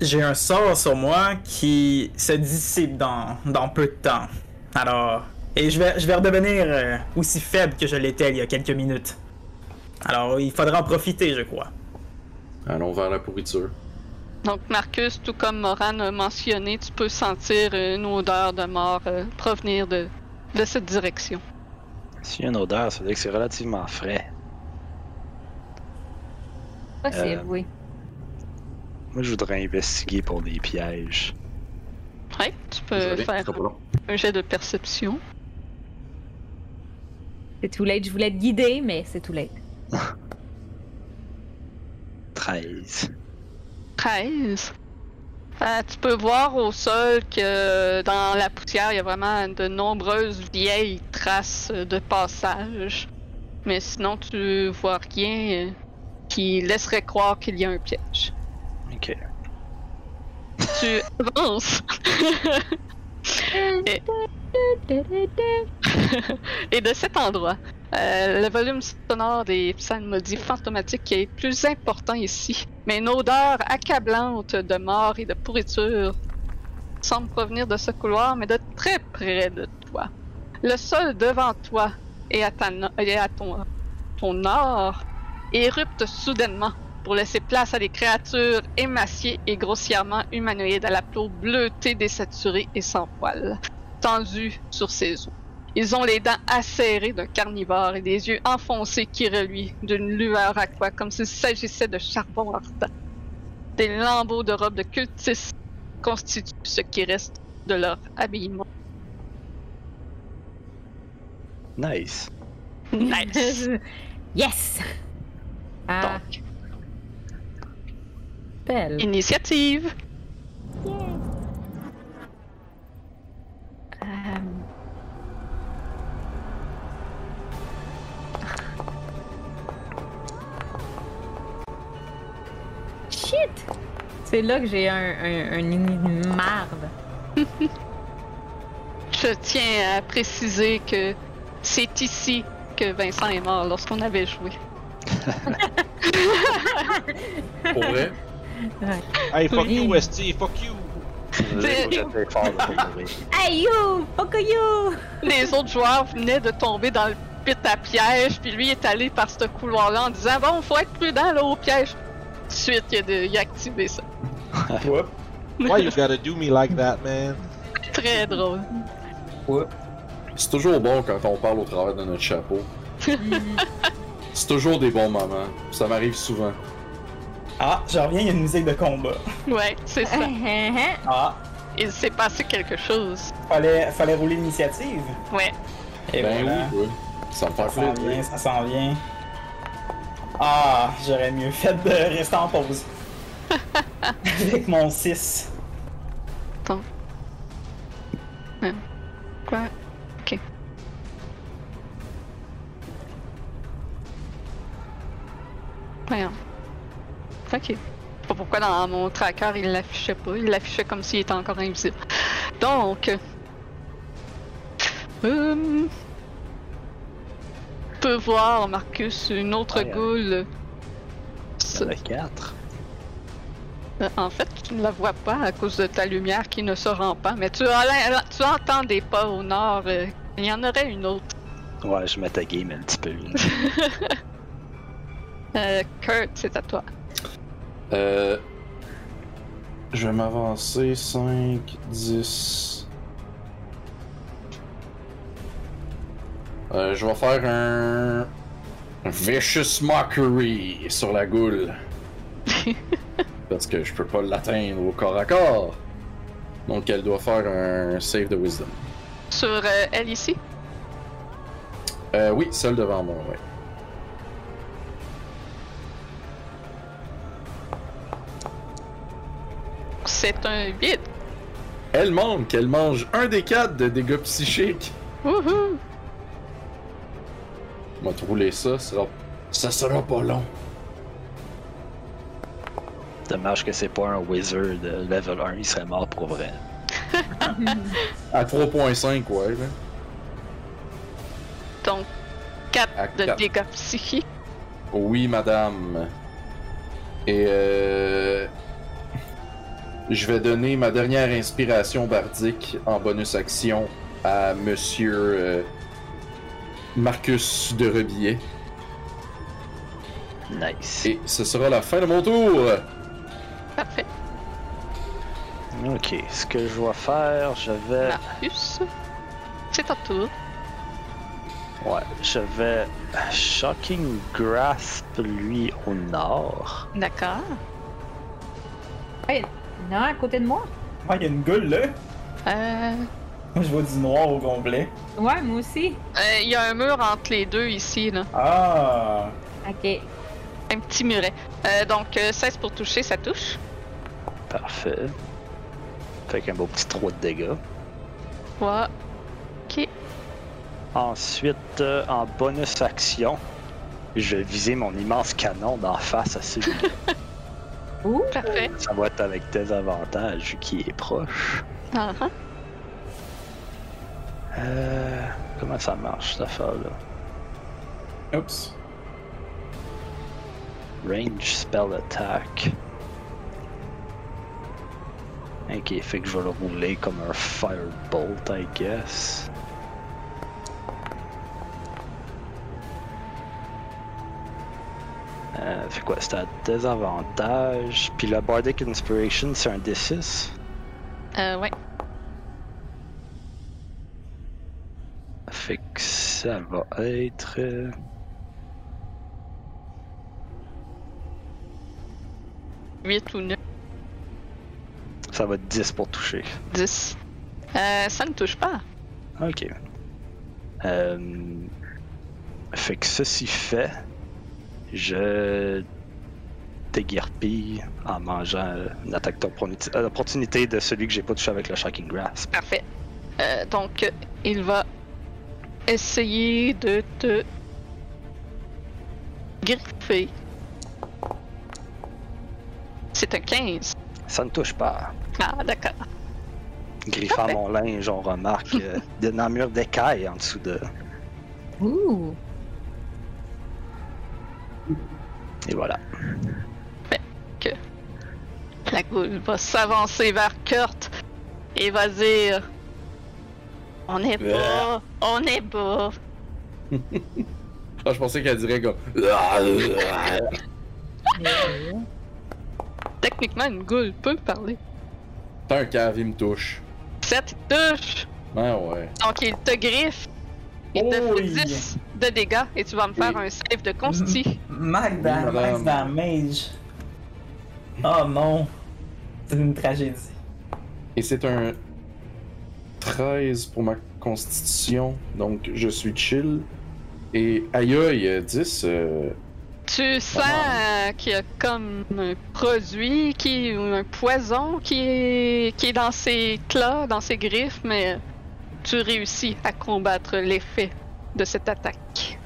j'ai un sort sur moi qui se dissipe dans, dans peu de temps. Alors, et je vais, je vais redevenir euh, aussi faible que je l'étais il y a quelques minutes. Alors, il faudra en profiter, je crois. allons vers la pourriture. Donc Marcus, tout comme Moran a mentionné, tu peux sentir une odeur de mort euh, provenir de, de cette direction. S'il y a une odeur, ça veut dire que c'est relativement frais. Possible, Euh, oui. Moi, je voudrais investiguer pour des pièges. Ouais, tu peux Désolé, Euh, faire c'est pas long. un jet de perception. C'est too late. Je voulais te guider, mais c'est too late. 13. 13. Euh, tu peux voir au sol que euh, dans la poussière, il y a vraiment de nombreuses vieilles traces euh, de passage. Mais sinon, tu vois rien euh, qui laisserait croire qu'il y a un piège. Ok. Tu avances et de cet endroit, euh, le volume sonore des psalmodies fantomatiques est plus important ici. Mais une odeur accablante de mort et de pourriture semble provenir de ce couloir, mais de très près de toi. Le sol devant toi et à, ta no- et à ton, ton nord érupte soudainement pour laisser place à des créatures émaciées et grossièrement humanoïdes à la peau bleutée, désaturée et sans poils, tendues sur ses os. Ils ont les dents acérées d'un carnivore et des yeux enfoncés qui reluient d'une lueur aqua comme s'il s'agissait de charbon ardent. Des lambeaux de robes de cultistes constituent ce qui reste de leur habillement. Nice. Nice! yes! Ah, Donc, belle. initiative! Euh, Shit! C'est là que j'ai un, un, un une marde. Je tiens à préciser que C'est ici que Vincent est mort lorsqu'on avait joué. Pour vrai? Hey, fuck Oui. you, ST, fuck you! Faut jeter fort là, pour mourir. Hey you! Fuck you! Les autres joueurs venaient de tomber dans le pit à piège, puis lui est allé par ce couloir-là en disant Bon, faut être prudent là au piège. Tout de suite, il a, de- il a activé ça. Ouais. Why you gotta do me like that, man? Très drôle. C'est toujours bon quand on parle au travers de notre chapeau. C'est toujours des bons moments. Ça m'arrive souvent. Ah, je reviens, il y a une musique de combat. Ouais, c'est Bah. ça. Ah, Il s'est passé quelque chose. fallait, fallait rouler l'initiative. Ouais. Et ben voilà. oui, ouais. Ça me fait Ça s'en plaisir. vient, ça s'en vient. Ah, j'aurais mieux fait de rester en pause. Avec mon 6. Quoi Voyons. Ok. Je sais pas pourquoi dans mon tracker il l'affichait pas. Il l'affichait comme s'il était encore invisible. Donc. Hum. On peut voir, Marcus, une autre Aïe, aïe. goule. Il y en a quatre. Euh, En fait, tu ne la vois pas à cause de ta lumière qui ne se rend pas, mais tu, as l'in- tu entends des pas au nord. euh, il y en aurait une autre. Ouais, je m'attaquais, mais un petit peu. là. Euh, Kurt, c'est à toi. Euh, je vais m'avancer 5, 10. Euh, je vais faire un Vicious Mockery sur la goule. Parce que je peux pas l'atteindre au corps à corps. Donc elle doit faire un save de wisdom. Sur euh, elle ici, Euh, oui, celle devant moi, oui. c'est un 8. Elle manque, elle mange un des quatre de dégâts psychiques. Wouhou! On va te rouler ça, ça sera... ça sera pas long. Dommage que c'est pas un wizard euh, level 1, il serait mort pour vrai. À 3.5, ouais. là. Donc, À 4 de quatre. dégâts psychiques. Oui, madame. Et euh... je vais donner ma dernière inspiration bardique en bonus action à Monsieur euh, Marcus de Rebillet. Nice. Et ce sera la fin de mon tour. Parfait. Ok, ce que je vais faire, je vais. Marcus, c'est ton tour. Ouais, je vais Shocking Grasp lui au nord. D'accord. Non, à côté de moi. Ouais, il y a une gueule là. Euh, Moi, je vois du noir au complet. Ouais, moi aussi. euh, il y a un mur entre les deux ici, là. Ah, Ok. Un petit muret. Euh, donc, euh, 16 pour toucher, ça touche. Parfait. Fait qu'un beau petit 3 de dégâts. Ouais. Ensuite, euh, en bonus action, je vais viser mon immense canon d'en face à celui Ouh. Parfait. Ça va être avec tes avantages vu qu'il est proche. Ah, ah. Euh, comment ça marche cette affaire-là? oups. Range spell attack. Ok, fait que je vais le rouler comme un firebolt, I guess. Euh, fait quoi, c'est à désavantage. Puis le Bardic Inspiration, c'est un D6. Euh, ouais. Fait que ça va être. euh, Huit ou 9, Ça va être 10 pour toucher. 10. Euh, ça ne touche pas. Ok. Euh, fait que ceci fait, je déguerpille en mangeant euh, une attaque d'opportunité euh, d'opportunité de celui que j'ai pas touché avec le Shocking Grasp. Parfait. Euh, donc, euh, il va essayer de te griffer. C'est un 15. Ça ne touche pas. Ah, d'accord. Griffant mon linge, on remarque euh, des namures d'écailles en dessous de, Ouh! Et voilà. La goule va s'avancer vers Kurt et va dire On est beau, on est beau. Ah, je pensais qu'elle dirait comme. Techniquement, une goule peut parler. T'as un cave, il me touche. Cette touche, Ben ouais. donc il te griffe. Il te Oh, fait yeah. 10 de dégâts et tu vas me faire un save de consti. Max da- Oui, max madame. damage. Oh non. C'est une tragédie. Et c'est un 13 pour ma constitution, donc je suis chill. Et aïe aïe, euh, 10. euh, Tu sens euh, qu'il y a comme un produit qui, ou un poison qui est, qui est dans ses claws, dans ses griffes, mais tu réussis à combattre l'effet de cette attaque.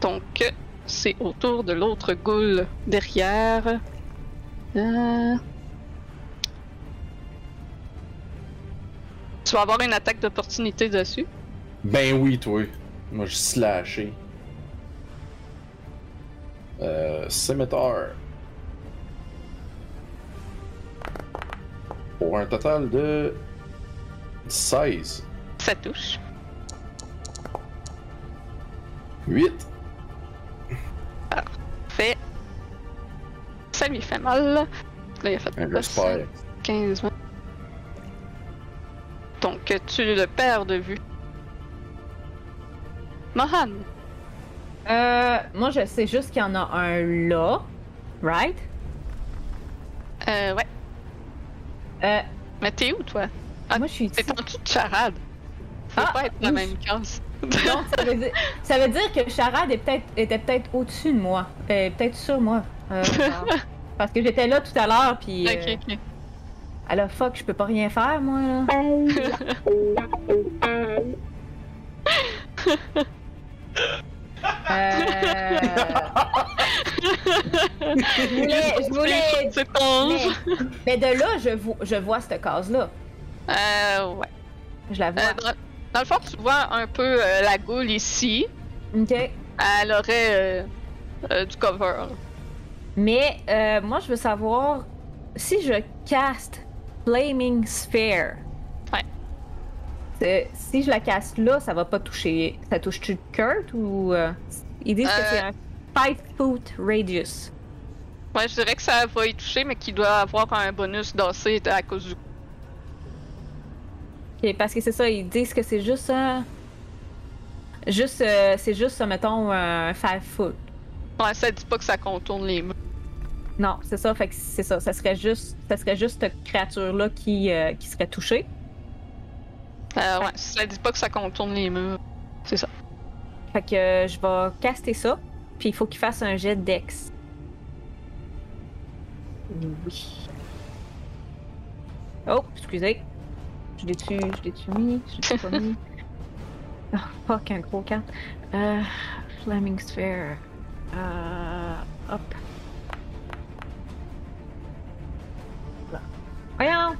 Donc, c'est au tour de l'autre goule derrière. Euh. Tu vas avoir une attaque d'opportunité dessus. Ben oui, toi. Moi, je suis slashé. Euh, Scimitar. Pour un total de 16, Ça touche. 8, fait. Ça lui fait mal. Là, il a fait un pas ça, j'espère. 15 ouais. Donc, tu le perds de vue. Mohan, Euh, moi, je sais juste qu'il y en a un là. Right? euh, ouais. Euh, Mais t'es où, toi? Ah, moi, je suis ici. T'es en dessous de charade. Faut Ah, pas être dans la ouf. même case. Donc, ça veut dire, ça veut dire que Charade est peut-être, était peut-être au-dessus de moi. Euh, peut-être sur moi. Euh, genre. parce que j'étais là tout à l'heure, puis. euh, Ok, ok. Alors, fuck, je peux pas rien faire, moi. là. Euh... je voulais. Je voulais- C'est ton. Mais, mais de là, je, vo- je vois cette case-là. Euh, ouais. Je la vois. Euh, dans, dans le fond, tu vois un peu euh, la goule ici. Ok. Elle aurait euh, euh, du cover. Mais euh, moi, je veux savoir si je caste Flaming Sphere. Ouais. C'est- Si je la caste là, ça va pas toucher. Ça touche-tu Kurt ou. euh, Ils disent que Euh. c'est un 5 foot radius. Ouais, je dirais que ça va y toucher, mais qu'il doit avoir un bonus d'AC à cause du Ok, parce que c'est ça, ils disent que c'est juste. euh, Juste, euh, c'est juste, euh, mettons, un 5 foot. Ouais, ça dit pas que ça contourne les murs. Non, c'est ça, fait que c'est ça. Ça serait juste, ça serait juste cette créature-là qui, euh, qui serait touchée. Euh, ouais, ça dit pas que ça contourne les murs. Fait que euh, je vais caster ça, puis il faut qu'il fasse un jet de dex. Oui. Oh, excusez. Je l'ai tu, je l'ai tu mis, je l'ai pas mis. Oh fuck, un gros 4. Euh, Flaming Sphere. Euh, hop. Là. Voyons!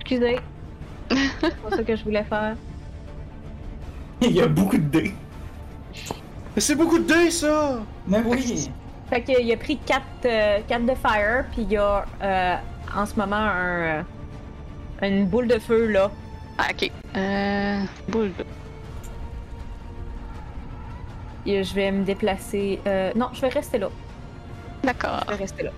Excusez. C'est pas ça que je voulais faire. Il y a beaucoup de dés. Mais c'est beaucoup de dés, ça! Mais oui. Fait qu'il a pris 4, de fire, puis il y a euh, en ce moment un, euh, une boule de feu là. Ah, ok. Euh. Boule de. Et euh, je vais me déplacer. euh, non, je vais rester là. D'accord. Je vais rester là.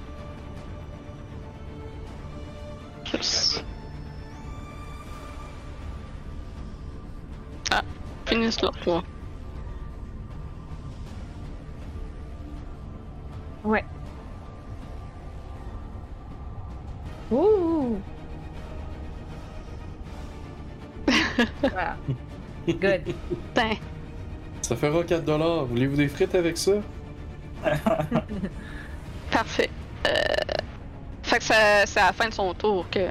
Ah, finissent leur tour. Ouais. Ouh! voilà. Good. Ben, Ça fera 4$. Voulez-vous des frites avec ça? parfait. Euh, Fait que ça- c'est à la fin de son tour que.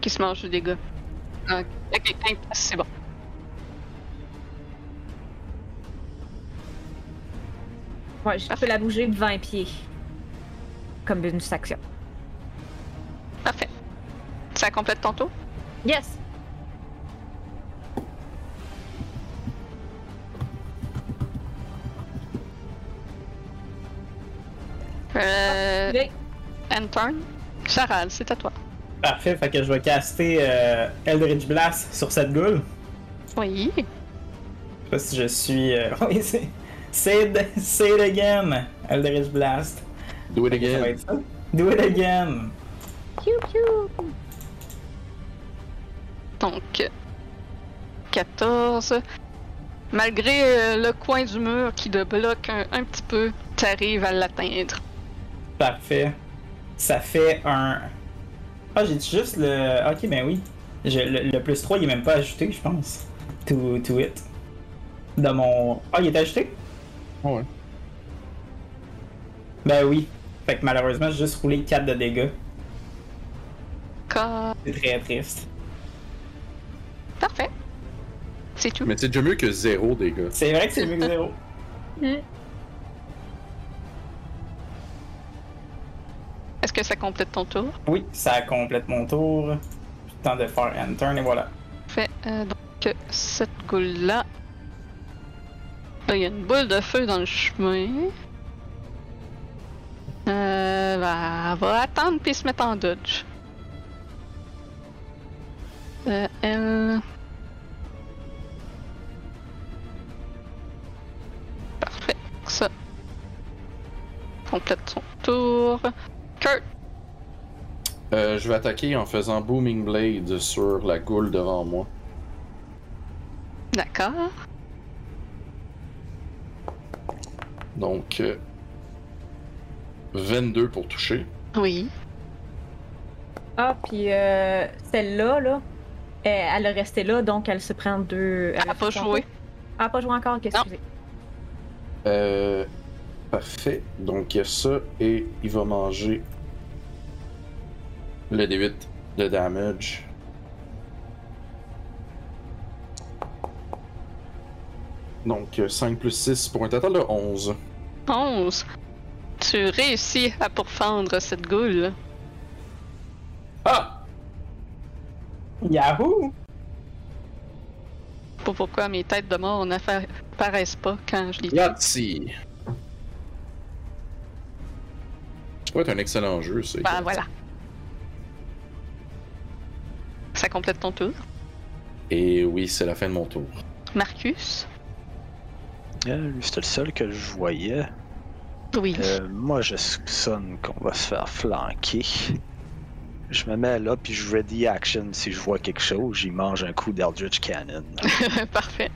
qu'il se mange du dégât. Ok, ok, quinze, c'est bon. Ouais, je peux la bouger de 20 pieds. Comme une action. Parfait. Ça complète ton tour? Yes! Euh. Oui. Anton, Charal, c'est à toi. Parfait, fait que je vais caster euh, Eldritch Blast sur cette goule. Oui. Je sais pas si je suis. euh, Oui, c'est. Say it, say it again, Eldritch Blast. Do it Ça va again. être ça. Do it again. Piou, piou. Donc, 14. Malgré euh, le coin du mur qui te bloque un, un petit peu, t'arrives à l'atteindre. Parfait. Ça fait un. Ah, j'ai juste le. Ok, ben oui. Je- le, le plus 3, il est même pas ajouté, je pense. To, to it. Dans mon. Ah, il est ajouté hein. Ouais. Ben oui. Fait que malheureusement, j'ai juste roulé 4 de dégâts. Ca- C'est très triste. Parfait. C'est tout. Mais c'est déjà mieux que zéro dégâts. C'est vrai que c'est mieux que 0. Est-ce que ça complète ton tour? Oui, ça complète mon tour. Temps de faire un turn et voilà. Fait euh, donc cette goule-là. Là, il y a une boule de feu dans le chemin. Euh, bah, elle va attendre puis se mettre en dodge. Euh, elle. Parfait, ça. Complète son tour. Kurt, Euh, je vais attaquer en faisant Booming Blade sur la goule devant moi. d'accord. Donc, euh, 22 pour toucher. Oui. Ah, puis euh, celle-là, là, elle, elle est restée là, donc elle se prend deux. Elle a a pas fait joué. son tour. Elle a pas joué encore, qu'est-ce Non. que c'est? Euh, parfait. Donc, il y a ça et il va manger le D8 de damage. Donc, euh, 5 plus 6 pour un total de 11. 11. Tu réussis à pourfendre cette goule. Ah! Yahoo! Pour pourquoi mes têtes de mort n'apparaissent pas quand je les tue. Yahtzee! Ça pourrait être un excellent jeu, ça. Ben voilà. Ça complète ton tour. Et oui, c'est la fin de mon tour. Marcus? Euh, lui, c'était le seul que je voyais. Oui. Euh, moi, je soupçonne qu'on va se faire flanquer. Je me mets là, puis je ready action. Si je vois quelque chose, j'y mange un coup d'Eldritch Cannon. Parfait.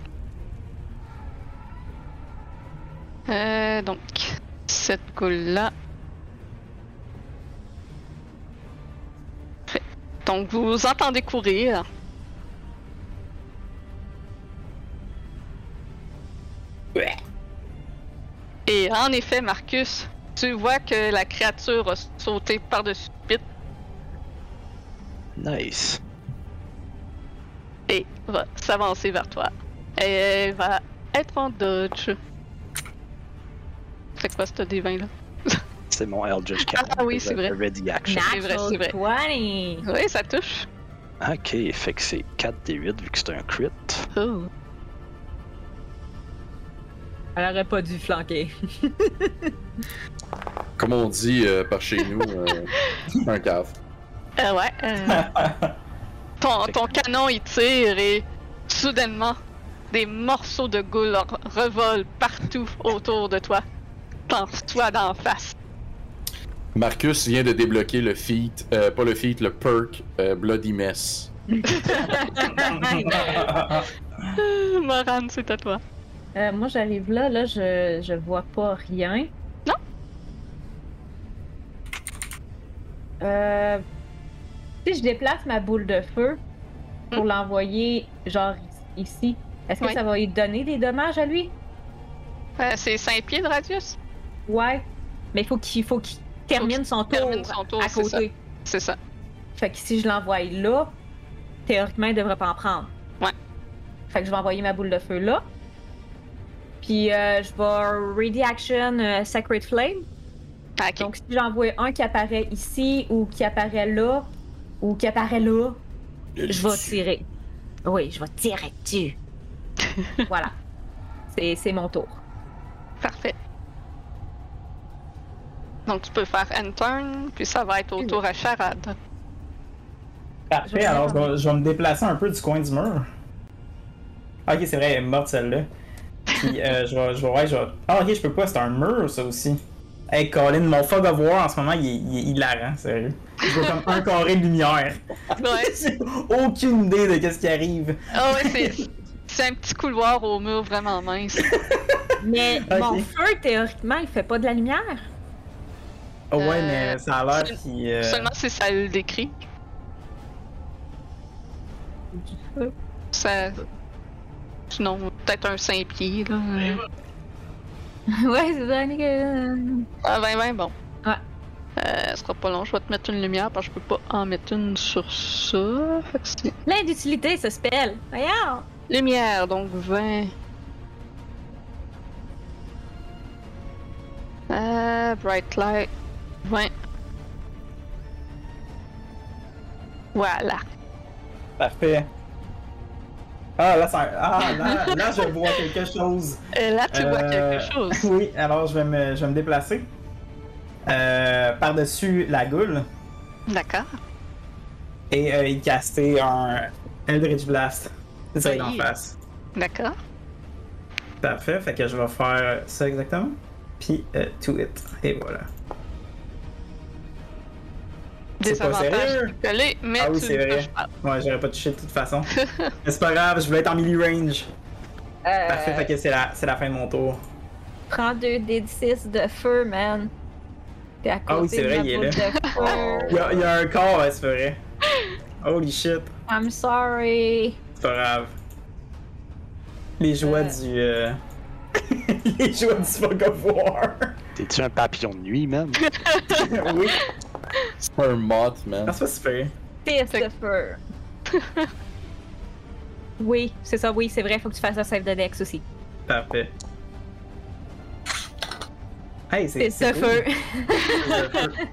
Euh, donc, cette goule-là. Fait. Donc, vous entendez courir. Et en effet, Marcus, tu vois que la créature a sauté par-dessus le pit Nice. et va s'avancer vers toi. Et elle va être en dodge. C'est quoi ce D20 là? C'est mon Eldritch Cannon. Ah oui, c'est vrai. Le Ready action. c'est vrai, c'est vrai. Natural 20. Oui, ça touche. Ok, fait que c'est 4 des 8 vu que c'est un crit. Oh. Elle aurait pas dû flanquer. Comme on dit euh, par chez nous, euh, un cave. Euh, ouais. euh, ton, ton canon il tire et soudainement des morceaux de goule re- revolent partout autour de toi. Pense-toi d'en face. Marcus vient de débloquer le feat, euh, pas le feat, le perk euh, Bloody Mess. Euh, Moran, c'est à toi. Euh, moi, j'arrive là, là, je, je vois pas rien. Non. Euh, si je déplace ma boule de feu pour l'envoyer, genre ici, est-ce que Hmm. Ouais. ça va lui donner des dommages à lui? Euh, c'est 5 pieds de radius? Ouais. Mais faut qu'il faut qu'il termine son tour, termine son tour, à c'est ça. côté. C'est ça. Fait que si je l'envoie là, théoriquement, il devrait pas en prendre. Ouais. Fait que je vais envoyer ma boule de feu là. Puis euh, je vais Ready Action euh, Sacred Flame. Ah, ok. Donc si j'envoie un qui apparaît ici ou qui apparaît là ou qui apparaît là, je vais tirer. Oui, je vais tirer dessus. voilà. C'est c'est mon tour. Parfait. Donc tu peux faire end turn, puis ça va être au tour à charade. Parfait, alors je vais, je vais me déplacer un peu du coin du mur. Ah, ok, c'est vrai, elle est morte celle-là. Puis euh, je vais. Je vais, ouais, je vais- Ah, ok, je peux pas, c'est un mur ça aussi. Hey Colin, mon fog of war en ce moment, il est, il est hilarant, sérieux. Je vois comme un carré de lumière. Ouais. J'ai aucune idée de qu'est-ce qui arrive. Ah ouais, c'est- c'est un petit couloir au mur vraiment mince. Mais Ok. mon feu, théoriquement, il fait pas de la lumière. Oh, ouais, Euh, mais ça a l'air qu'il. euh, Seulement si ça le décrit. Ça. Sinon, peut-être un 5 pieds, là. ouais, c'est ça. Nick, euh, Ah, ben, ben, bon. Ouais. Euh, ce sera pas long, je vais te mettre une lumière parce que je peux pas en mettre une sur ça. Fait que c'est- Plein d'utilité, ce spell. Voyons. Lumière, donc 20. Euh, bright light, 20. Voilà. Parfait. Ah, là, ça... ah là, là, je vois quelque chose. Et là, tu vois Euh, quelque chose. Oui, alors je vais me, je vais me déplacer euh, par-dessus la goule D'accord. et euh, y caster un Eldritch Blast. C'est ça, Oui. d'en face. D'accord. Parfait, fait que je vais faire ça exactement. Puis, euh, to it. Et voilà. C'est pas Désavantage sérieux? de coller, mais Ah oui, tu c'est ne vrai. touches pas. Ouais, j'aurais pas touché de toute façon. Mais c'est pas grave, je voulais être en melee range. Euh, Parfait, fait que c'est la, c'est la fin de mon tour. Prends deux D6 de feu, man. T'es à côté Ah oui, c'est vrai, de la il est boule là. de feu. Il y, a- il y a un corps, ouais, c'est vrai. Holy shit. I'm sorry. C'est pas grave. Les joies Euh. du. euh, Les joies du Fog of War. T'es-tu un papillon de nuit, man? oui, C'est pas un mot, man. Ah, c'est pas super. Fils Fait- de feu. oui, c'est ça, oui, c'est vrai, faut que tu fasses un save de Dex aussi. Parfait. Hey, c'est. Fils de cool. feu.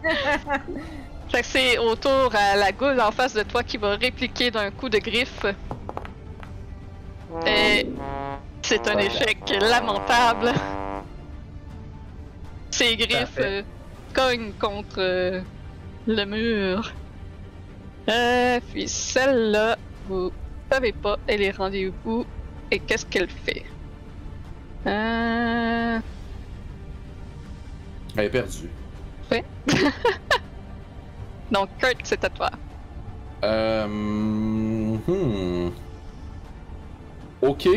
Fait que c'est autour à la goule en face de toi qui va répliquer d'un coup de griffe. Et c'est un échec lamentable. Ses griffes euh, Parfait. cognent contre euh, le mur. Euh, puis celle-là, vous savez pas, elle est rendue où et qu'est-ce qu'elle fait. Euh... Elle est perdue. Donc Kurt, c'est à toi. Euh. hmm. Ok.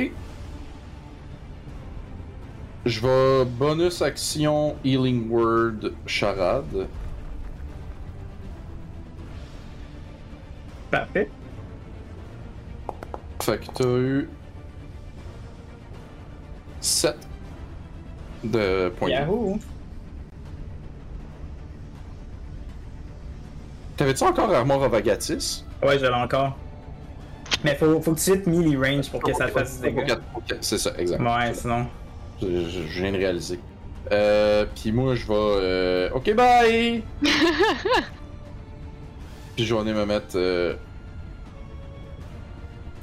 Je vais bonus action Healing Word charade. Parfait. Fait que t'as eu 7 de points. de vie. Yahoo. T'avais-tu encore Armor of Agatis? Ouais, je l'ai encore. Mais faut, faut que tu hit melee range pour que ça te fasse du Pour dégât. quatre- pour quatre- C'est ça, exact. Ouais, sinon. Je, je- je viens de réaliser. Euh, puis moi, je vais. euh, Ok, bye! puis je vais aller me mettre euh,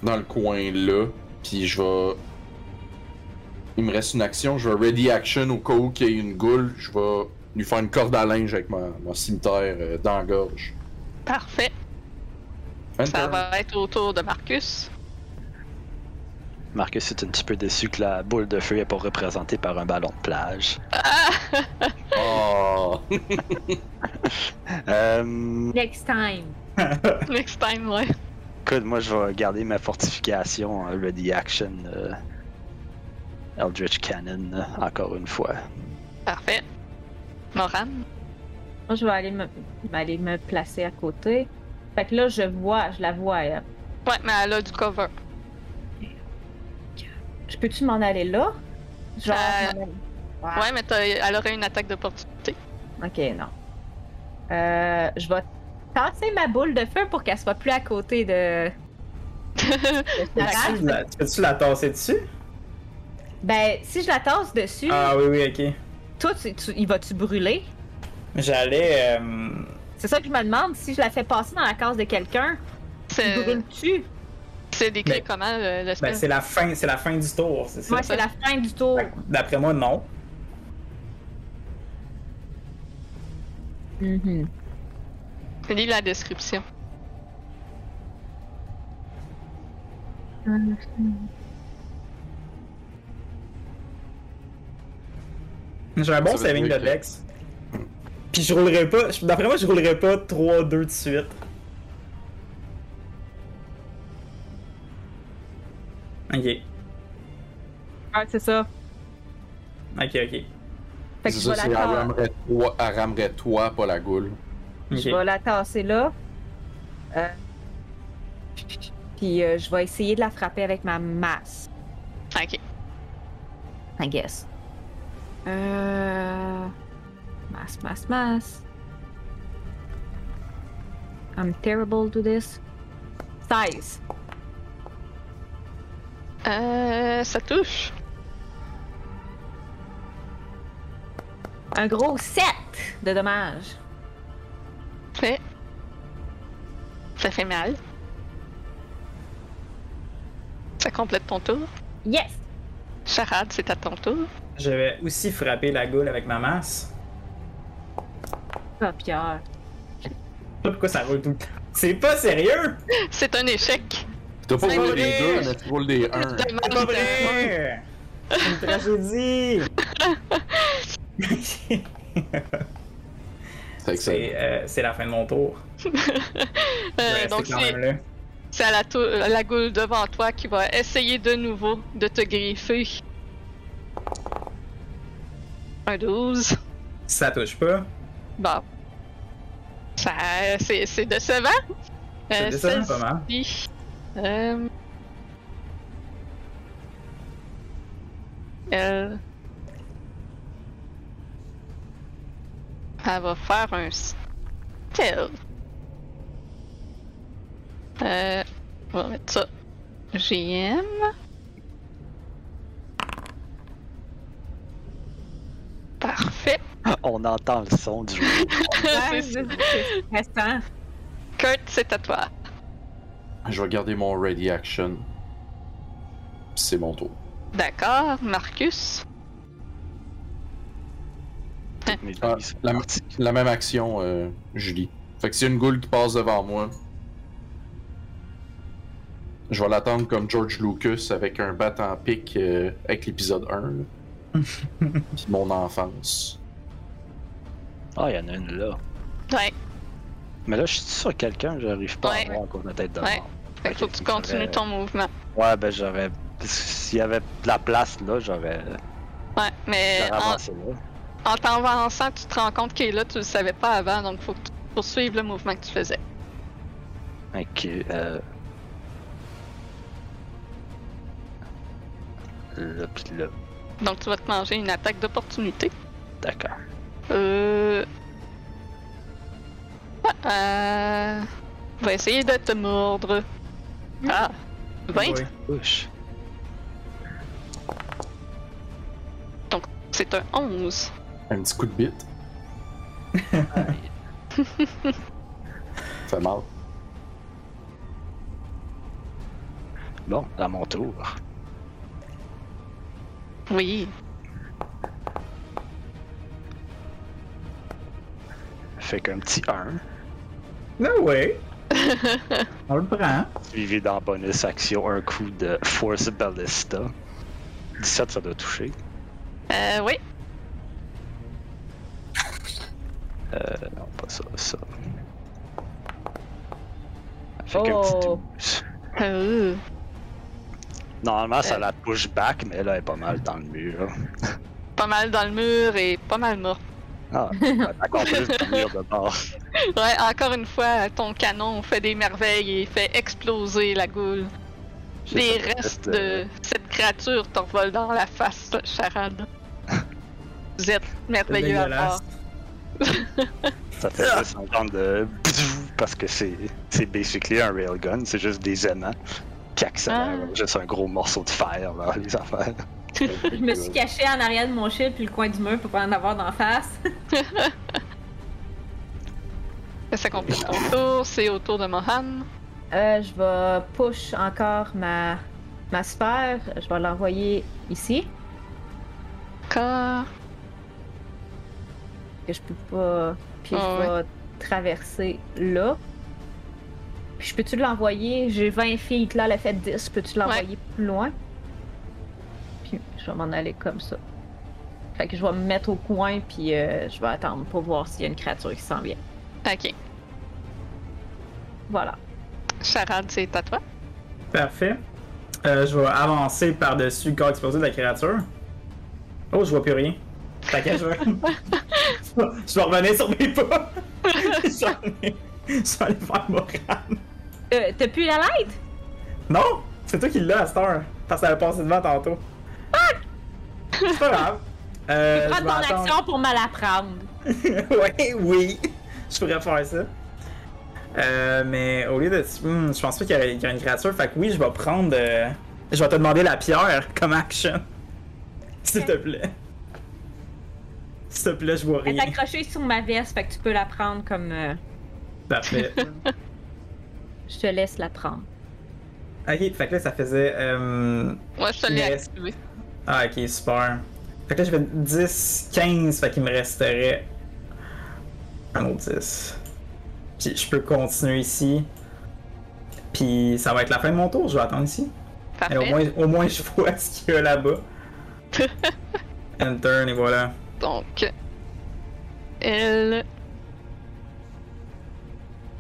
dans le coin là. Puis je vais. Il me reste une action. Je vais ready action au cas où qu'il y ait une goule. Je vais lui faire une corde à linge avec ma- mon cimetière euh, dans la gorge. Hein, Parfait. Ça Enter. va être au tour de Marcus. Marcus est un petit peu déçu que la boule de feu est pas représentée par un ballon de plage. Ah, Oh! Euh, Next time. Next time, ouais. écoute, moi je vais garder ma fortification hein, Ready Action euh, Eldritch Cannon, euh, encore une fois. Parfait. Moran. Moi, je vais aller me, aller me placer à côté. Fait que là, je vois, je la vois. elle. Ouais, mais elle a du cover. Je peux-tu m'en aller là? Genre, Euh, je m'en aller- Ah. Ouais, mais t'as- elle aurait une attaque d'opportunité. Ok, non. Euh, je vais tasser ma boule de feu pour qu'elle soit plus à côté de. de Sarah. Peux-tu la- Peux-tu la tasser dessus? ben, si je la tasse dessus, Ah oui, oui, ok. toi, tu- tu- il va-tu brûler? J'allais. euh, C'est ça que je me demande. Si je la fais passer dans la case de quelqu'un, il C'est brûle-tu? c'est décrit Ben- comment euh, le, le spell? Ben, c'est la fin, c'est la fin du tour, c'est ça? Euh. Moi, c'est la fin du tour. D'après moi, non. Mhm. Lis la description. J'ai un Ça bon va être saving de mieux que- Dex. Puis je roulerai pas. je- D'après moi, je roulerai pas 3-2 de suite. Ok, Ouais, c'est ça. ok, ok. Fait que C'est je ça, vais, la c'est ta- Aramret toi, Aramret toi, pas la goule. je ok. vais la tasser là. Euh, Puis euh, je vais essayer de la frapper avec ma masse, Ok. I guess. Euh... Masse, masse, masse. I'm terrible to this. 16. Euh, ça touche. Un gros 7 de dommages. Ouais. Ça fait mal. Ça complète ton tour. Yes! Charade, c'est à ton tour. Je vais aussi frapper la goule avec ma masse. Ah, Pierre. Je sais pas pourquoi ça roule tout le temps. C'est pas sérieux! C'est un échec. T'as pas C'est roulé des vrai. deux, mais tu roules des un. C'est pas Euh, vrai! C'est une tragédie! C'est excellent. C'est euh, c'est la fin de mon tour. Je vais Euh, rester donc quand c'est même là. c'est à la, tou- la goule devant toi qui va essayer de nouveau de te griffer. Un 12. Ça touche pas. Bon. Ça, c'est, c'est décevant. C'est Euh, décevant pas mal. celle-ci, euh, Elle... Elle va faire un stealth. Euh, on va mettre ça. GM. Parfait. On entend le son du jeu. C'est ça. restant. Kurt, c'est à toi. Je vais garder mon ready action. Puis C'est mon tour. D'accord, Marcus. Mais Ah, ils sont la- partis. La même action, euh, Julie. Fait que s'il y a une goule qui passe devant moi, je vais l'attendre comme George Lucas avec un bat en pique euh, avec l'épisode 1. là. Puis mon enfance. Ah, il y en a une là. Ouais, Mais là, je suis sur quelqu'un, j'arrive pas Ouais. à voir encore la tête de Ouais. mort. fait qu'il faut Ok, que tu j'aurais- continues ton mouvement. Ouais, ben j'aurais. S'il y avait de la place là, j'aurais Ouais, mais j'aurais Euh, en, avancé là. en t'avançant, tu te rends compte qu'il est là, tu le savais pas avant, donc faut que tu poursuives le mouvement que tu faisais. Ok. Euh... Là, pis là. Donc tu vas te manger une attaque d'opportunité. D'accord. Euh. Ah, euh... Va essayer de te mordre. Ah! 20, Oui. Ouch. c'est un 11. Un petit coup de bite. Fait mal. Bon, à mon tour. Oui. Fait qu'un petit 1, No way! On le prend. suivi dans bonus action, un coup de Force Ballista. 17, ça doit toucher. Euh, oui. Euh, non, pas ça, ça. Fait qu'un Oh. petit 12. Euh, Normalement, ça la push back, mais là, elle est pas mal dans le mur. là. Pas mal dans le mur et pas mal mort. Ah, d'accord, plus dans le mur de bord. Ouais, encore une fois, ton canon fait des merveilles et fait exploser la goule. Les J'ai fait restes cette, euh, de cette créature t'envolent dans la face, charade. Vous êtes merveilleux à voir. Dégueulasse. Ça fait juste un genre de. Parce que c'est c'est basically un railgun, c'est juste des aimants qui accélèrent Ah. juste un gros morceau de fer, là, les affaires. Je me suis cachée en arrière de mon shield puis le coin du mur pour pas en avoir d'en face. Ça complète ton tour, c'est au tour de Mohan. Euh, je vais push encore ma, ma sphère. Je vais l'envoyer ici. D'accord. que je peux pas. Puis Ah je vais traverser là. Puis je peux-tu l'envoyer J'ai 20 filles, là, elle a fait 10. Peux-tu l'envoyer plus loin Puis je vais m'en aller comme ça. Fait que je vais me mettre au coin, puis euh, je vais attendre pour voir s'il y a une créature qui s'en vient. Ok. Voilà. Charade, c'est à toi. Parfait. Euh, je vais avancer par-dessus le corps exposé de la créature. Oh, je vois plus rien. Fait que je vais. je vais revenir sur mes pas. je, vais revenir- je vais aller faire Moran. Euh, T'as plus la light Non! C'est toi qui l'as à cette heure. Parce qu'elle a passé devant tantôt. C'est pas grave. Euh, Prends je ton vais attendre- action pour me la prendre. ouais, oui. Je pourrais faire ça. Euh, mais au lieu de. Hmm, je pense pas qu'il y, aurait- qu'il y a une créature. Fait que oui, je vais prendre. euh, Je vais te demander la pierre comme action. S'il te plaît. S'il te plaît, je vois Elle rien. est accrochée sur ma veste, fait que tu peux la prendre comme. euh, Parfait. je te laisse la prendre. ok, fait que là, ça faisait. euh, Moi, je te l'ai Mais- activé. Ah, ok, super. Fait que là, je fais 10, 15, fait qu'il me resterait un autre 10. Puis je peux continuer ici. Puis ça va être la fin de mon tour, je vais attendre ici. Et au, Parfait. moins, au moins, je vois ce qu'il y a là-bas. And turn, et voilà. Donc, elle.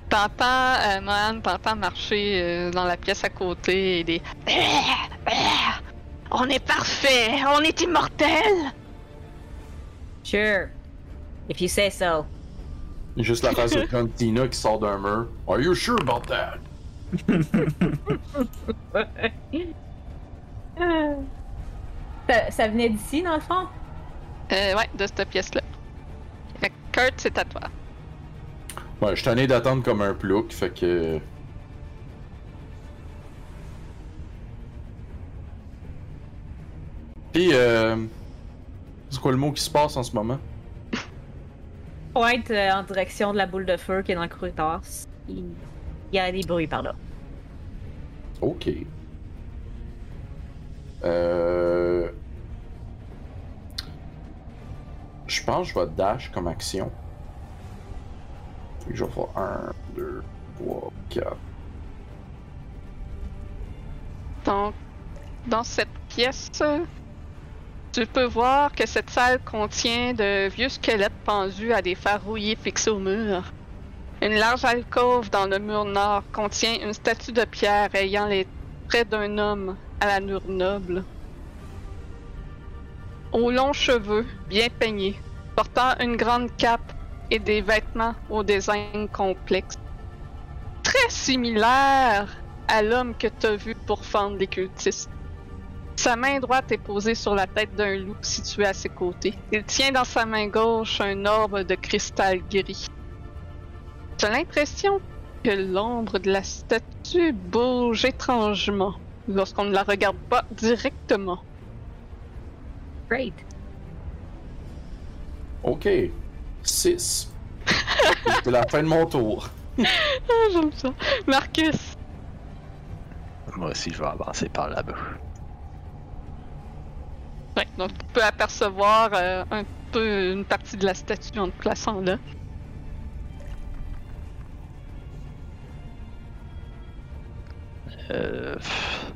T'entends, euh, Mohan, t'entends marcher euh, dans la pièce à côté et des. On est parfait! On est immortel! Sure. If you say so. Juste la face de John Cena qui sort d'un mur. Are you sure about that? Euh, Ça, ça venait d'ici, dans le fond? Euh, ouais, de cette pièce-là. Fait que Kurt, c'est à toi. Ouais, je suis tanné d'attendre comme un plouc, fait que. Pis, euh. C'est quoi le mot qui se passe en ce moment? Pointe euh, en direction de la boule de feu qui est dans le corridor. Il il y a des bruits par là. Ok. Euh. Je pense que je vais dash comme action. Fait que je vais faire 1, 2, 3, 4. Donc, dans cette pièce, tu peux voir que cette salle contient de vieux squelettes pendus à des fers rouillés fixés au mur. Une large alcôve dans le mur nord contient une statue de pierre ayant les traits d'un homme à la l'allure noble. Aux longs cheveux, bien peignés, portant une grande cape et des vêtements au design complexe. Très similaire à l'homme que t'as vu pour fendre les cultistes. Sa main droite est posée sur la tête d'un loup situé à ses côtés. Il tient dans sa main gauche un orbe de cristal gris. T'as l'impression que l'ombre de la statue bouge étrangement lorsqu'on ne la regarde pas directement. Great. Ok. 6. C'est la fin de mon tour. Ah, j'aime ça. Marcus, Moi aussi, je vais avancer par là-bas. Ouais, donc tu peux apercevoir euh, un peu une partie de la statue en te plaçant là. Euh. pff,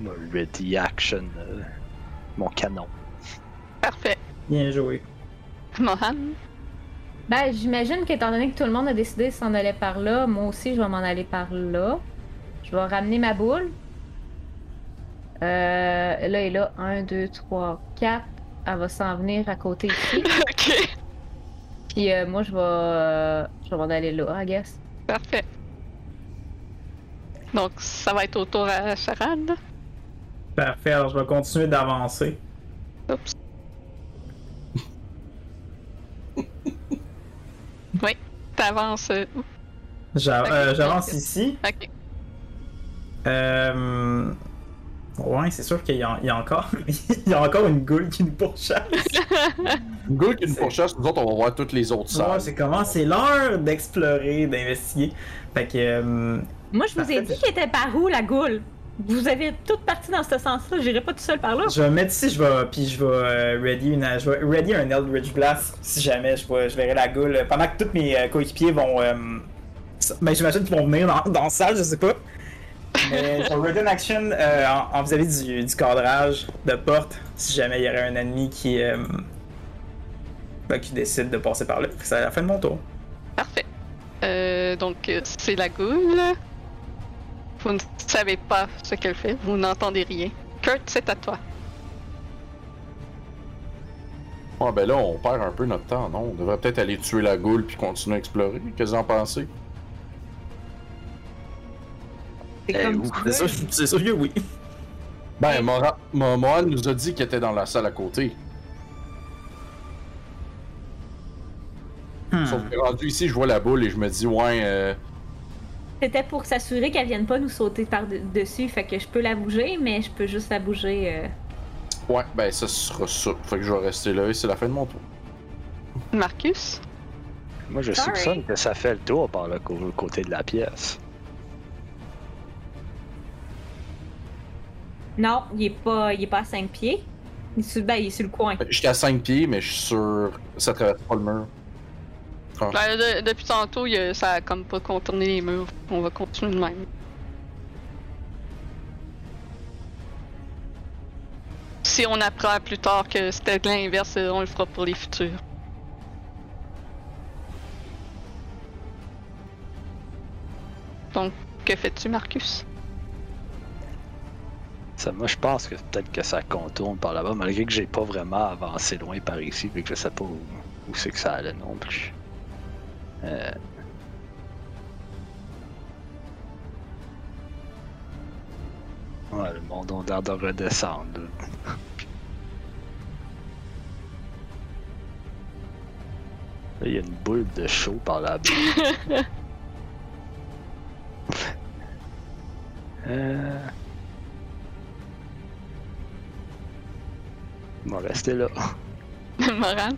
Mon ready action. euh, Mon canon. Parfait. Bien joué. Mohan, Ben, j'imagine qu'étant donné que tout le monde a décidé de s'en aller par là, moi aussi, je vais m'en aller par là. Je vais ramener ma boule. Euh, là et là, 1, 2, 3, 4. Elle va s'en venir à côté ici. ok, Puis euh, moi, je vais, euh, je vais m'en aller là, I guess. parfait. Donc ça va être au tour à Charade. Parfait, alors je vais continuer d'avancer. Oups. oui, t'avances. euh, où? J'a- Ok, euh, J'avance parfait. ici. Ok. Euh... Ouais, c'est sûr qu'il y, a il y a encore... il y a encore une goule qui nous pourchasse. Good qu'une C'est- pourchasse, nous autres on va voir toutes les autres Ouais, salles. c'est comment c'est l'heure d'explorer, d'investiguer. Fait que euh, Moi, je vous ai Parfait. dit qu'elle était par où, la goule? Vous avez toutes parti dans ce sens-là, j'irai pas tout seul par là. Je vais me mettre ici, je vais, puis je vais euh, ready, une, je vais ready un Eldritch Blast si jamais je, vois- je verrai la goule. Pendant que tous mes euh, coéquipiers vont. euh, s- ben, j'imagine qu'ils vont venir dans, dans la salle, je sais pas. Mais je vais ready une action euh, en, en vis-à-vis du, du cadrage de porte si jamais il y aurait un ennemi qui. euh, ben, qui décide de passer par là. C'est à la fin de mon tour. Parfait. Euh, donc, euh, c'est la goule. Vous ne savez pas ce qu'elle fait, vous n'entendez rien. Kurt, c'est à toi. Ah ben là, on perd un peu notre temps, non? On devrait peut-être aller tuer la goule puis continuer à explorer. Qu'est-ce que vous en pensez? C'est Eh, comme ouf, tu C'est veux. sûr, c'est sûr que oui. Ben, Mora- Mo- Mohan nous a dit qu'elle était dans la salle à côté. Hmm. Sauf que rendu ici, je vois la boule et je me dis, ouais, euh, C'était pour s'assurer qu'elle vienne pas nous sauter par-dessus, fait que je peux la bouger, mais je peux juste la bouger. euh, ouais, ben ça sera ça. Fait que je vais rester là et c'est la fin de mon tour. Marcus? Moi, je Sorry. soupçonne que ça fait le tour par le cô- côté de la pièce. Non, il est pas, il est pas à 5 pieds. Il est sur, ben, il est sur le coin. Euh, J'étais à 5 pieds, mais je suis sûr ça traverse pas le mur. Ben, de- depuis tantôt, il y a- ça a comme pas contourné les murs. On va continuer de même. Si on apprend plus tard que c'était l'inverse, on le fera pour les futurs. Donc, que fais-tu, Marcus? Ça, moi, je pense que peut-être que ça contourne par là-bas, malgré que j'ai pas vraiment avancé loin par ici, vu que je sais pas où, où c'est que ça allait non plus. Euh, Ouais, le monde on l'air de redescendre. là. Là, il y a une boule de chaud par là-bas. euh... Bon, restez là. Moran?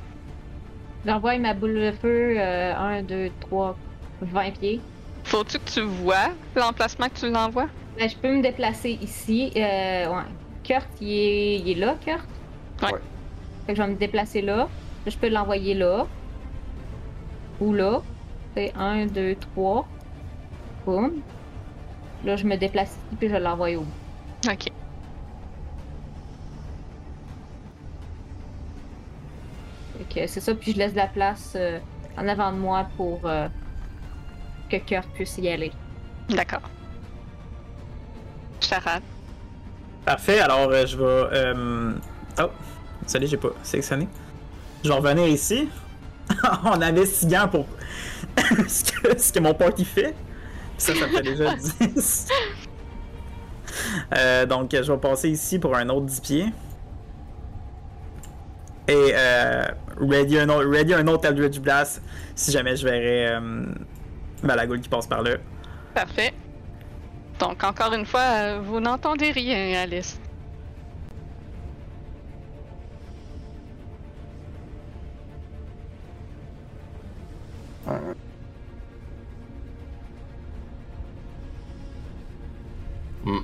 J'envoie ma boule de feu, euh, 1, 2, 3, 20 pieds. Faut-tu que tu vois l'emplacement que tu l'envoies? Ben, je peux me déplacer ici. Euh, ouais. Kurt, il est, il est là, Kurt? Ouais. Ouais. Fait que je vais me déplacer là. Là, Je peux l'envoyer là. Ou là. C'est 1, 2, 3. Boum. Là, je me déplace ici, puis je l'envoie au bout. Ok. Fait que c'est ça, puis je laisse de la place euh, en avant de moi pour euh, que Kurt puisse y aller. D'accord. Charade. Parfait, alors euh, je vais. euh, Oh, désolé, j'ai pas sélectionné. Je vais revenir ici en investiguant pour ce, que, ce que mon party fait. Ça, ça me fait déjà 10. Euh, donc, je vais passer ici pour un autre 10 pieds. Et euh, ready, un autre, ready un autre Eldritch Blast si jamais je verrais euh, ben, la goule qui passe par là. Parfait. Donc, encore une fois, euh, vous n'entendez rien, Alice. Hmm.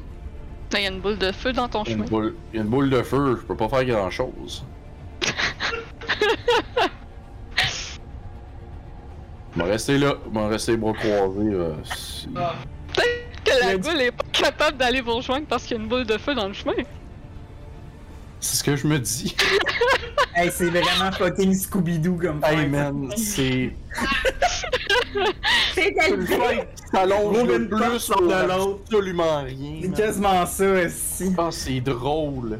Là, Il y a une boule de feu dans ton Il y a chemin. une boule, il y a une boule de feu, je peux pas faire grand chose. Je vais rester là, je vais rester les bras croisés. euh, si- Que Il y la a du- goule est pas capable d'aller vous rejoindre parce qu'il y a une boule de feu dans le chemin. C'est ce que je me dis. Hey, c'est vraiment fucking Scooby-Doo comme Hey man, c'est. C'est elle! Ça Gros longe le une plus porte pour de l'autre. absolument rien. C'est man. quasiment ça aussi. Ah, c'est drôle.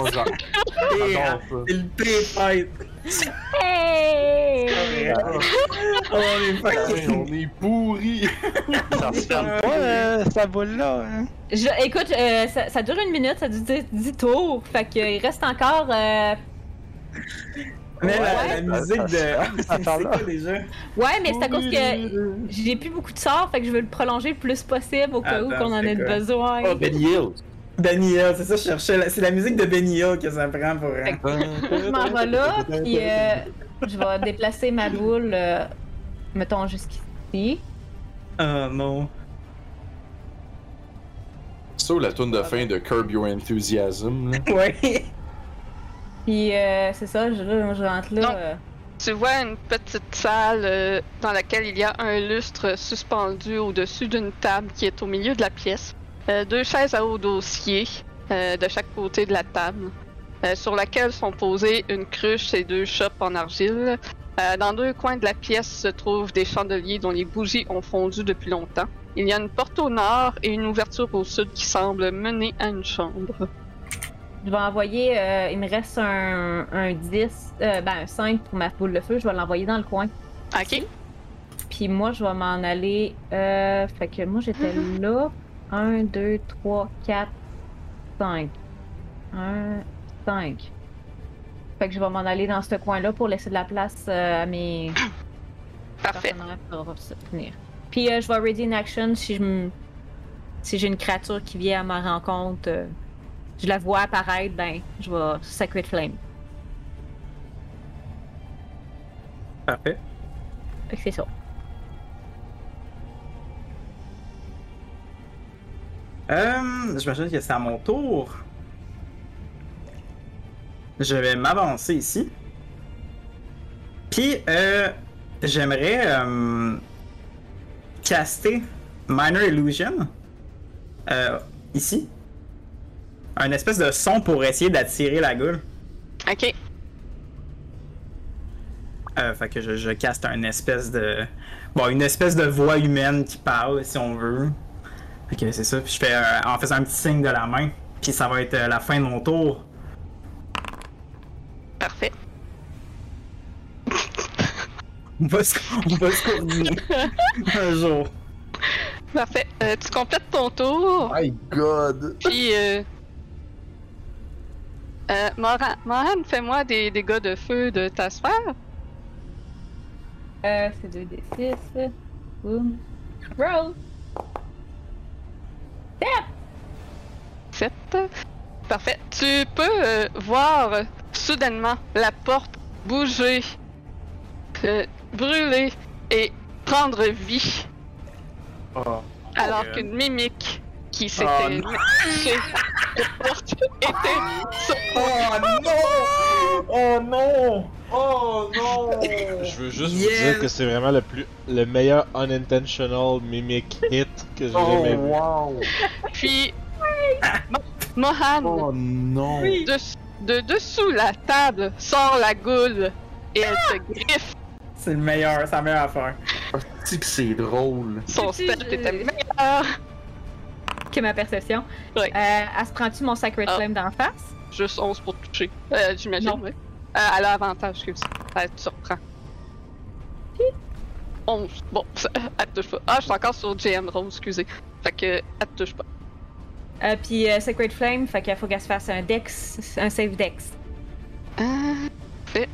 Oh, j'en- pire. j'adore C'est le pire fight. Hey! Oh, on est ça. Hey, fucking. Ah, On est pourri. Ça ressemble pas, euh, ça boule là, hein? Je- écoute, euh, ça, ça dure une minute, ça dure 10, tours, fait qu'il reste encore euh, Mais la, la Ouais. musique de. Ça- ça- ça C'est parle là. quoi déjà? Ouais, mais c'est à cause que j'ai plus beaucoup de sorts, fait que je veux le prolonger le plus possible au cas où Attends, qu'on en c'est ait quoi? Oh, besoin. Ben Hill. Benny Hill, c'est ça, je cherchais. la- C'est la musique de Benny Hill que ça prend pour. hein. Je m'en vais là, puis euh, je vais déplacer ma boule, euh, mettons jusqu'ici. Oh non. Si sûr la tune de fin de Curb Your Enthusiasm. là. Ouais. Puis euh, c'est ça, je, là, je rentre là. Non. euh, Tu vois une petite salle euh, dans laquelle il y a un lustre suspendu au-dessus d'une table qui est au milieu de la pièce. Euh, deux chaises à haut dossier euh, de chaque côté de la table, euh, sur laquelle sont posées une cruche et deux chopes en argile. Euh, dans deux coins de la pièce se trouvent des chandeliers dont les bougies ont fondu depuis longtemps. Il y a une porte au nord et une ouverture au sud qui semble mener à une chambre. je vais envoyer. euh, il me reste un, un 10, euh, ben un 5 pour ma boule de feu. Je vais l'envoyer dans le coin. Ok. Puis moi, je vais m'en aller. Euh, fait que moi, j'étais là. 1, 2, 3, 4, 5. 1, 5. Fait que je vais m'en aller dans ce coin-là pour laisser de la place euh, à mes Parfait. partenaires pour se tenir. Puis euh, je vais ready in action si je me- si j'ai une créature qui vient à ma rencontre. euh, je la vois apparaître, ben, je vais Sacred Flame. Parfait. Fait que c'est ça. Euh, J'imagine que c'est à mon tour. Je vais m'avancer ici. Puis, euh, j'aimerais euh, caster Minor Illusion euh, ici. Un espèce de son pour essayer d'attirer la goule. Ok. Euh, fait que je, je caste un espèce de. Bon, une espèce de voix humaine qui parle, si on veut. Fait que c'est ça. Puis je fais euh, en faisant un petit signe de la main. Puis ça va être euh, la fin de mon tour. Parfait. On va se, on va se coordonner. un jour. Parfait. Euh, tu complètes ton tour. My god! Puis, euh... euh, Moran, Moran, fais-moi des dégâts de feu de ta sphère. Euh, c'est 2d6. Boom. Roll! 7. Parfait. Tu peux euh, voir euh, soudainement la porte bouger, euh, brûler et prendre vie, Oh. alors God. qu'une mimique qui s'était Oh, non. chez la porte était sur non! Oh non! Oh non! Je veux juste Yes. vous dire que c'est vraiment le plus, le meilleur unintentional mimic hit que j'ai Oh, jamais vu. wow! Puis, Mo- Mohan, Oh, Oh, non! de, de dessous la table, sort la goule et elle te griffe. C'est le meilleur, c'est la meilleure affaire. C'est que c'est drôle. Son Petit step était jeu. meilleur. Que ma perception. Ouais. Euh, elle se prend-tu mon Sacred Ah. Flame d'en face? Juste 11 pour toucher. Euh, J'imagine, Non. oui. Euh, elle a avantage, excuse. Elle te surprend. 11. Bon, ça, elle te touche pas. Ah, je suis encore sur GM Rose, excusez. Fait que, elle te touche pas. Euh, puis euh, Sacred Flame, fait qu'il faut qu'elle se fasse un dex, un save dex. Euh, fait.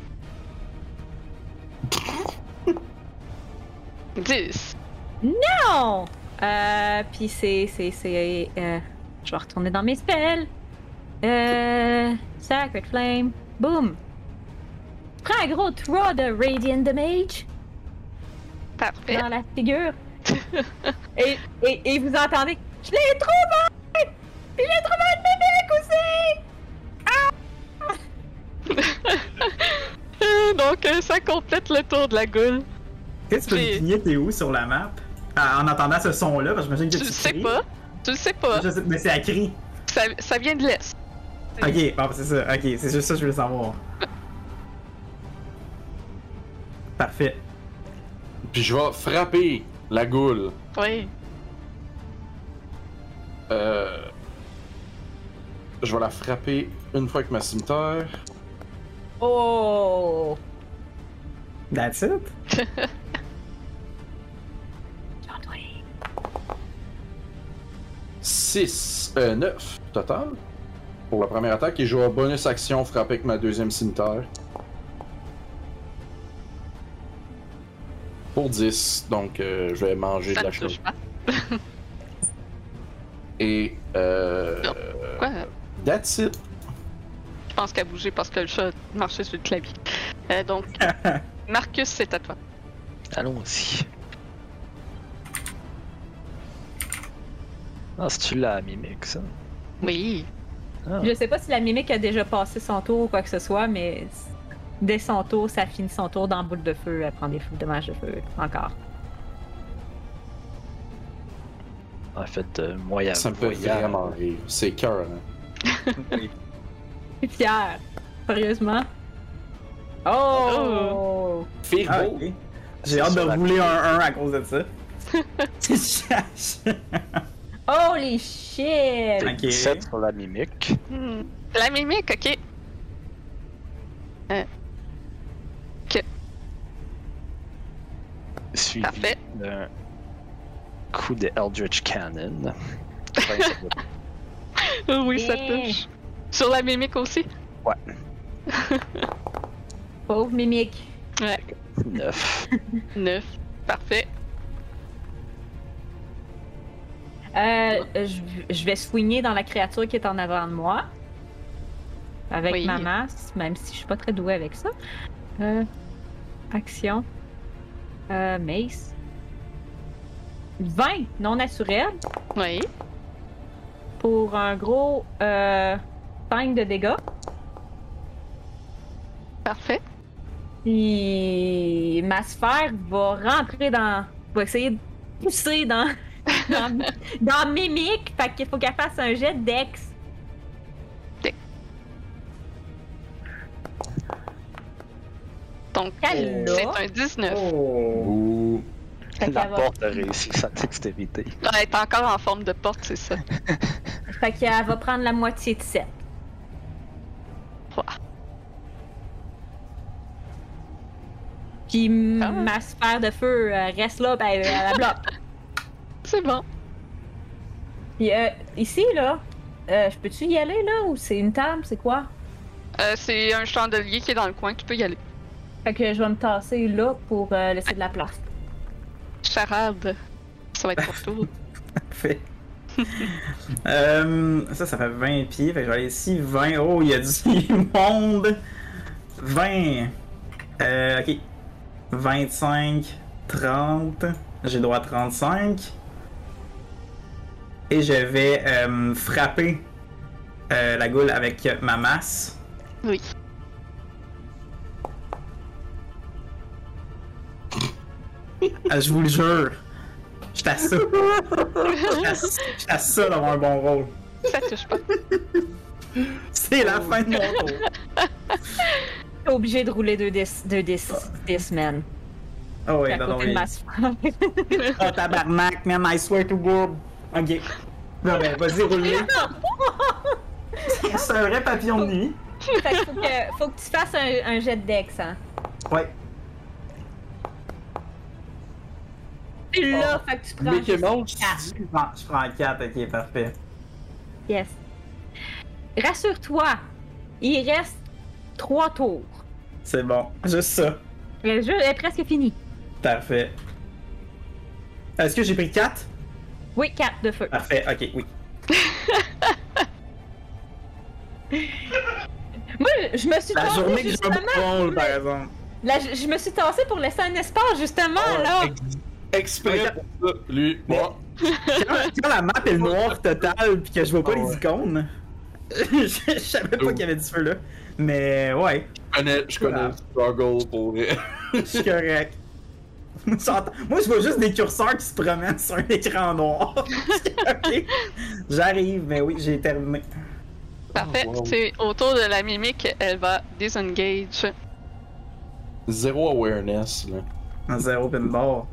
10. Non! Euh, puis c'est. c'est, c'est euh, je vais retourner dans mes spells. Euh, Sacred Flame. Boom! Prends un gros 3 de Radiant Damage Parfait. dans la figure. et, et, et vous entendez. Je l'ai trouvé! Il a trouvé un bébé aussi! Euh, Donc, euh, ça complète le tour de la goule. Qu'est-ce que tu peux J'ai- me cligner, t'es où sur la map? Ah, en entendant ce son-là, parce que j'imagine que Tu tu le sais cries. pas. Tu le sais pas. Je sais- mais c'est à cri. Ça, ça vient de l'Est. Ok, bon, c'est ça. Ok, c'est juste ça que je voulais savoir. Parfait. Puis je vais frapper la goule. Oui. Euh... Je vais la frapper une fois avec ma cimetière. Oh! That's it? J'entends- 6, euh, 9 total. Pour la première attaque, et je vais bonus action frapper avec ma deuxième cimetière. Pour 10, donc euh, je vais manger Ça de la ne chose. touche pas. Et euh. Non. Quoi? That's it. Je pense qu'elle a bougé parce que le chat marchait sur le clavier. Euh, donc, Marcus, c'est à toi. Allons-y. Ah, si tu l'as à mimique, ça. Oui. Ah. Je sais pas si la mimique a déjà passé son tour ou quoi que ce soit, mais c- dès son tour, ça finit son tour dans boule de feu. Elle prend des feux- dommages de feu encore. En fait, euh, moyen. Ça me fait voyant. vraiment rire. C'est cœur, hein. Je suis fière. Sérieusement. Oh! Fais Ah, beau. ok. J'ai hâte de Sur la- rouler un 1 à cause de ça. Holy shit! T'es Ok. 17 sur la mimique. Hmm. La mimique, ok. Suivi Parfait. d'un coup de Eldritch Cannon. Enfin, ça doit- Oh oui, ça Yeah. touche. Sur la mimique aussi? Pauvre mimique. Ouais. 9. 9. Parfait. Euh, je, je vais soigner dans la créature qui est en avant de moi. Avec Oui. ma masse, même si je suis pas très douée avec ça. Euh, action. Euh, mace. 20 non naturel Oui. pour un gros euh, 5 de dégâts. Parfait. Puis ma sphère va rentrer dans. va essayer de pousser dans. dans, dans Mimic. Fait qu'il faut qu'elle fasse un jet de Dex. Donc, Quelle c'est là? un 19. oh. Ouh. Fait La qu'elle va- porte a réussi sa dextérité. Elle est encore en forme de porte, c'est ça. Fait qu'elle va prendre la moitié de 7. Ouah. Puis m- Ah. ma sphère de feu euh, reste là, ben, elle la bloque. C'est bon. Puis euh, ici, là, euh, je peux-tu y aller, là, ou c'est une table, c'est quoi? Euh, c'est un chandelier qui est dans le coin, tu peux y aller. Fait que je vais me tasser là pour euh, laisser de la place. Charade. Ça va être pour tout. Fait. Euh, ça, ça fait 20 pieds. Fait que je vais aller ici. 20. Oh, il y a du monde. 20. Euh, ok. 25. 30. J'ai droit à 35. Et je vais euh, frapper euh, la goule avec ma masse. Oui. Ah, je vous le jure. Je t'assure. Je t'assure d'avoir un bon rôle. ça touche pas. C'est la fin de mon tour. T'es obligé de rouler 2 10 2 10 10 man. Oh, ouais, à Ah. non, non, côté de mais- ma sphère. Oh tabarnak, man, I swear to God. Ok. Non, ben, vas-y, roule-le. C'est un vrai papillon de nuit. fait que faut que, faut que tu fasses un, un jet de Dex, hein. Ouais. Tu Ah. l'as, fait que tu prends. Mickey juste Mouse, quatre. Je prends, je prends 4, ok, parfait. Yes. Rassure-toi, il reste trois tours. C'est bon, juste ça. Le jeu est presque fini. Parfait. Est-ce que j'ai pris 4? Oui, quatre de feu. Parfait, ok, oui. Moi, je me suis La tassée journée que j'ai un Ah, justement. bon rôle, par exemple. La- je me suis tassée pour laisser un espace justement Ah, là. Exprès pour ça. Lui. Bon. Quand, quand la map est noire totale pis que je vois pas Ah ouais. les icônes, je, je savais pas qu'il y avait du feu là. Mais ouais. Je connais, je connais le struggle pour vrai. Je suis correct. J'entends- Moi, je vois juste des curseurs qui se promènent sur un écran noir. Ok. J'arrive, mais oui, j'ai terminé. Parfait. Oh, wow. C'est autour de la mimique, elle va disengage. Zéro awareness, là. Un zéro open bar.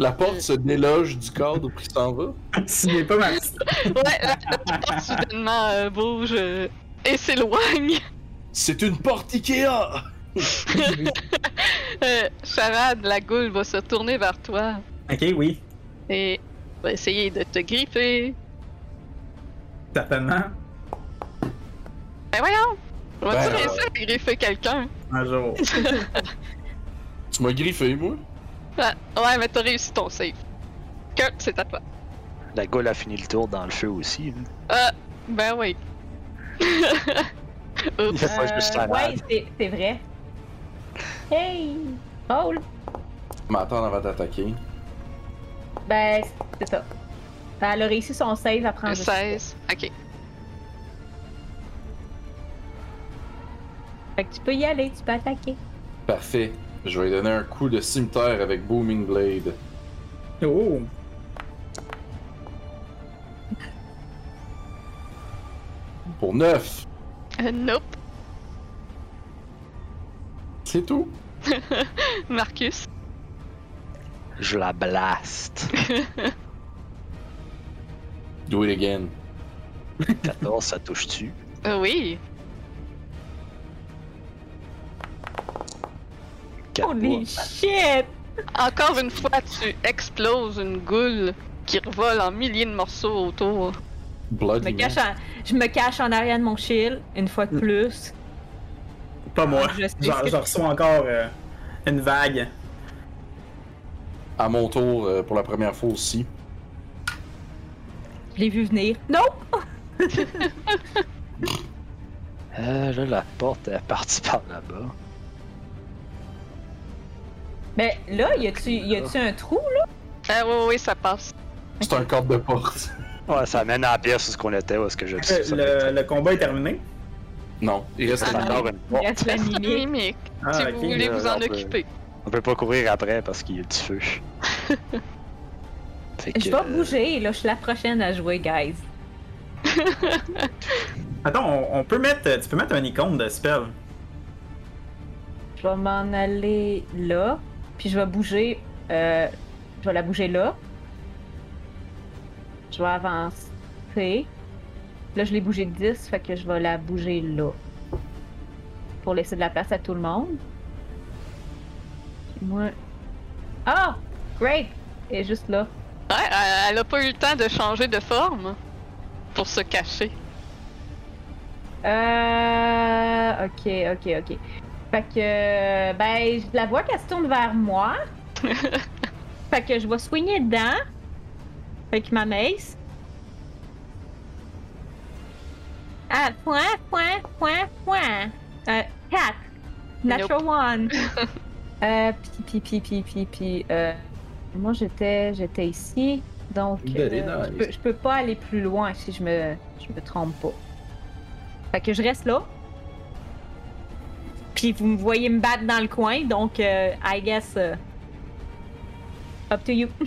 La porte se déloge du cadre puis s'en va. Si j'ai pas ma petite. Ouais, la, la porte soudainement euh, bouge euh, et s'éloigne. C'est une porte Ikea! Euh, Charade, la goule va se tourner vers toi Ok, oui, et va essayer de te griffer. certainement. Ben voyons! On va-tu Ben, réussir à griffer quelqu'un? Un jour. Tu m'as griffé, moi? Ah, ouais, mais t'as réussi ton save. Kurt, c'est à toi. La goule a fini le tour dans le feu aussi. hein. Ben oui. Il Oups. fait pas juste Euh, la ouais, c'est- c'est vrai. Hey! Oh! M'attendre avant d'attaquer. Ben, c'est ça. Ben, elle a réussi son save, elle prend Un juste trois. 16. Ok. Fait que tu peux y aller, tu peux attaquer. Parfait. Je vais lui donner un coup de cimetière avec Booming Blade. Oh! Pour 9. Euh, nope. C'est tout. Marcus. Je la blast. Do it again. 14, ça touche-tu? Euh, oui. 4 Holy shit! Encore une fois, tu exploses une goule qui revole en milliers de morceaux autour. Blood. Je me, cache en... je me cache en arrière de mon shield, une fois de plus. Pas moi. Ah, Je sais ce J'en que- j'en reçois encore euh, une vague. À mon tour, euh, pour la première fois aussi. Je l'ai vu venir. Non! Euh, là, la porte est partie par là-bas. Ben là, y a-tu y a-tu un trou, là? Ah oui, oui, oui, ça passe. C'est un cadre de porte. Ouais, ça amène à la pièce où ce qu'on était, où est-ce que je Euh, suis. ça peut Le, le combat est terminé. Non, il reste être un encore une Il porte. reste la Reste la mimique. mimique, Ah, si vous ok. euh, voulez vous en Alors, ben- occuper. On peut pas courir après parce qu'il y a du feu. Fait que, Je vais bouger, là. Je suis la prochaine à jouer, guys. Attends, on, on peut mettre. Tu peux mettre un icône de spell. Je vais m'en aller là, puis je vais bouger. euh, je vais la bouger là. Je vais avancer. Là, je l'ai bougé de 10, fait que je vais la bouger là. Pour laisser de la place à tout le monde. Puis Moi. Ah! Great! Et juste là. Ouais, elle- elle a pas eu le temps de changer de forme pour se cacher. Euh. Ok, ok, ok. Fait que. Ben, je la vois qu'elle se tourne vers moi. fait que je vais soigner dedans. Avec ma mace. Ah, point, point, point, point. Euh, 4. Natural one. euh, pis, pis, pis, pis, pis, pis. Euh, moi, j'étais, j'étais ici. Donc, Very euh, je, nice. peux, je peux pas aller plus loin si je me, je me trompe pas. Fait que je reste là. Puis vous me voyez me battre dans le coin, donc euh, I guess euh, up to you.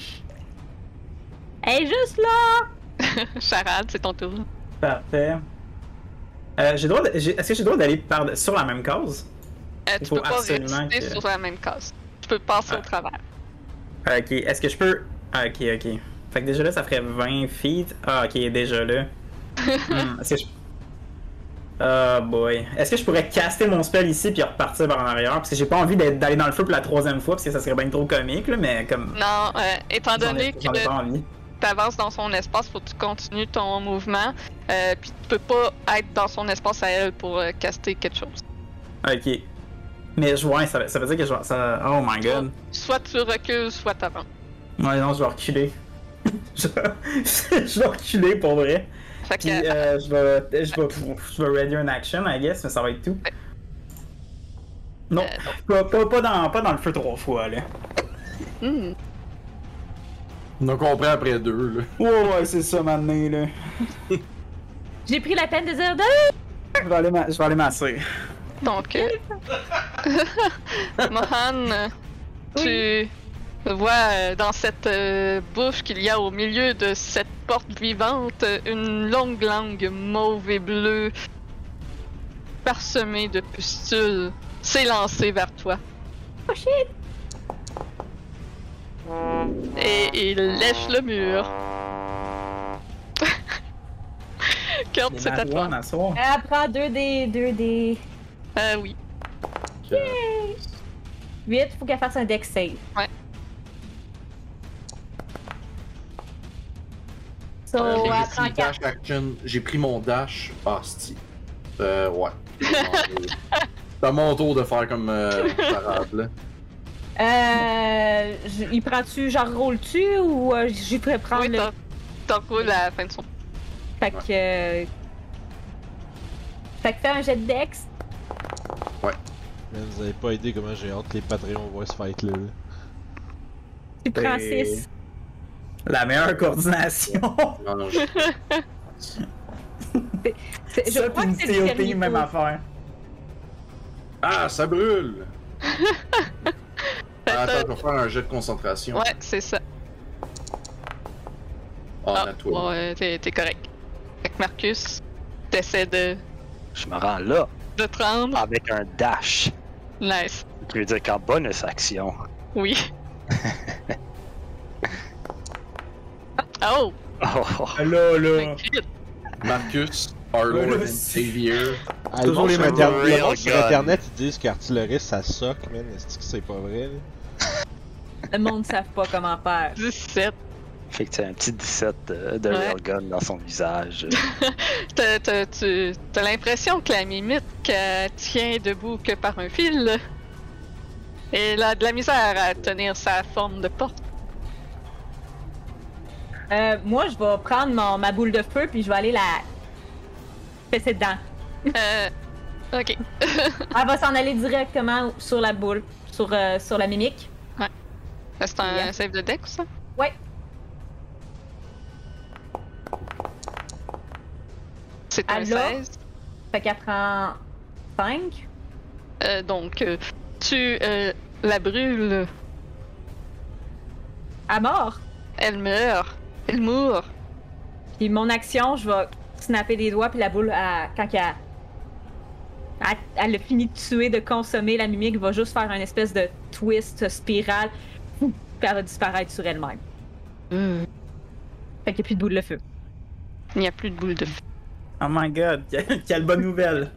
Elle est juste là. Charade, c'est ton tour. Parfait. Euh, j'ai le droit de- j'ai- Est-ce que j'ai le droit d'aller par- sur la même cause? Euh, Il tu faut peux pas absolument rester que- sur la même case. Tu peux passer Ah. au travers. Ok, est-ce que je peux. Ah, ok, ok. Fait que déjà là, ça ferait 20 feet. Ah, ok, déjà là. Hmm, est-ce que je. Oh boy. Est-ce que je pourrais caster mon spell ici puis repartir par en arrière? Parce que j'ai pas envie d'être- d'aller dans le feu pour la troisième fois parce que ça serait bien trop comique, là, mais comme. Non, euh, étant J'en donné ai, que j'en ai pas envie. tu avances dans son espace, faut que tu continues ton mouvement. Euh, puis tu peux pas être dans son espace à elle pour euh, caster quelque chose. Ok. Mais je vois, ça, ça veut dire que je vais- ça- Oh my god. Soit tu recules, soit tu avances. Ouais, non, je vais reculer. je... je vais reculer pour vrai. Fait que, Puis euh, je vais, je vais, je vais ready an action, I guess, mais ça va être tout. Non, pas, pas, pas dans, pas dans le feu trois fois, là. hmm, On comprend après deux, là. Ouais, ouais, c'est ça, maintenant, là. J'ai pris la peine de dire de. Je vais aller, ma- je vais aller masser. donc. euh, Mohan, euh, tu vois euh, dans cette euh, bouche qu'il y a au milieu de cette porte vivante euh, une longue langue mauve et bleue parsemée de pustules s'est lancée vers toi. Oh shit. Et il lèche le mur. Kurt, c'est à toi. à soir. Elle prend 2D, 2D. Ah oui. 8, faut qu'elle fasse un deck save. Ouais. So, Euh, j'ai elle pris prend 4. dash action. J'ai pris mon dash. Ah, c'ti. Euh, ouais. C'est à mon tour de faire comme euh, Charade, là. Euh. je- Il prend-tu, genre, roule-tu ou euh, j'y pourrais prendre Oui, le. t'en- t'en roules à la fin de son. Fait que. euh, Fait que fais un jet de dex. Man, vous avez pas idée comment j'ai hâte que les Patreons voient ce fight là. Tu prends Et- 6. La meilleure coordination. Non, je- C'est- Je ça, crois puis que une c'est le COP, dernier même tour. affaire. Ah, ça brûle! Ah, attends, je vais faire un jet de concentration. Ouais, c'est ça. En Ah, natouille. bon, euh, t'es t'es correct. Fait que Marcus, t'essaies de, Je me rends là de te rendre. avec un dash. Nice. Je veux dire qu'en bonus action, Oui. oh! oh, oh, Là, un là. crit. Marcus, Arlo Voilà. and Xavier. Ah, Toujours les sur mêmes Oh, Inter- le real monde sur gun. internet ils disent qu'artilleriste ça soque, man. Est-ce que c'est pas vrai? là? Le monde ne savent pas comment faire. 17. fait que t'as un petit 17 de, de Ouais. railgun dans son visage. T'as- t'as- tu- T'as l'impression que la mimite elle tient debout que par un fil. Et elle a de la misère à tenir sa forme de porte. Euh, moi, je vais prendre mon, ma boule de feu puis je vais aller la fesser dedans. Euh, ok. Elle va s'en aller directement sur la boule, sur, euh, sur la mimique. Ça, C'est un Yeah. save de deck ou ça? Ouais. C'est un Alors? 16. Fait qu'elle prend 5. Euh, donc, euh, tu euh, la brûles, À mort. elle meurt, elle mourt. Puis mon action, je vais snapper des doigts puis la boule, elle- quand qu'elle- elle, elle a fini de tuer, de consommer, la mimique va juste faire une espèce de twist spirale. Puis elle va disparaître sur elle-même. Hmm. Euh, Fait qu'il n'y a plus de boule de feu. Il n'y a plus de boule de feu. Oh my god, quelle, quelle bonne nouvelle.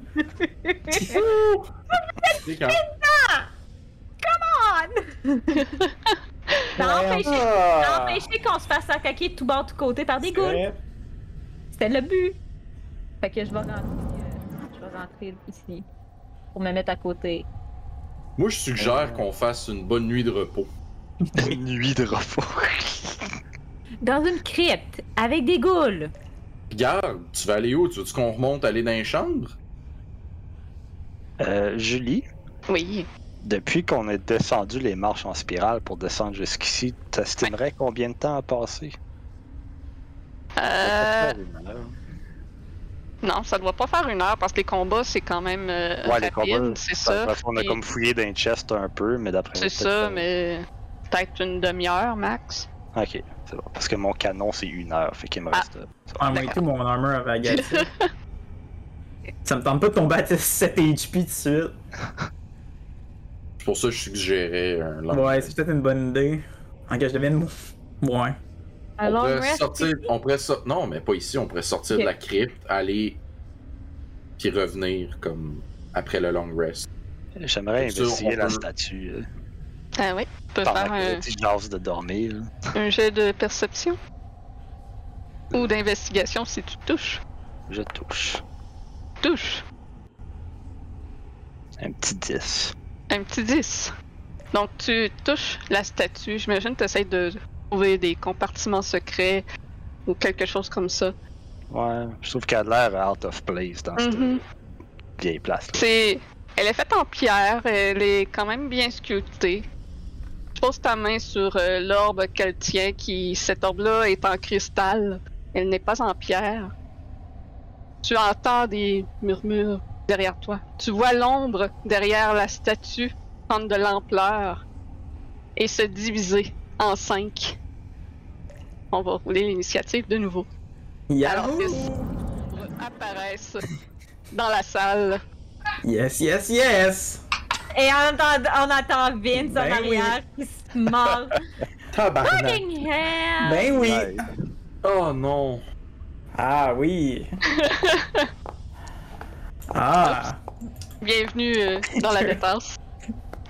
Tu sais, quand- Ça a Ouais. empêché- ça a empêché qu'on se fasse attaquer de tout bord, de tout côté par des goules. Ouais. C'était le but. Fait que je vais rentrer, euh, je vais rentrer ici pour me mettre à côté. Moi, je suggère qu'on fasse une bonne nuit de repos. Une nuit de repos. Dans une crypte avec des goules. Regarde, tu vas aller où? Tu veux qu'on remonte aller dans les chambres? Euh, Julie, Oui. depuis qu'on a descendu les marches en spirale pour descendre jusqu'ici, t'estimerais combien de temps a passé? Euh, non, ça doit pas faire une heure parce que les combats, c'est quand même euh, Ouais, les rapide, combats, c'est ça, ça. parce qu'on a Puis- comme fouillé d'un chest un peu, mais d'après C'est moi, ça, peut-être- mais peut-être une demi-heure max. Ok, c'est bon. Parce que mon canon, c'est une heure, fait qu'il me Ah. reste. euh, Ah, moi et tout, mon armor avait agacé. Ça me tente pas de tomber à 7 HP tout de suite. C'est pour ça que je suggérais un lendemain. Ouais, c'est peut-être une bonne idée. En que je devienne mou. Ouais. Un On long pourrait rest, sortir, ici. on pourrait sortir, non, mais pas ici, on pourrait sortir de la crypte, aller, puis revenir comme après le long rest. J'aimerais Sûr, investiguer on la peut- statue euh, Ah oui, tu peux pendant faire que un, tu jases de dormir. là. un jet de perception. Ou d'investigation si tu touches. Je touche. Touche. Un petit 10. Un petit 10. Donc tu touches la statue, j'imagine que tu de trouver des compartiments secrets ou quelque chose comme ça. Ouais, je trouve qu'elle a l'air out of place dans Mhm. cette vieille place. C'est... Elle est faite en pierre, elle est quand même bien sculptée. Tu poses ta main sur euh, l'orbe qu'elle tient, qui cet orbe-là est en cristal. Elle n'est pas en pierre. Tu entends des murmures derrière toi. Tu vois l'ombre derrière la statue prendre de l'ampleur et se diviser en cinq. On va rouler l'initiative de nouveau. Yeah. Alors que ces ombres apparaissent dans la salle. Yes, yes, yes! Et on entend, on entend Ben Vince en arrière qui se mord. Tabarnak! Fucking hell! Ben oui! Ouais. Oh non! Ah oui! ah! Bienvenue euh, dans la détasse.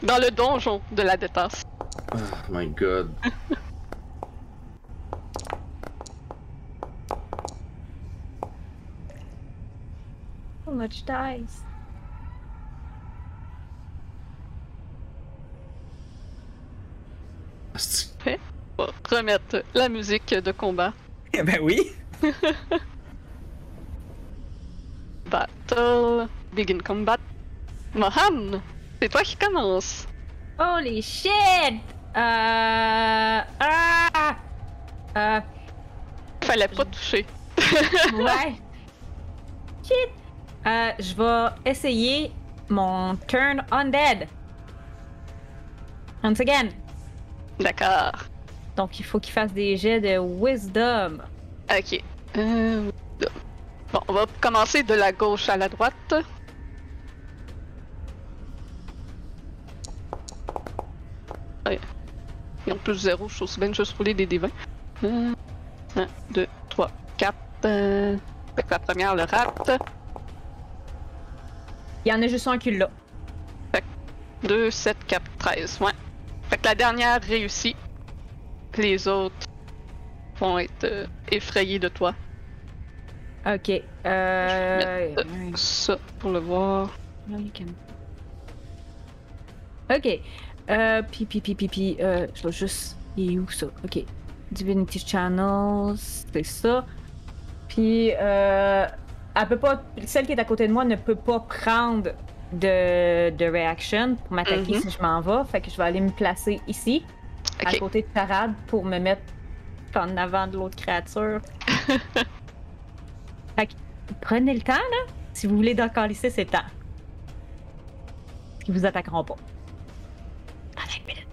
Dans le donjon de la détasse. Oh my god. So much dice. Asti. On va remettre la musique de combat. Eh ben oui! Battle. Begin combat. Mohan, c'est toi qui commence. Holy shit! Euh. Ah! Euh, Fallait pas toucher. ouais. Shit. Euh, je vais essayer mon turn undead. Once again. D'accord. Donc, il faut qu'il fasse des jets de wisdom. Ok. Euh, Bon, on va commencer de la gauche à la droite. Ouais. Et en plus, zéro, je suis bien juste rouler des Euh, D20. 1, 2, 3, 4. euh, Fait que la première, le rate. Il y en a juste un qui l'a. 2, 7, 4, 13. Ouais. Fait que la dernière réussit. Les autres vont être euh, effrayés de toi. Ok. Euh... mettre- Ça, pour le voir. Là, il y a qu'un- Ok. Euh, pi, pi, pi, pi, pi. Euh, je dois juste. Il est où ça? Ok. Divinity Channels, c'est ça. Puis, euh, elle peut pas. Celle qui est à côté de moi ne peut pas prendre de, de reaction pour m'attaquer Mhm. si je m'en vais. Fait que je vais aller me placer ici, Ok. à côté de Parade, pour me mettre en avant de l'autre créature. fait que, prenez le temps, là. Si vous voulez d'en câlisser, c'est temps. Ils vous attaqueront pas. Pendant une minute.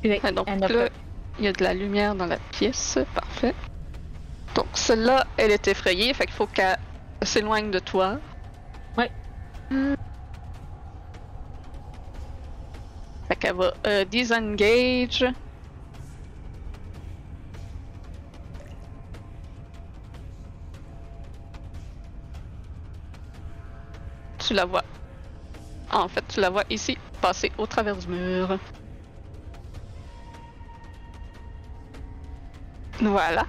Puis, Ah, donc elle n'a là, pas- il y a de la lumière dans la pièce. Parfait. Donc celle-là, elle est effrayée, fait qu'il faut qu'elle s'éloigne de toi. Ouais. Hmm. Fait qu'elle va euh, disengage. Tu la vois. En fait, tu la vois ici, passer au travers du mur. Voilà.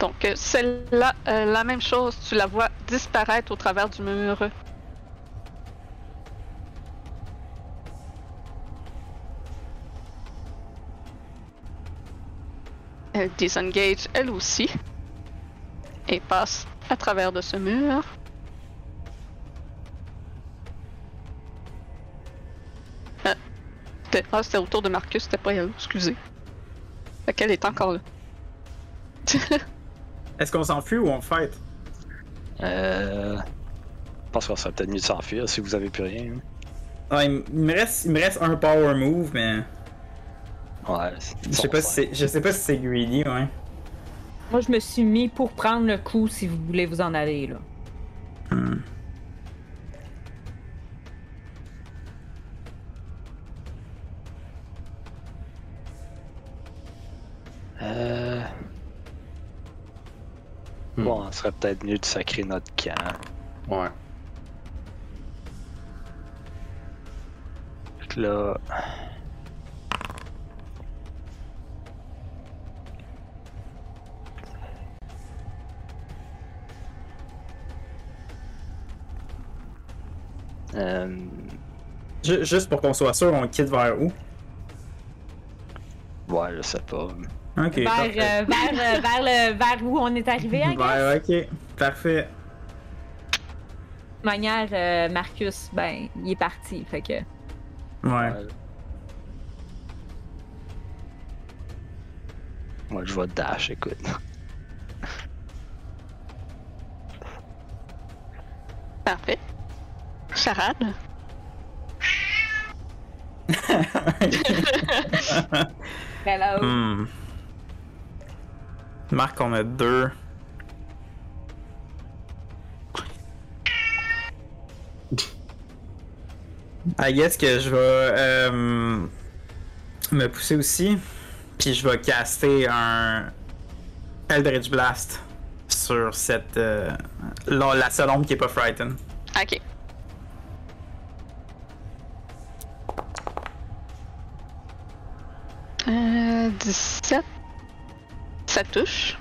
Donc euh, celle-là, euh, la même chose, tu la vois disparaître au travers du mur. Elle disengage elle aussi et passe à travers de ce mur. Euh, c'était- Ah, c'était autour de Marcus, c'était pas elle, excusez. Fait qu'elle est encore là. Est-ce qu'on s'enfuit ou on fight? Euh. Je pense qu'on serait peut-être mieux de s'enfuir si vous avez plus rien. hein. Ah, il, m- il me reste, il me reste un power move, mais Ouais. je sais pas si c'est- je sais pas si c'est greedy, ouais. Moi, je me suis mis pour prendre le coup si vous voulez vous en aller, là. Euh. Hmm. Bon, on serait peut-être mieux de sacrer notre camp. Ouais. Fait que Là. Euh, Ju- juste pour qu'on soit sûr, on quitte vers où? ouais, je sais pas. Ok. vers, parfait. euh, vers, euh, vers, le, vers où on est arrivé, hein, gars? Vers- ok, parfait. De toute manière, euh, Marcus, ben, il est parti, fait que... Ouais. Ouais. Moi, je vois Dash, écoute. Parfait. Charade. Ben Hello! Hmm. Marc, on a deux. I guess que je vais euh, me pousser aussi, puis je vais caster un Eldritch Blast sur cette euh, la, la seule ombre qui est pas frightened. Ok. Euh, 17. Ça touche.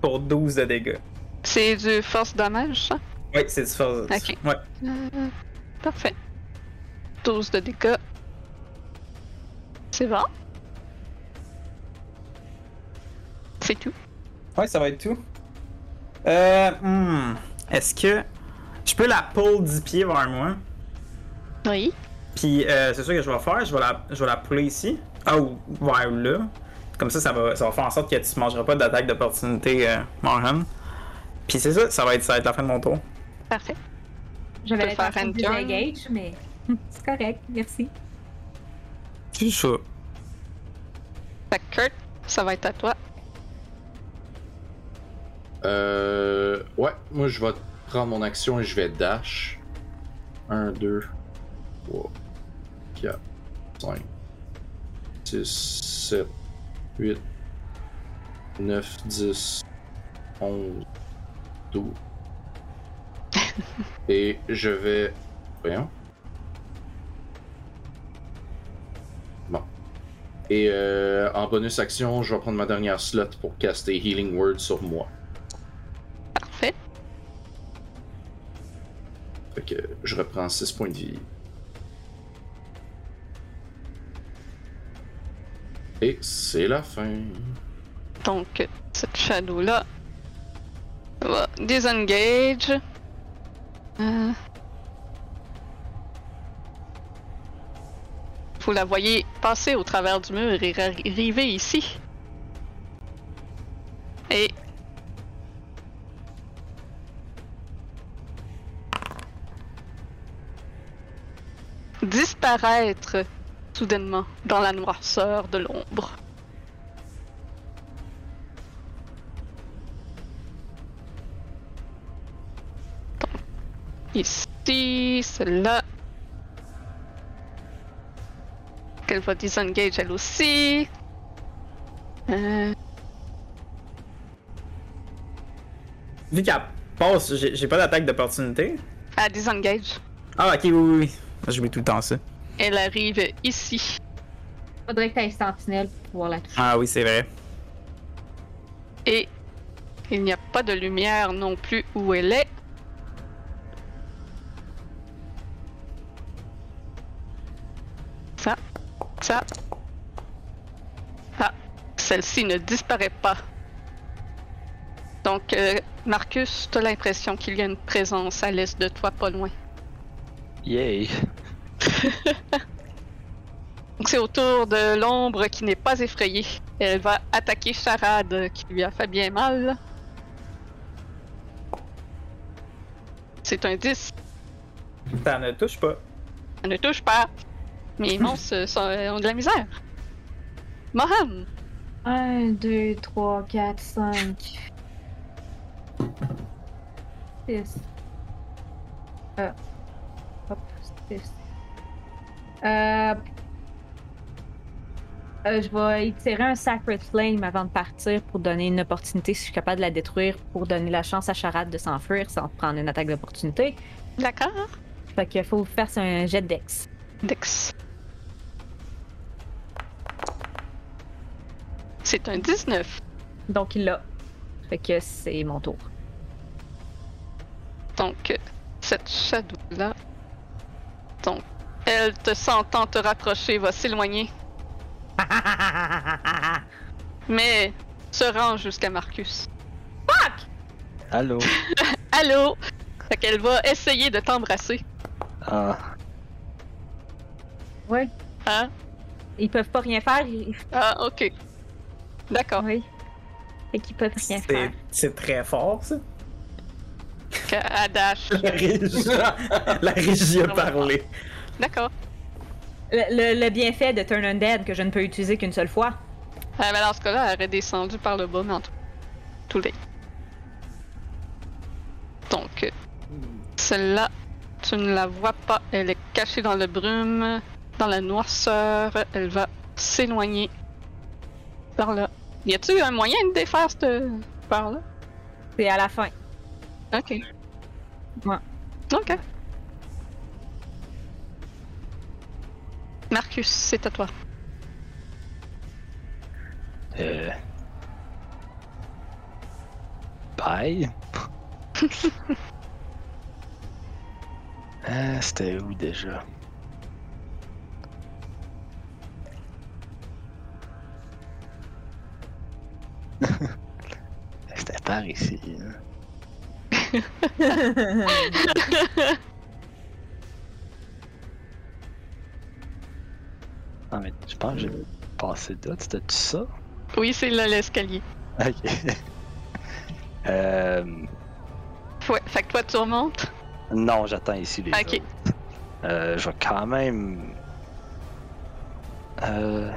pour 12 de dégâts. C'est du force dommage, ça? Oui, c'est du force. Ok. Ouais. Euh, parfait. 12 de dégâts. C'est bon? C'est tout. Ouais, ça va être tout. Euh, hmm, Est-ce que je peux la pull 10 pieds vers moi? Oui. Puis euh, c'est ça que je vais faire, je vais la, je vais la pouler ici. Ah, ou ouais, ou là. Comme ça, ça va, ça va faire en sorte que tu ne mangeras pas d'attaque d'opportunité, euh, Marhan. Puis c'est ça, ça va, être, ça va être la fin de mon tour. Parfait. J'avais faire l'intention un de turn. désengage, mais hum, c'est correct, merci. C'est ça. Fait que Kurt, ça va être à toi. Euh. Ouais, moi je vais prendre mon action et je vais dash. 1, 2, 3, 4, 5, 6, 7, 8, 9, 10, 11, 12. et je vais. Voyons. Bon. Et euh, en bonus action, je vais prendre ma dernière slot pour caster Healing Word sur moi. Parfait. Fait que je reprends 6 points de vie. Et c'est la fin. Donc, euh, cette shadow-là va désengage. Euh... Vous la voyez passer au travers du mur et arri- arriver ici. Et. disparaître soudainement dans la noirceur de l'ombre. Ici, celle-là. Qu'elle va disengage elle aussi. Euh, Vu qu'elle passe, j'ai j'ai pas d'attaque d'opportunité. elle disengage. Ah, ok, oui, oui, oui. J'oublie tout le temps ça. Elle arrive ici. Faudrait que t'ailles sentinelle pour pouvoir la toucher. Ah, oui, c'est vrai. Et il n'y a pas de lumière non plus où elle est. Ça, ça. Ah, celle-ci ne disparaît pas. Donc, euh, Marcus, t'as l'impression qu'il y a une présence à l'est de toi, pas loin. Yay! Donc, c'est au tour de l'ombre qui n'est pas effrayée. Elle va attaquer Charade, euh, qui lui a fait bien mal. C'est un 10. Ça ne touche pas. Ça ne touche pas. Mes monstres sont- euh, ont de la misère. Mohan, 1, 2, 3, 4, 5. 6. Euh. Hop, 6. Euh... euh, je vais étirer un Sacred Flame avant de partir pour donner une opportunité si je suis capable de la détruire pour donner la chance à Charade de s'enfuir sans prendre une attaque d'opportunité. d'accord? Fait qu'il faut faire un jet de Dex. Dex. C'est un 19. Donc il l'a. Fait que c'est mon tour. Donc, euh, cette shadow-là. Donc, elle te sentant te rapprocher va s'éloigner, mais se rend jusqu'à Marcus. Allô? Allô? Fait qu'elle va essayer de t'embrasser. Ah, Hein? Ils peuvent pas rien faire. Ils... Ah, ok. D'accord. Oui. Fait qu'ils peuvent C'est rien faire. c'est très fort, ça. Fait que, à dash. La régie, la régie a parlé. D'accord. Le, le- le bienfait de Turn Undead que je ne peux utiliser qu'une seule fois. Ah, ben dans ce cas-là, elle aurait descendu par le bas, mais en tout tout le Donc, euh, celle-là, tu ne la vois pas. Elle est cachée dans le brume, dans la noirceur. Elle va s'éloigner par là. Y a-tu un moyen de défaire cette par là? C'est à la fin. Ok. Ouais. Ok. Marcus, c'est à toi. euh. Bye! ah, c'était où déjà? c'était par ici. hein. Non, Ah, mais je pense que j'ai passé là. C'était tout ça? Oui, c'est là l'escalier. Ok. euh, Ouais, fait que toi, tu remontes. non, j'attends ici les Ok. autres. Euh, je vais quand même. Euh.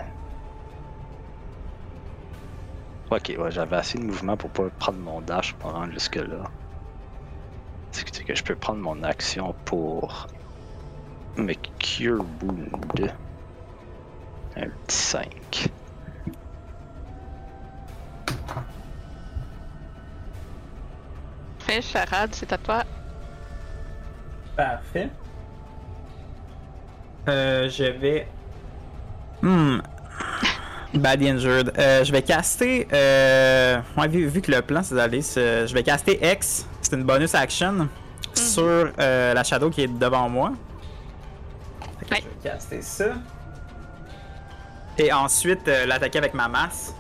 Ok, ouais, j'avais assez de mouvement pour pas prendre mon dash pour rendre jusque-là. C'est que, c'est que je peux prendre mon action pour me cure wound. Un petit 5. Fin charade, c'est à toi. Parfait. Euh, je vais. Hmm. Bad injured. Euh, je vais caster. Euh... ouais, vu, vu que le plan c'est d'aller. se- Je vais caster X. C'est une bonus action sur euh, la shadow qui est devant moi. Fait que Ouais. Je vais caster ça. Et ensuite euh, l'attaquer avec ma masse.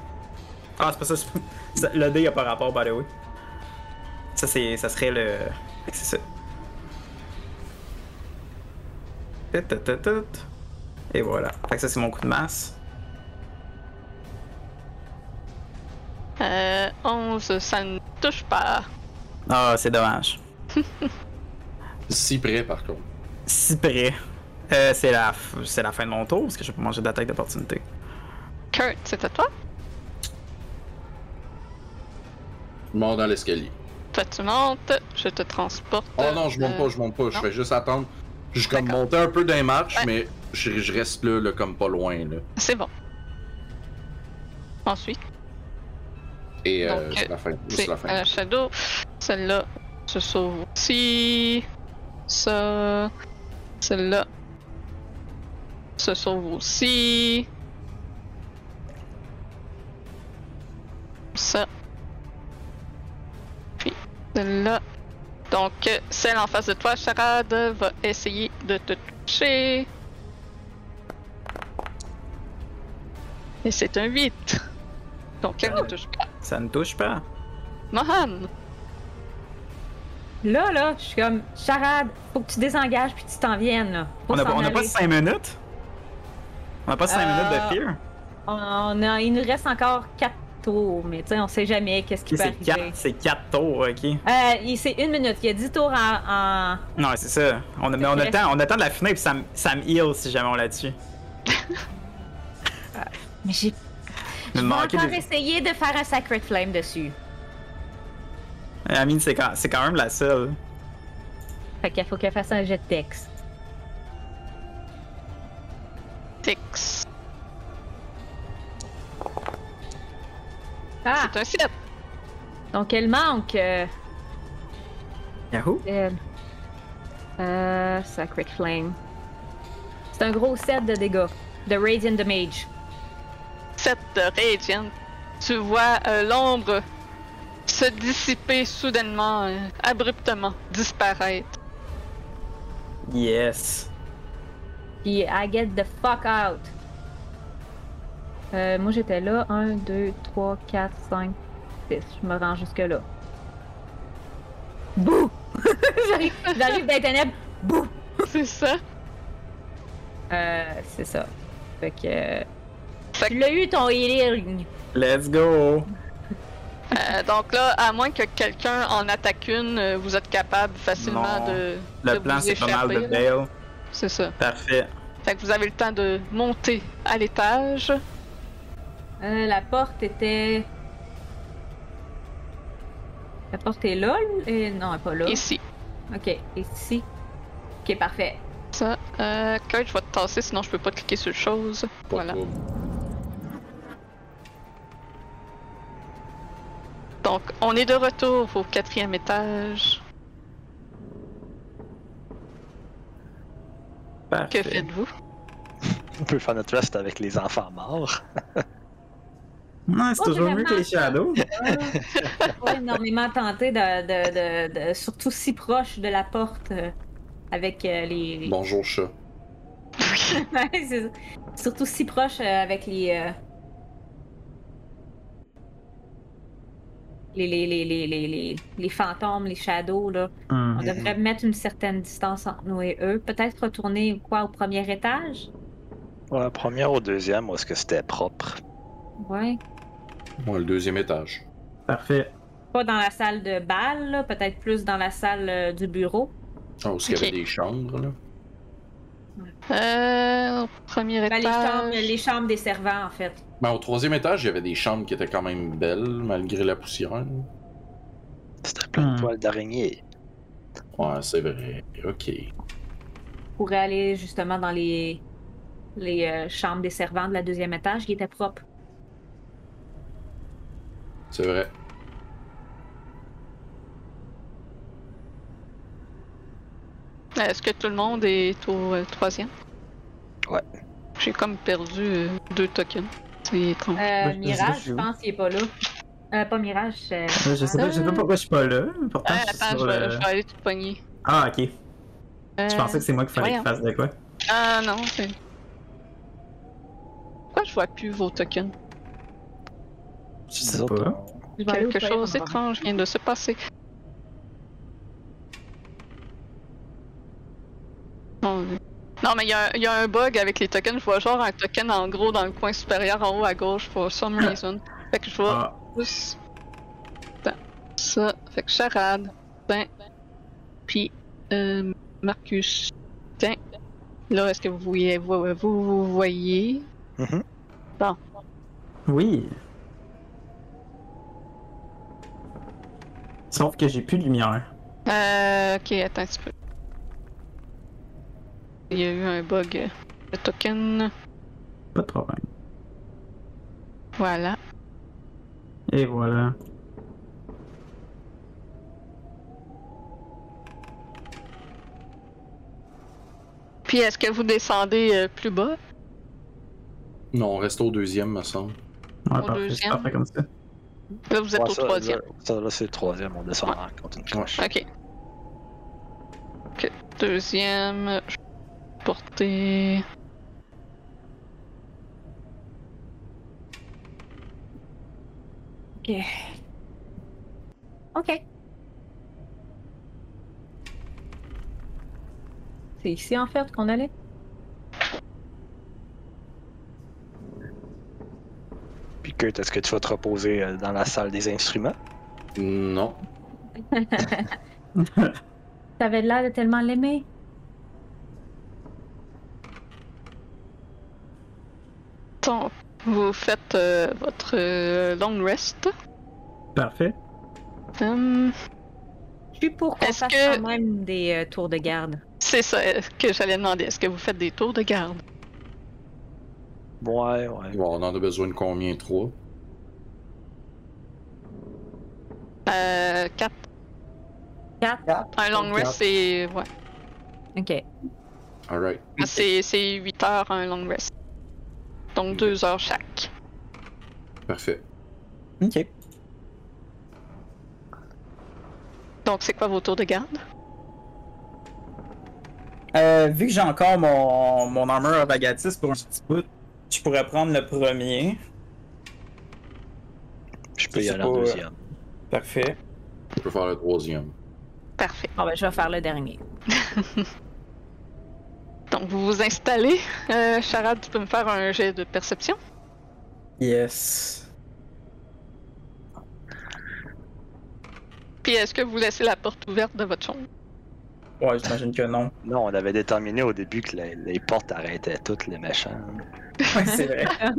Ah, c'est pas ça. c'est- ça- Le dé a pas rapport, by the way. Ça, c'est, ça serait le. fait que C'est ça. Tut, tut, tut, tut. Et voilà. Fait que ça, c'est mon coup de masse. Euh, 11, ça ne touche pas. Ah, c'est dommage. Si près, par contre. Si près. Euh, c'est, la f- c'est la fin de mon tour, parce que je peux manger d'attaque d'opportunité. Kurt, c'est à toi. Mort dans l'escalier. Toi, tu montes. Je te transporte. Oh non, je monte Euh, pas, je monte pas. Je non. vais juste attendre. Je suis comme monter un peu dans les marches, Ouais. mais je, je reste là, là, comme pas loin. Là. C'est bon. Ensuite, Et euh, Donc, c'est la fin. c'est euh, C'est la à fin. la Shadow. Celle-là se sauve aussi. Ça. Celle-là se sauve aussi. Ça. Puis celle-là. Donc, euh, celle en face de toi, Charade, va essayer de te toucher. Et c'est un 8. Donc, Ah! elle ne touche pas. Ça ne touche pas. Mohan! Là, là, je suis comme, charade, faut que tu désengages puis tu t'en viennes, là. Faut On a, s'en on a pas aller. 5 minutes? On a pas 5 Euh, minutes de fear? On a- il nous reste encore 4 tours, mais tu sais, on sait jamais qu'est-ce qui Ok, peut c'est arriver. 4, c'est 4 tours, ok. Euh, il- c'est une minute, il y a 10 tours en. en- Non, c'est ça. On a, mais on a le temps, on a le temps de la finir, puis ça, me- ça me heal si jamais on la tue. Mais j'ai Je je me vais manquais encore de- essayer de faire un Sacred Flame dessus. Euh, Amine, c'est quand, c'est quand même la seule. Fait qu'il faut qu'elle fasse un jet de texte. Six. Ah, C'est un 7. donc elle manque. euh, Yahoo! elle. Euh, Sacred Flame. C'est un gros set de dégâts. De Radiant Damage. 7 de Radiant. Tu vois euh, l'ombre se dissiper soudainement, euh, abruptement, disparaître. Yes! Puis I get the fuck out. Euh, moi j'étais là. 1, 2, 3, 4, 5, 6. Je me rends jusque-là. Bouh! J'arrive- J'arrive dans les ténèbres. Bouh! C'est ça? Euh, c'est ça. Fait que. euh, Fait que- Tu l'as eu ton healing. Let's go! Euh, donc là, à moins que quelqu'un en attaque une, euh, vous êtes capable facilement de. Non. de Le vous plan, c'est pas mal de échapper, là. bail. C'est ça. Parfait. Fait que vous avez le temps de monter à l'étage. Euh, la porte était. La porte est là? l- Et... Non, elle est pas Ah. là. Ici. Ok, ici. Ok, parfait. Ça, euh, Kurt, je vais te tasser, sinon je peux pas cliquer sur chose. Voilà. Donc, on est de retour au quatrième étage. Que Parfait. faites-vous? On peut faire notre reste avec les enfants morts. Non, c'est Oh, toujours j'ai mieux que les shadows. Pas énormément tenté de, de- de- de- Surtout si proche de la porte euh, avec euh, les. Bonjour, chat. Ouais, c'est ça. Surtout si proche euh, avec les, euh, les, les, les, les, les, les- les fantômes, les shadows, là. Hmm. On devrait mettre une certaine distance entre nous et eux. Peut-être retourner quoi au premier étage? Ouais, première au deuxième, où est-ce que c'était propre? Ouais. Moi, le deuxième étage. Parfait. Pas dans la salle de bal, là, peut-être plus dans la salle euh, du bureau. Ah, où est-ce qu'il y Ok. avait des chambres, là? Euh, premier Ben, étage. les, chambres, les chambres des servants, en fait. Ben, au troisième étage, il y avait des chambres qui étaient quand même belles, malgré la poussière. C'était plein de Hmm. toiles d'araignée. Ouais, c'est vrai. Ok. On pourrait aller justement dans les, les euh, chambres des servants de la deuxième étage qui étaient propres. C'est vrai. Est-ce que tout le monde est au euh, troisième? Ouais. J'ai comme perdu euh, deux tokens. C'est étrange. Euh, Moi, Ben, je- Mirage, je- je pense qu'il est pas là. Euh, pas Mirage. c'est- Je sais, pas, je sais pas pourquoi je suis pas là. Pourtant, Ah, je suis attends, je sur vais, le- je vais aller tout pogner. Ah, ok. Je Euh, pensais que c'est moi qui fallait qu'il voyons. fasse de quoi. Ah non, c'est. Pourquoi je vois plus vos tokens? Je C'est sais pas. Je vais aller au Quelque toilette, chose on va voir. d'étrange vient de se passer. Bon, euh, Non, mais il y, a un- il y a un bug avec les tokens. Je vois genre un token en gros dans le coin supérieur en haut à gauche for some Ah. reason. Fait que je vois Ah, plus. Attends, ça. Fait que charade. Ben. Puis, euh, Marcus. Tiens. Là, est-ce que vous voyez. Vous, vous, vous voyez. Mhm. oui. Sauf que j'ai plus de lumière. Euh, ok, attends un petit peu. Il y a eu un bug. Le token. Pas de problème. Voilà. Et voilà. Puis, est-ce que vous descendez euh, plus bas? Non, on reste au deuxième, me semble. Ouais, Au parfait. C'est deuxième. parfait comme ça. Là, vous êtes Ouais, au ça, troisième. Là, ça, là, c'est le troisième, on descend en contre une cloche. Ok. Ok. Deuxième. Je vais porter. Ok. C'est ici, en fait, qu'on allait. Puis Kurt, est-ce que tu vas te reposer euh, dans la salle des instruments? Non. T'avais l'air de tellement l'aimer. Donc, vous faites euh, votre euh, long rest. Parfait. Hum, Je suis pour qu'on Est-ce fasse que- quand même des euh, tours de garde. c'est ça euh, que j'allais demander. Est-ce que vous faites des tours de garde? Ouais, ouais. Bon, on en a besoin de combien? Trois? Euh, quatre. Quatre. Un long rest, c'est. Ouais. Ok. Alright. Ah, C'est c'est 8 heures un long rest. Donc 2 heures chaque. Parfait. Ok. Donc c'est quoi vos tours de garde? Euh, vu que j'ai encore mon, mon armor of Agatis pour un petit bout, je pourrais prendre le premier. Je peux y C'est aller en pas, euh, deuxième. Parfait. On peut faire le troisième. Parfait. Bon, ben, je vais faire le dernier. Donc vous vous installez. Euh, Charade, tu peux me faire un jet de perception? Yes. Puis est-ce que vous laissez la porte ouverte de votre chambre? Ouais, j'imagine que non. Non, on avait déterminé au début que les, les portes arrêtaient toutes les méchants. Ouais, c'est vrai. Ah,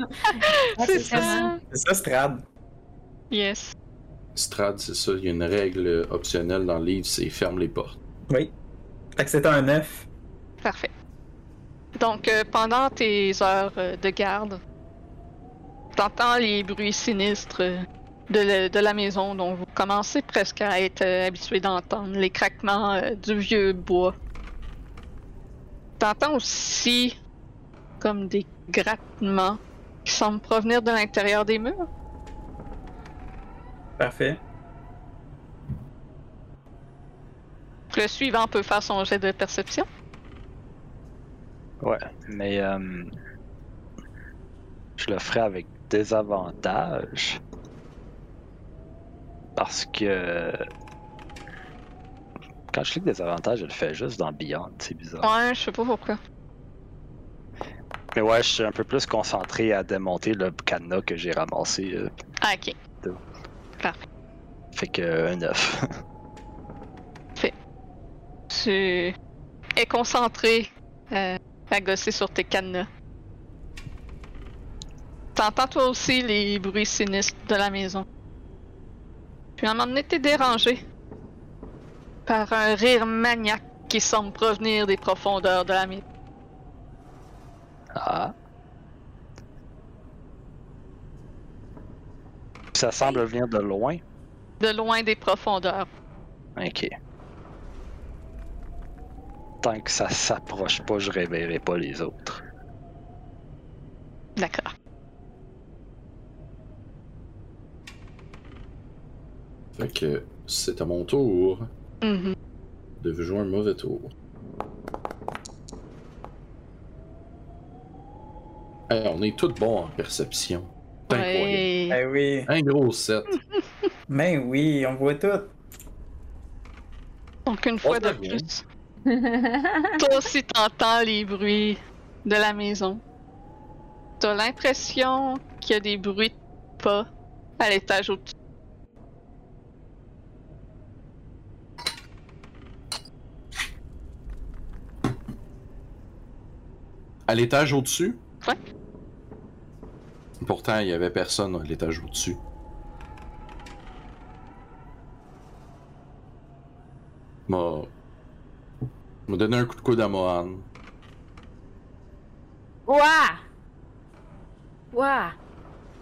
c'est ça! C'est ça, Strad. Yes. Strad, c'est ça. Il y a une règle optionnelle dans le livre, c'est ferme les portes. Oui. Fait que c'était un 9. Parfait. Donc euh, pendant tes heures euh, de garde, t'entends les bruits sinistres euh, de, le- de la maison dont vous commencez presque à être euh, habitué d'entendre les craquements euh, du vieux bois. T'entends aussi comme des grattements qui semblent provenir de l'intérieur des murs. Parfait. Le suivant peut faire son jet de perception. Ouais, mais euh, je le ferai avec désavantage parce que quand je clique désavantage, je le fais juste dans Beyond, c'est bizarre. Ouais, je sais pas pourquoi. Mais ouais, je suis un peu plus concentré à démonter le cadenas que j'ai ramassé. euh, Ah, ok. fait que euh, un 9. Tu es concentré euh, à gosser sur tes cadenas. T'entends toi aussi les bruits sinistres de la maison. Puis à un moment donné, t'es dérangé par un rire maniaque qui semble provenir des profondeurs de la maison. ah. Ça semble venir de loin. De loin des profondeurs. Ok. Tant que ça s'approche pas, je réveillerai pas les autres. D'accord. Fait que c'est à mon tour Mhm. de jouer un mauvais tour. Hey, on est tous bons en perception. C'est incroyable. Ouais. Ben oui. Un gros 7. Ben oui, on voit tout. Donc une fois se de revient. plus. Toi aussi, t'entends les bruits de la maison. T'as l'impression qu'il y a des bruits de pas à l'étage au-dessus. À l'étage au-dessus? Ouais. Pourtant, il y avait personne à l'étage au-dessus. M'a... M'a donné un coup de coude à Mohan. Ouah! Ouah!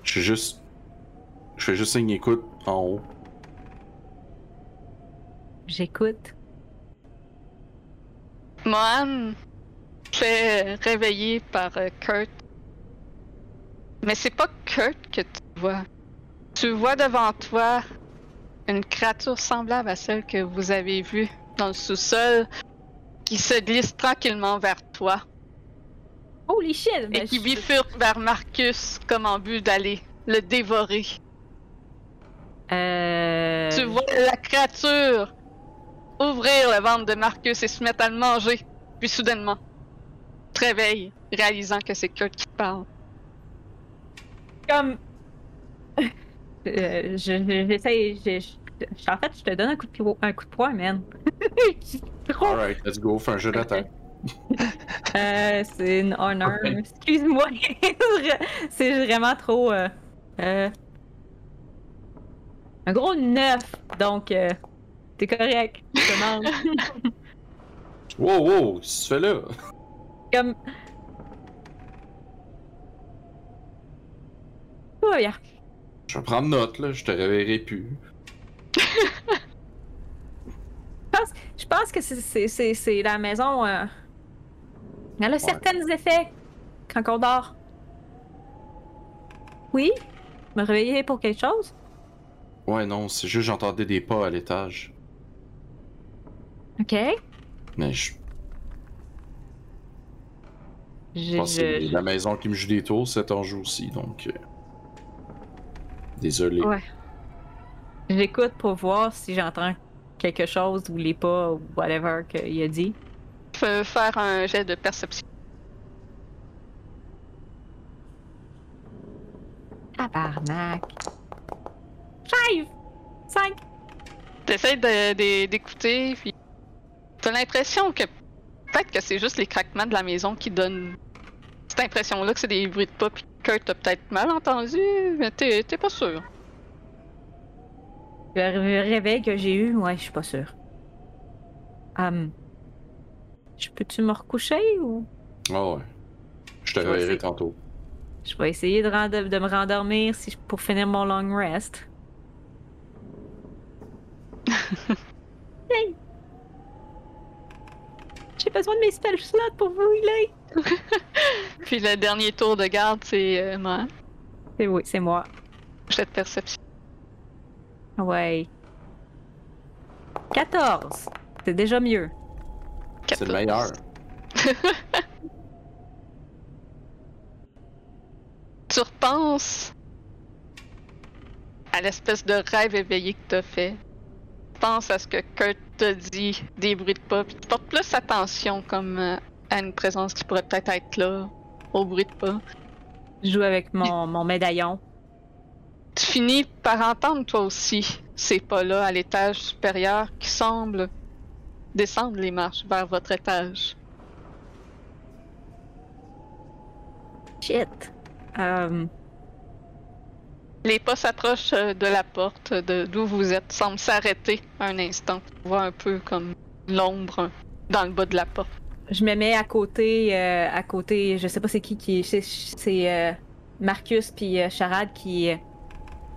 Je suis juste... Je fais juste signe écoute en haut. J'écoute. Mohan fait réveiller par euh, Kurt. Mais c'est pas Kurt que tu vois. Tu vois devant toi une créature semblable à celle que vous avez vue dans le sous-sol qui se glisse tranquillement vers toi. Holy shit! et ben, qui je- bifurque vers Marcus comme en but d'aller le dévorer. Euh... Tu vois la créature ouvrir le ventre de Marcus et se mettre à le manger, puis soudainement, te réveille, réalisant que c'est Kurt qui te parle. Comme. Euh, je- je- J'essaie. je- je- je- En fait, je te donne un coup de, piro- un coup de poing, man. J'ai trop- Alright, let's go. Fais un jeu d'attaque. Euh, c'est une honor. Ouais. Excuse-moi. c'est vraiment trop. euh, euh, Un gros neuf. Donc, euh, t'es correct. Je te demande. Wow, wow! Qu'est-ce que tu fais là? Comme. Oh, bien. Je vais prendre note, là. Je te réveillerai plus. Je pense que c'est- c'est- c'est c'est la maison. euh, Elle a certains effets quand on dort. Oui? Me réveiller pour quelque chose? Ouais, non, c'est juste j'entendais des pas à l'étage. Ok. Mais je Je- pense que c'est je- la maison qui me joue des tours, c'est en joue aussi, donc... euh, Désolé. Ouais. J'écoute pour voir si j'entends quelque chose ou les pas ou whatever qu'il a dit. Fais faire un jet de perception. Tabarnak. Five! Cinq! T'essayes de- de- d'écouter, puis t'as l'impression que peut-être que c'est juste les craquements de la maison qui donnent cette impression-là que c'est des bruits de pas, puis Kurt t'a peut-être mal entendu, mais t'es t'es pas sûr. Le ré- réveil que j'ai eu, ouais, je suis pas sûre. Hum. je peux-tu me recoucher ou Ah ouais. Je te Je vais réveillerai essayer. tantôt. je vais essayer de, rend- de me rendormir si je- pour finir mon long rest? hey! J'ai besoin de mes spell slots pour vous, healer! Puis le dernier tour de garde, c'est euh, moi. C'est oui, c'est moi. Jet de perception. Ouais. 14. C'est déjà mieux. C'est le meilleur. Tu repenses à l'espèce de rêve éveillé que t'as fait. Pense à ce que Kurt t'a dit, des bruits de pas, puis tu portes plus attention comme euh, à une présence qui pourrait peut-être être là, au bruit de pas. Je joue avec mon, mon médaillon. Tu finis par entendre toi aussi ces pas-là à l'étage supérieur qui semblent descendre les marches vers votre étage. Shit. Euh, Les pas s'approchent euh, de la porte de d'où vous êtes, semblent s'arrêter un instant. On voit un peu comme l'ombre hein, dans le bas de la porte. je me mets à côté, euh, à côté, je sais pas c'est qui qui c'est- c'est euh, Marcus puis euh, Charade qui euh,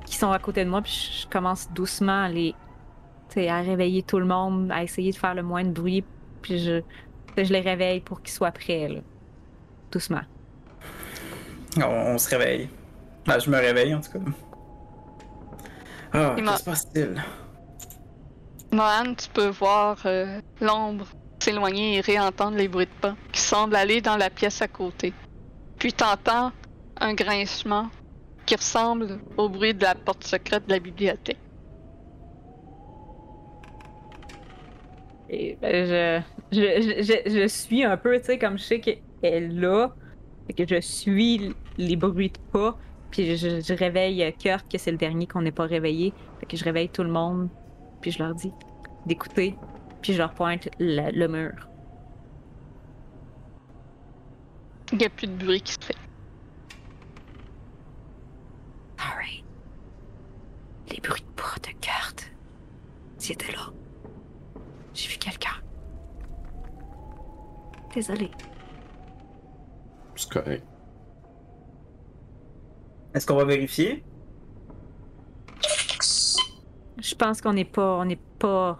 qui sont à côté de moi puis je- je commence doucement à les tu sais, à réveiller tout le monde, à essayer de faire le moins de bruit puis je tu sais, je les réveille pour qu'ils soient prêts là. doucement. On, on se réveille. Ben, je me réveille en tout cas. Ah, Il qu'est-ce m'a- qui se passe-t-il? Mohan, tu peux voir euh, l'ombre s'éloigner et réentendre les bruits de pas qui semblent aller dans la pièce à côté. Puis t'entends un grincement qui ressemble au bruit de la porte secrète de la bibliothèque. Et ben, je, je, je, je- je suis un peu, tu sais, comme je sais qu'elle est là, fait que je suis les bruits de pas, puis je, je réveille Kurt, que c'est le dernier qu'on n'est pas réveillé, fait que je réveille tout le monde, puis je leur dis d'écouter, puis je leur pointe la- le mur. Il n'y a plus de bruit qui se fait. Alright. Les bruits de pas de Kurt. Ils étaient là. J'ai vu quelqu'un. Désolée. C'est correct. Est-ce qu'on va vérifier? Je pense qu'on n'est pas, on n'est pas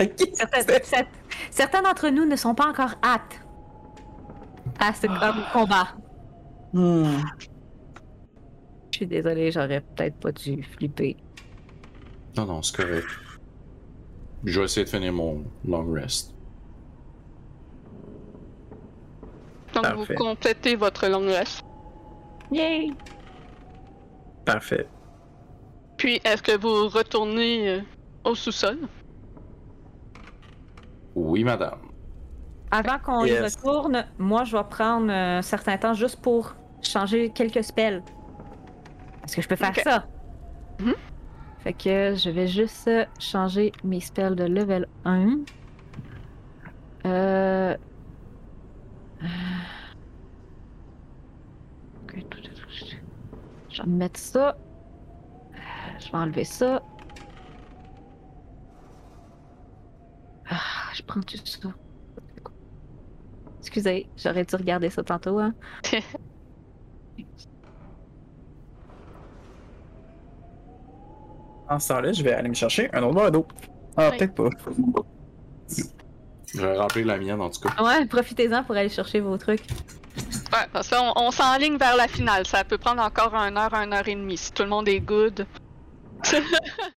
Ok. Certains, cer- certains d'entre nous ne sont pas encore aptes à ce co- combat. Hmm. Je suis désolée, j'aurais peut-être pas dû flipper. Non, non, c'est correct. Je vais essayer de finir mon long rest. Donc Parfait. vous complétez votre long rest. Yay! Parfait. Puis est-ce que vous retournez euh, au sous-sol? Oui, madame. Avant qu'on Yes. y retourne, moi je vais prendre un certain temps juste pour changer quelques spells. Est-ce que je peux faire Ok. ça? Mhm. Fait que je vais juste euh, changer mes spells de level 1. Euh. Ok, tout, tout, tout, tout. Je vais mettre ça. Je vais enlever ça. Ah, je prends tout ça. Excusez, j'aurais dû regarder ça tantôt, hein. En ce temps-là, je vais aller me chercher un autre verre d'eau. Ah, Oui. peut-être pas. Je vais remplir la mienne, en tout cas. Ouais, profitez-en pour aller chercher vos trucs. Ouais, parce qu'on on, s'enligne vers la finale. Ça peut prendre encore un heure, une heure et demie. Si tout le monde est good,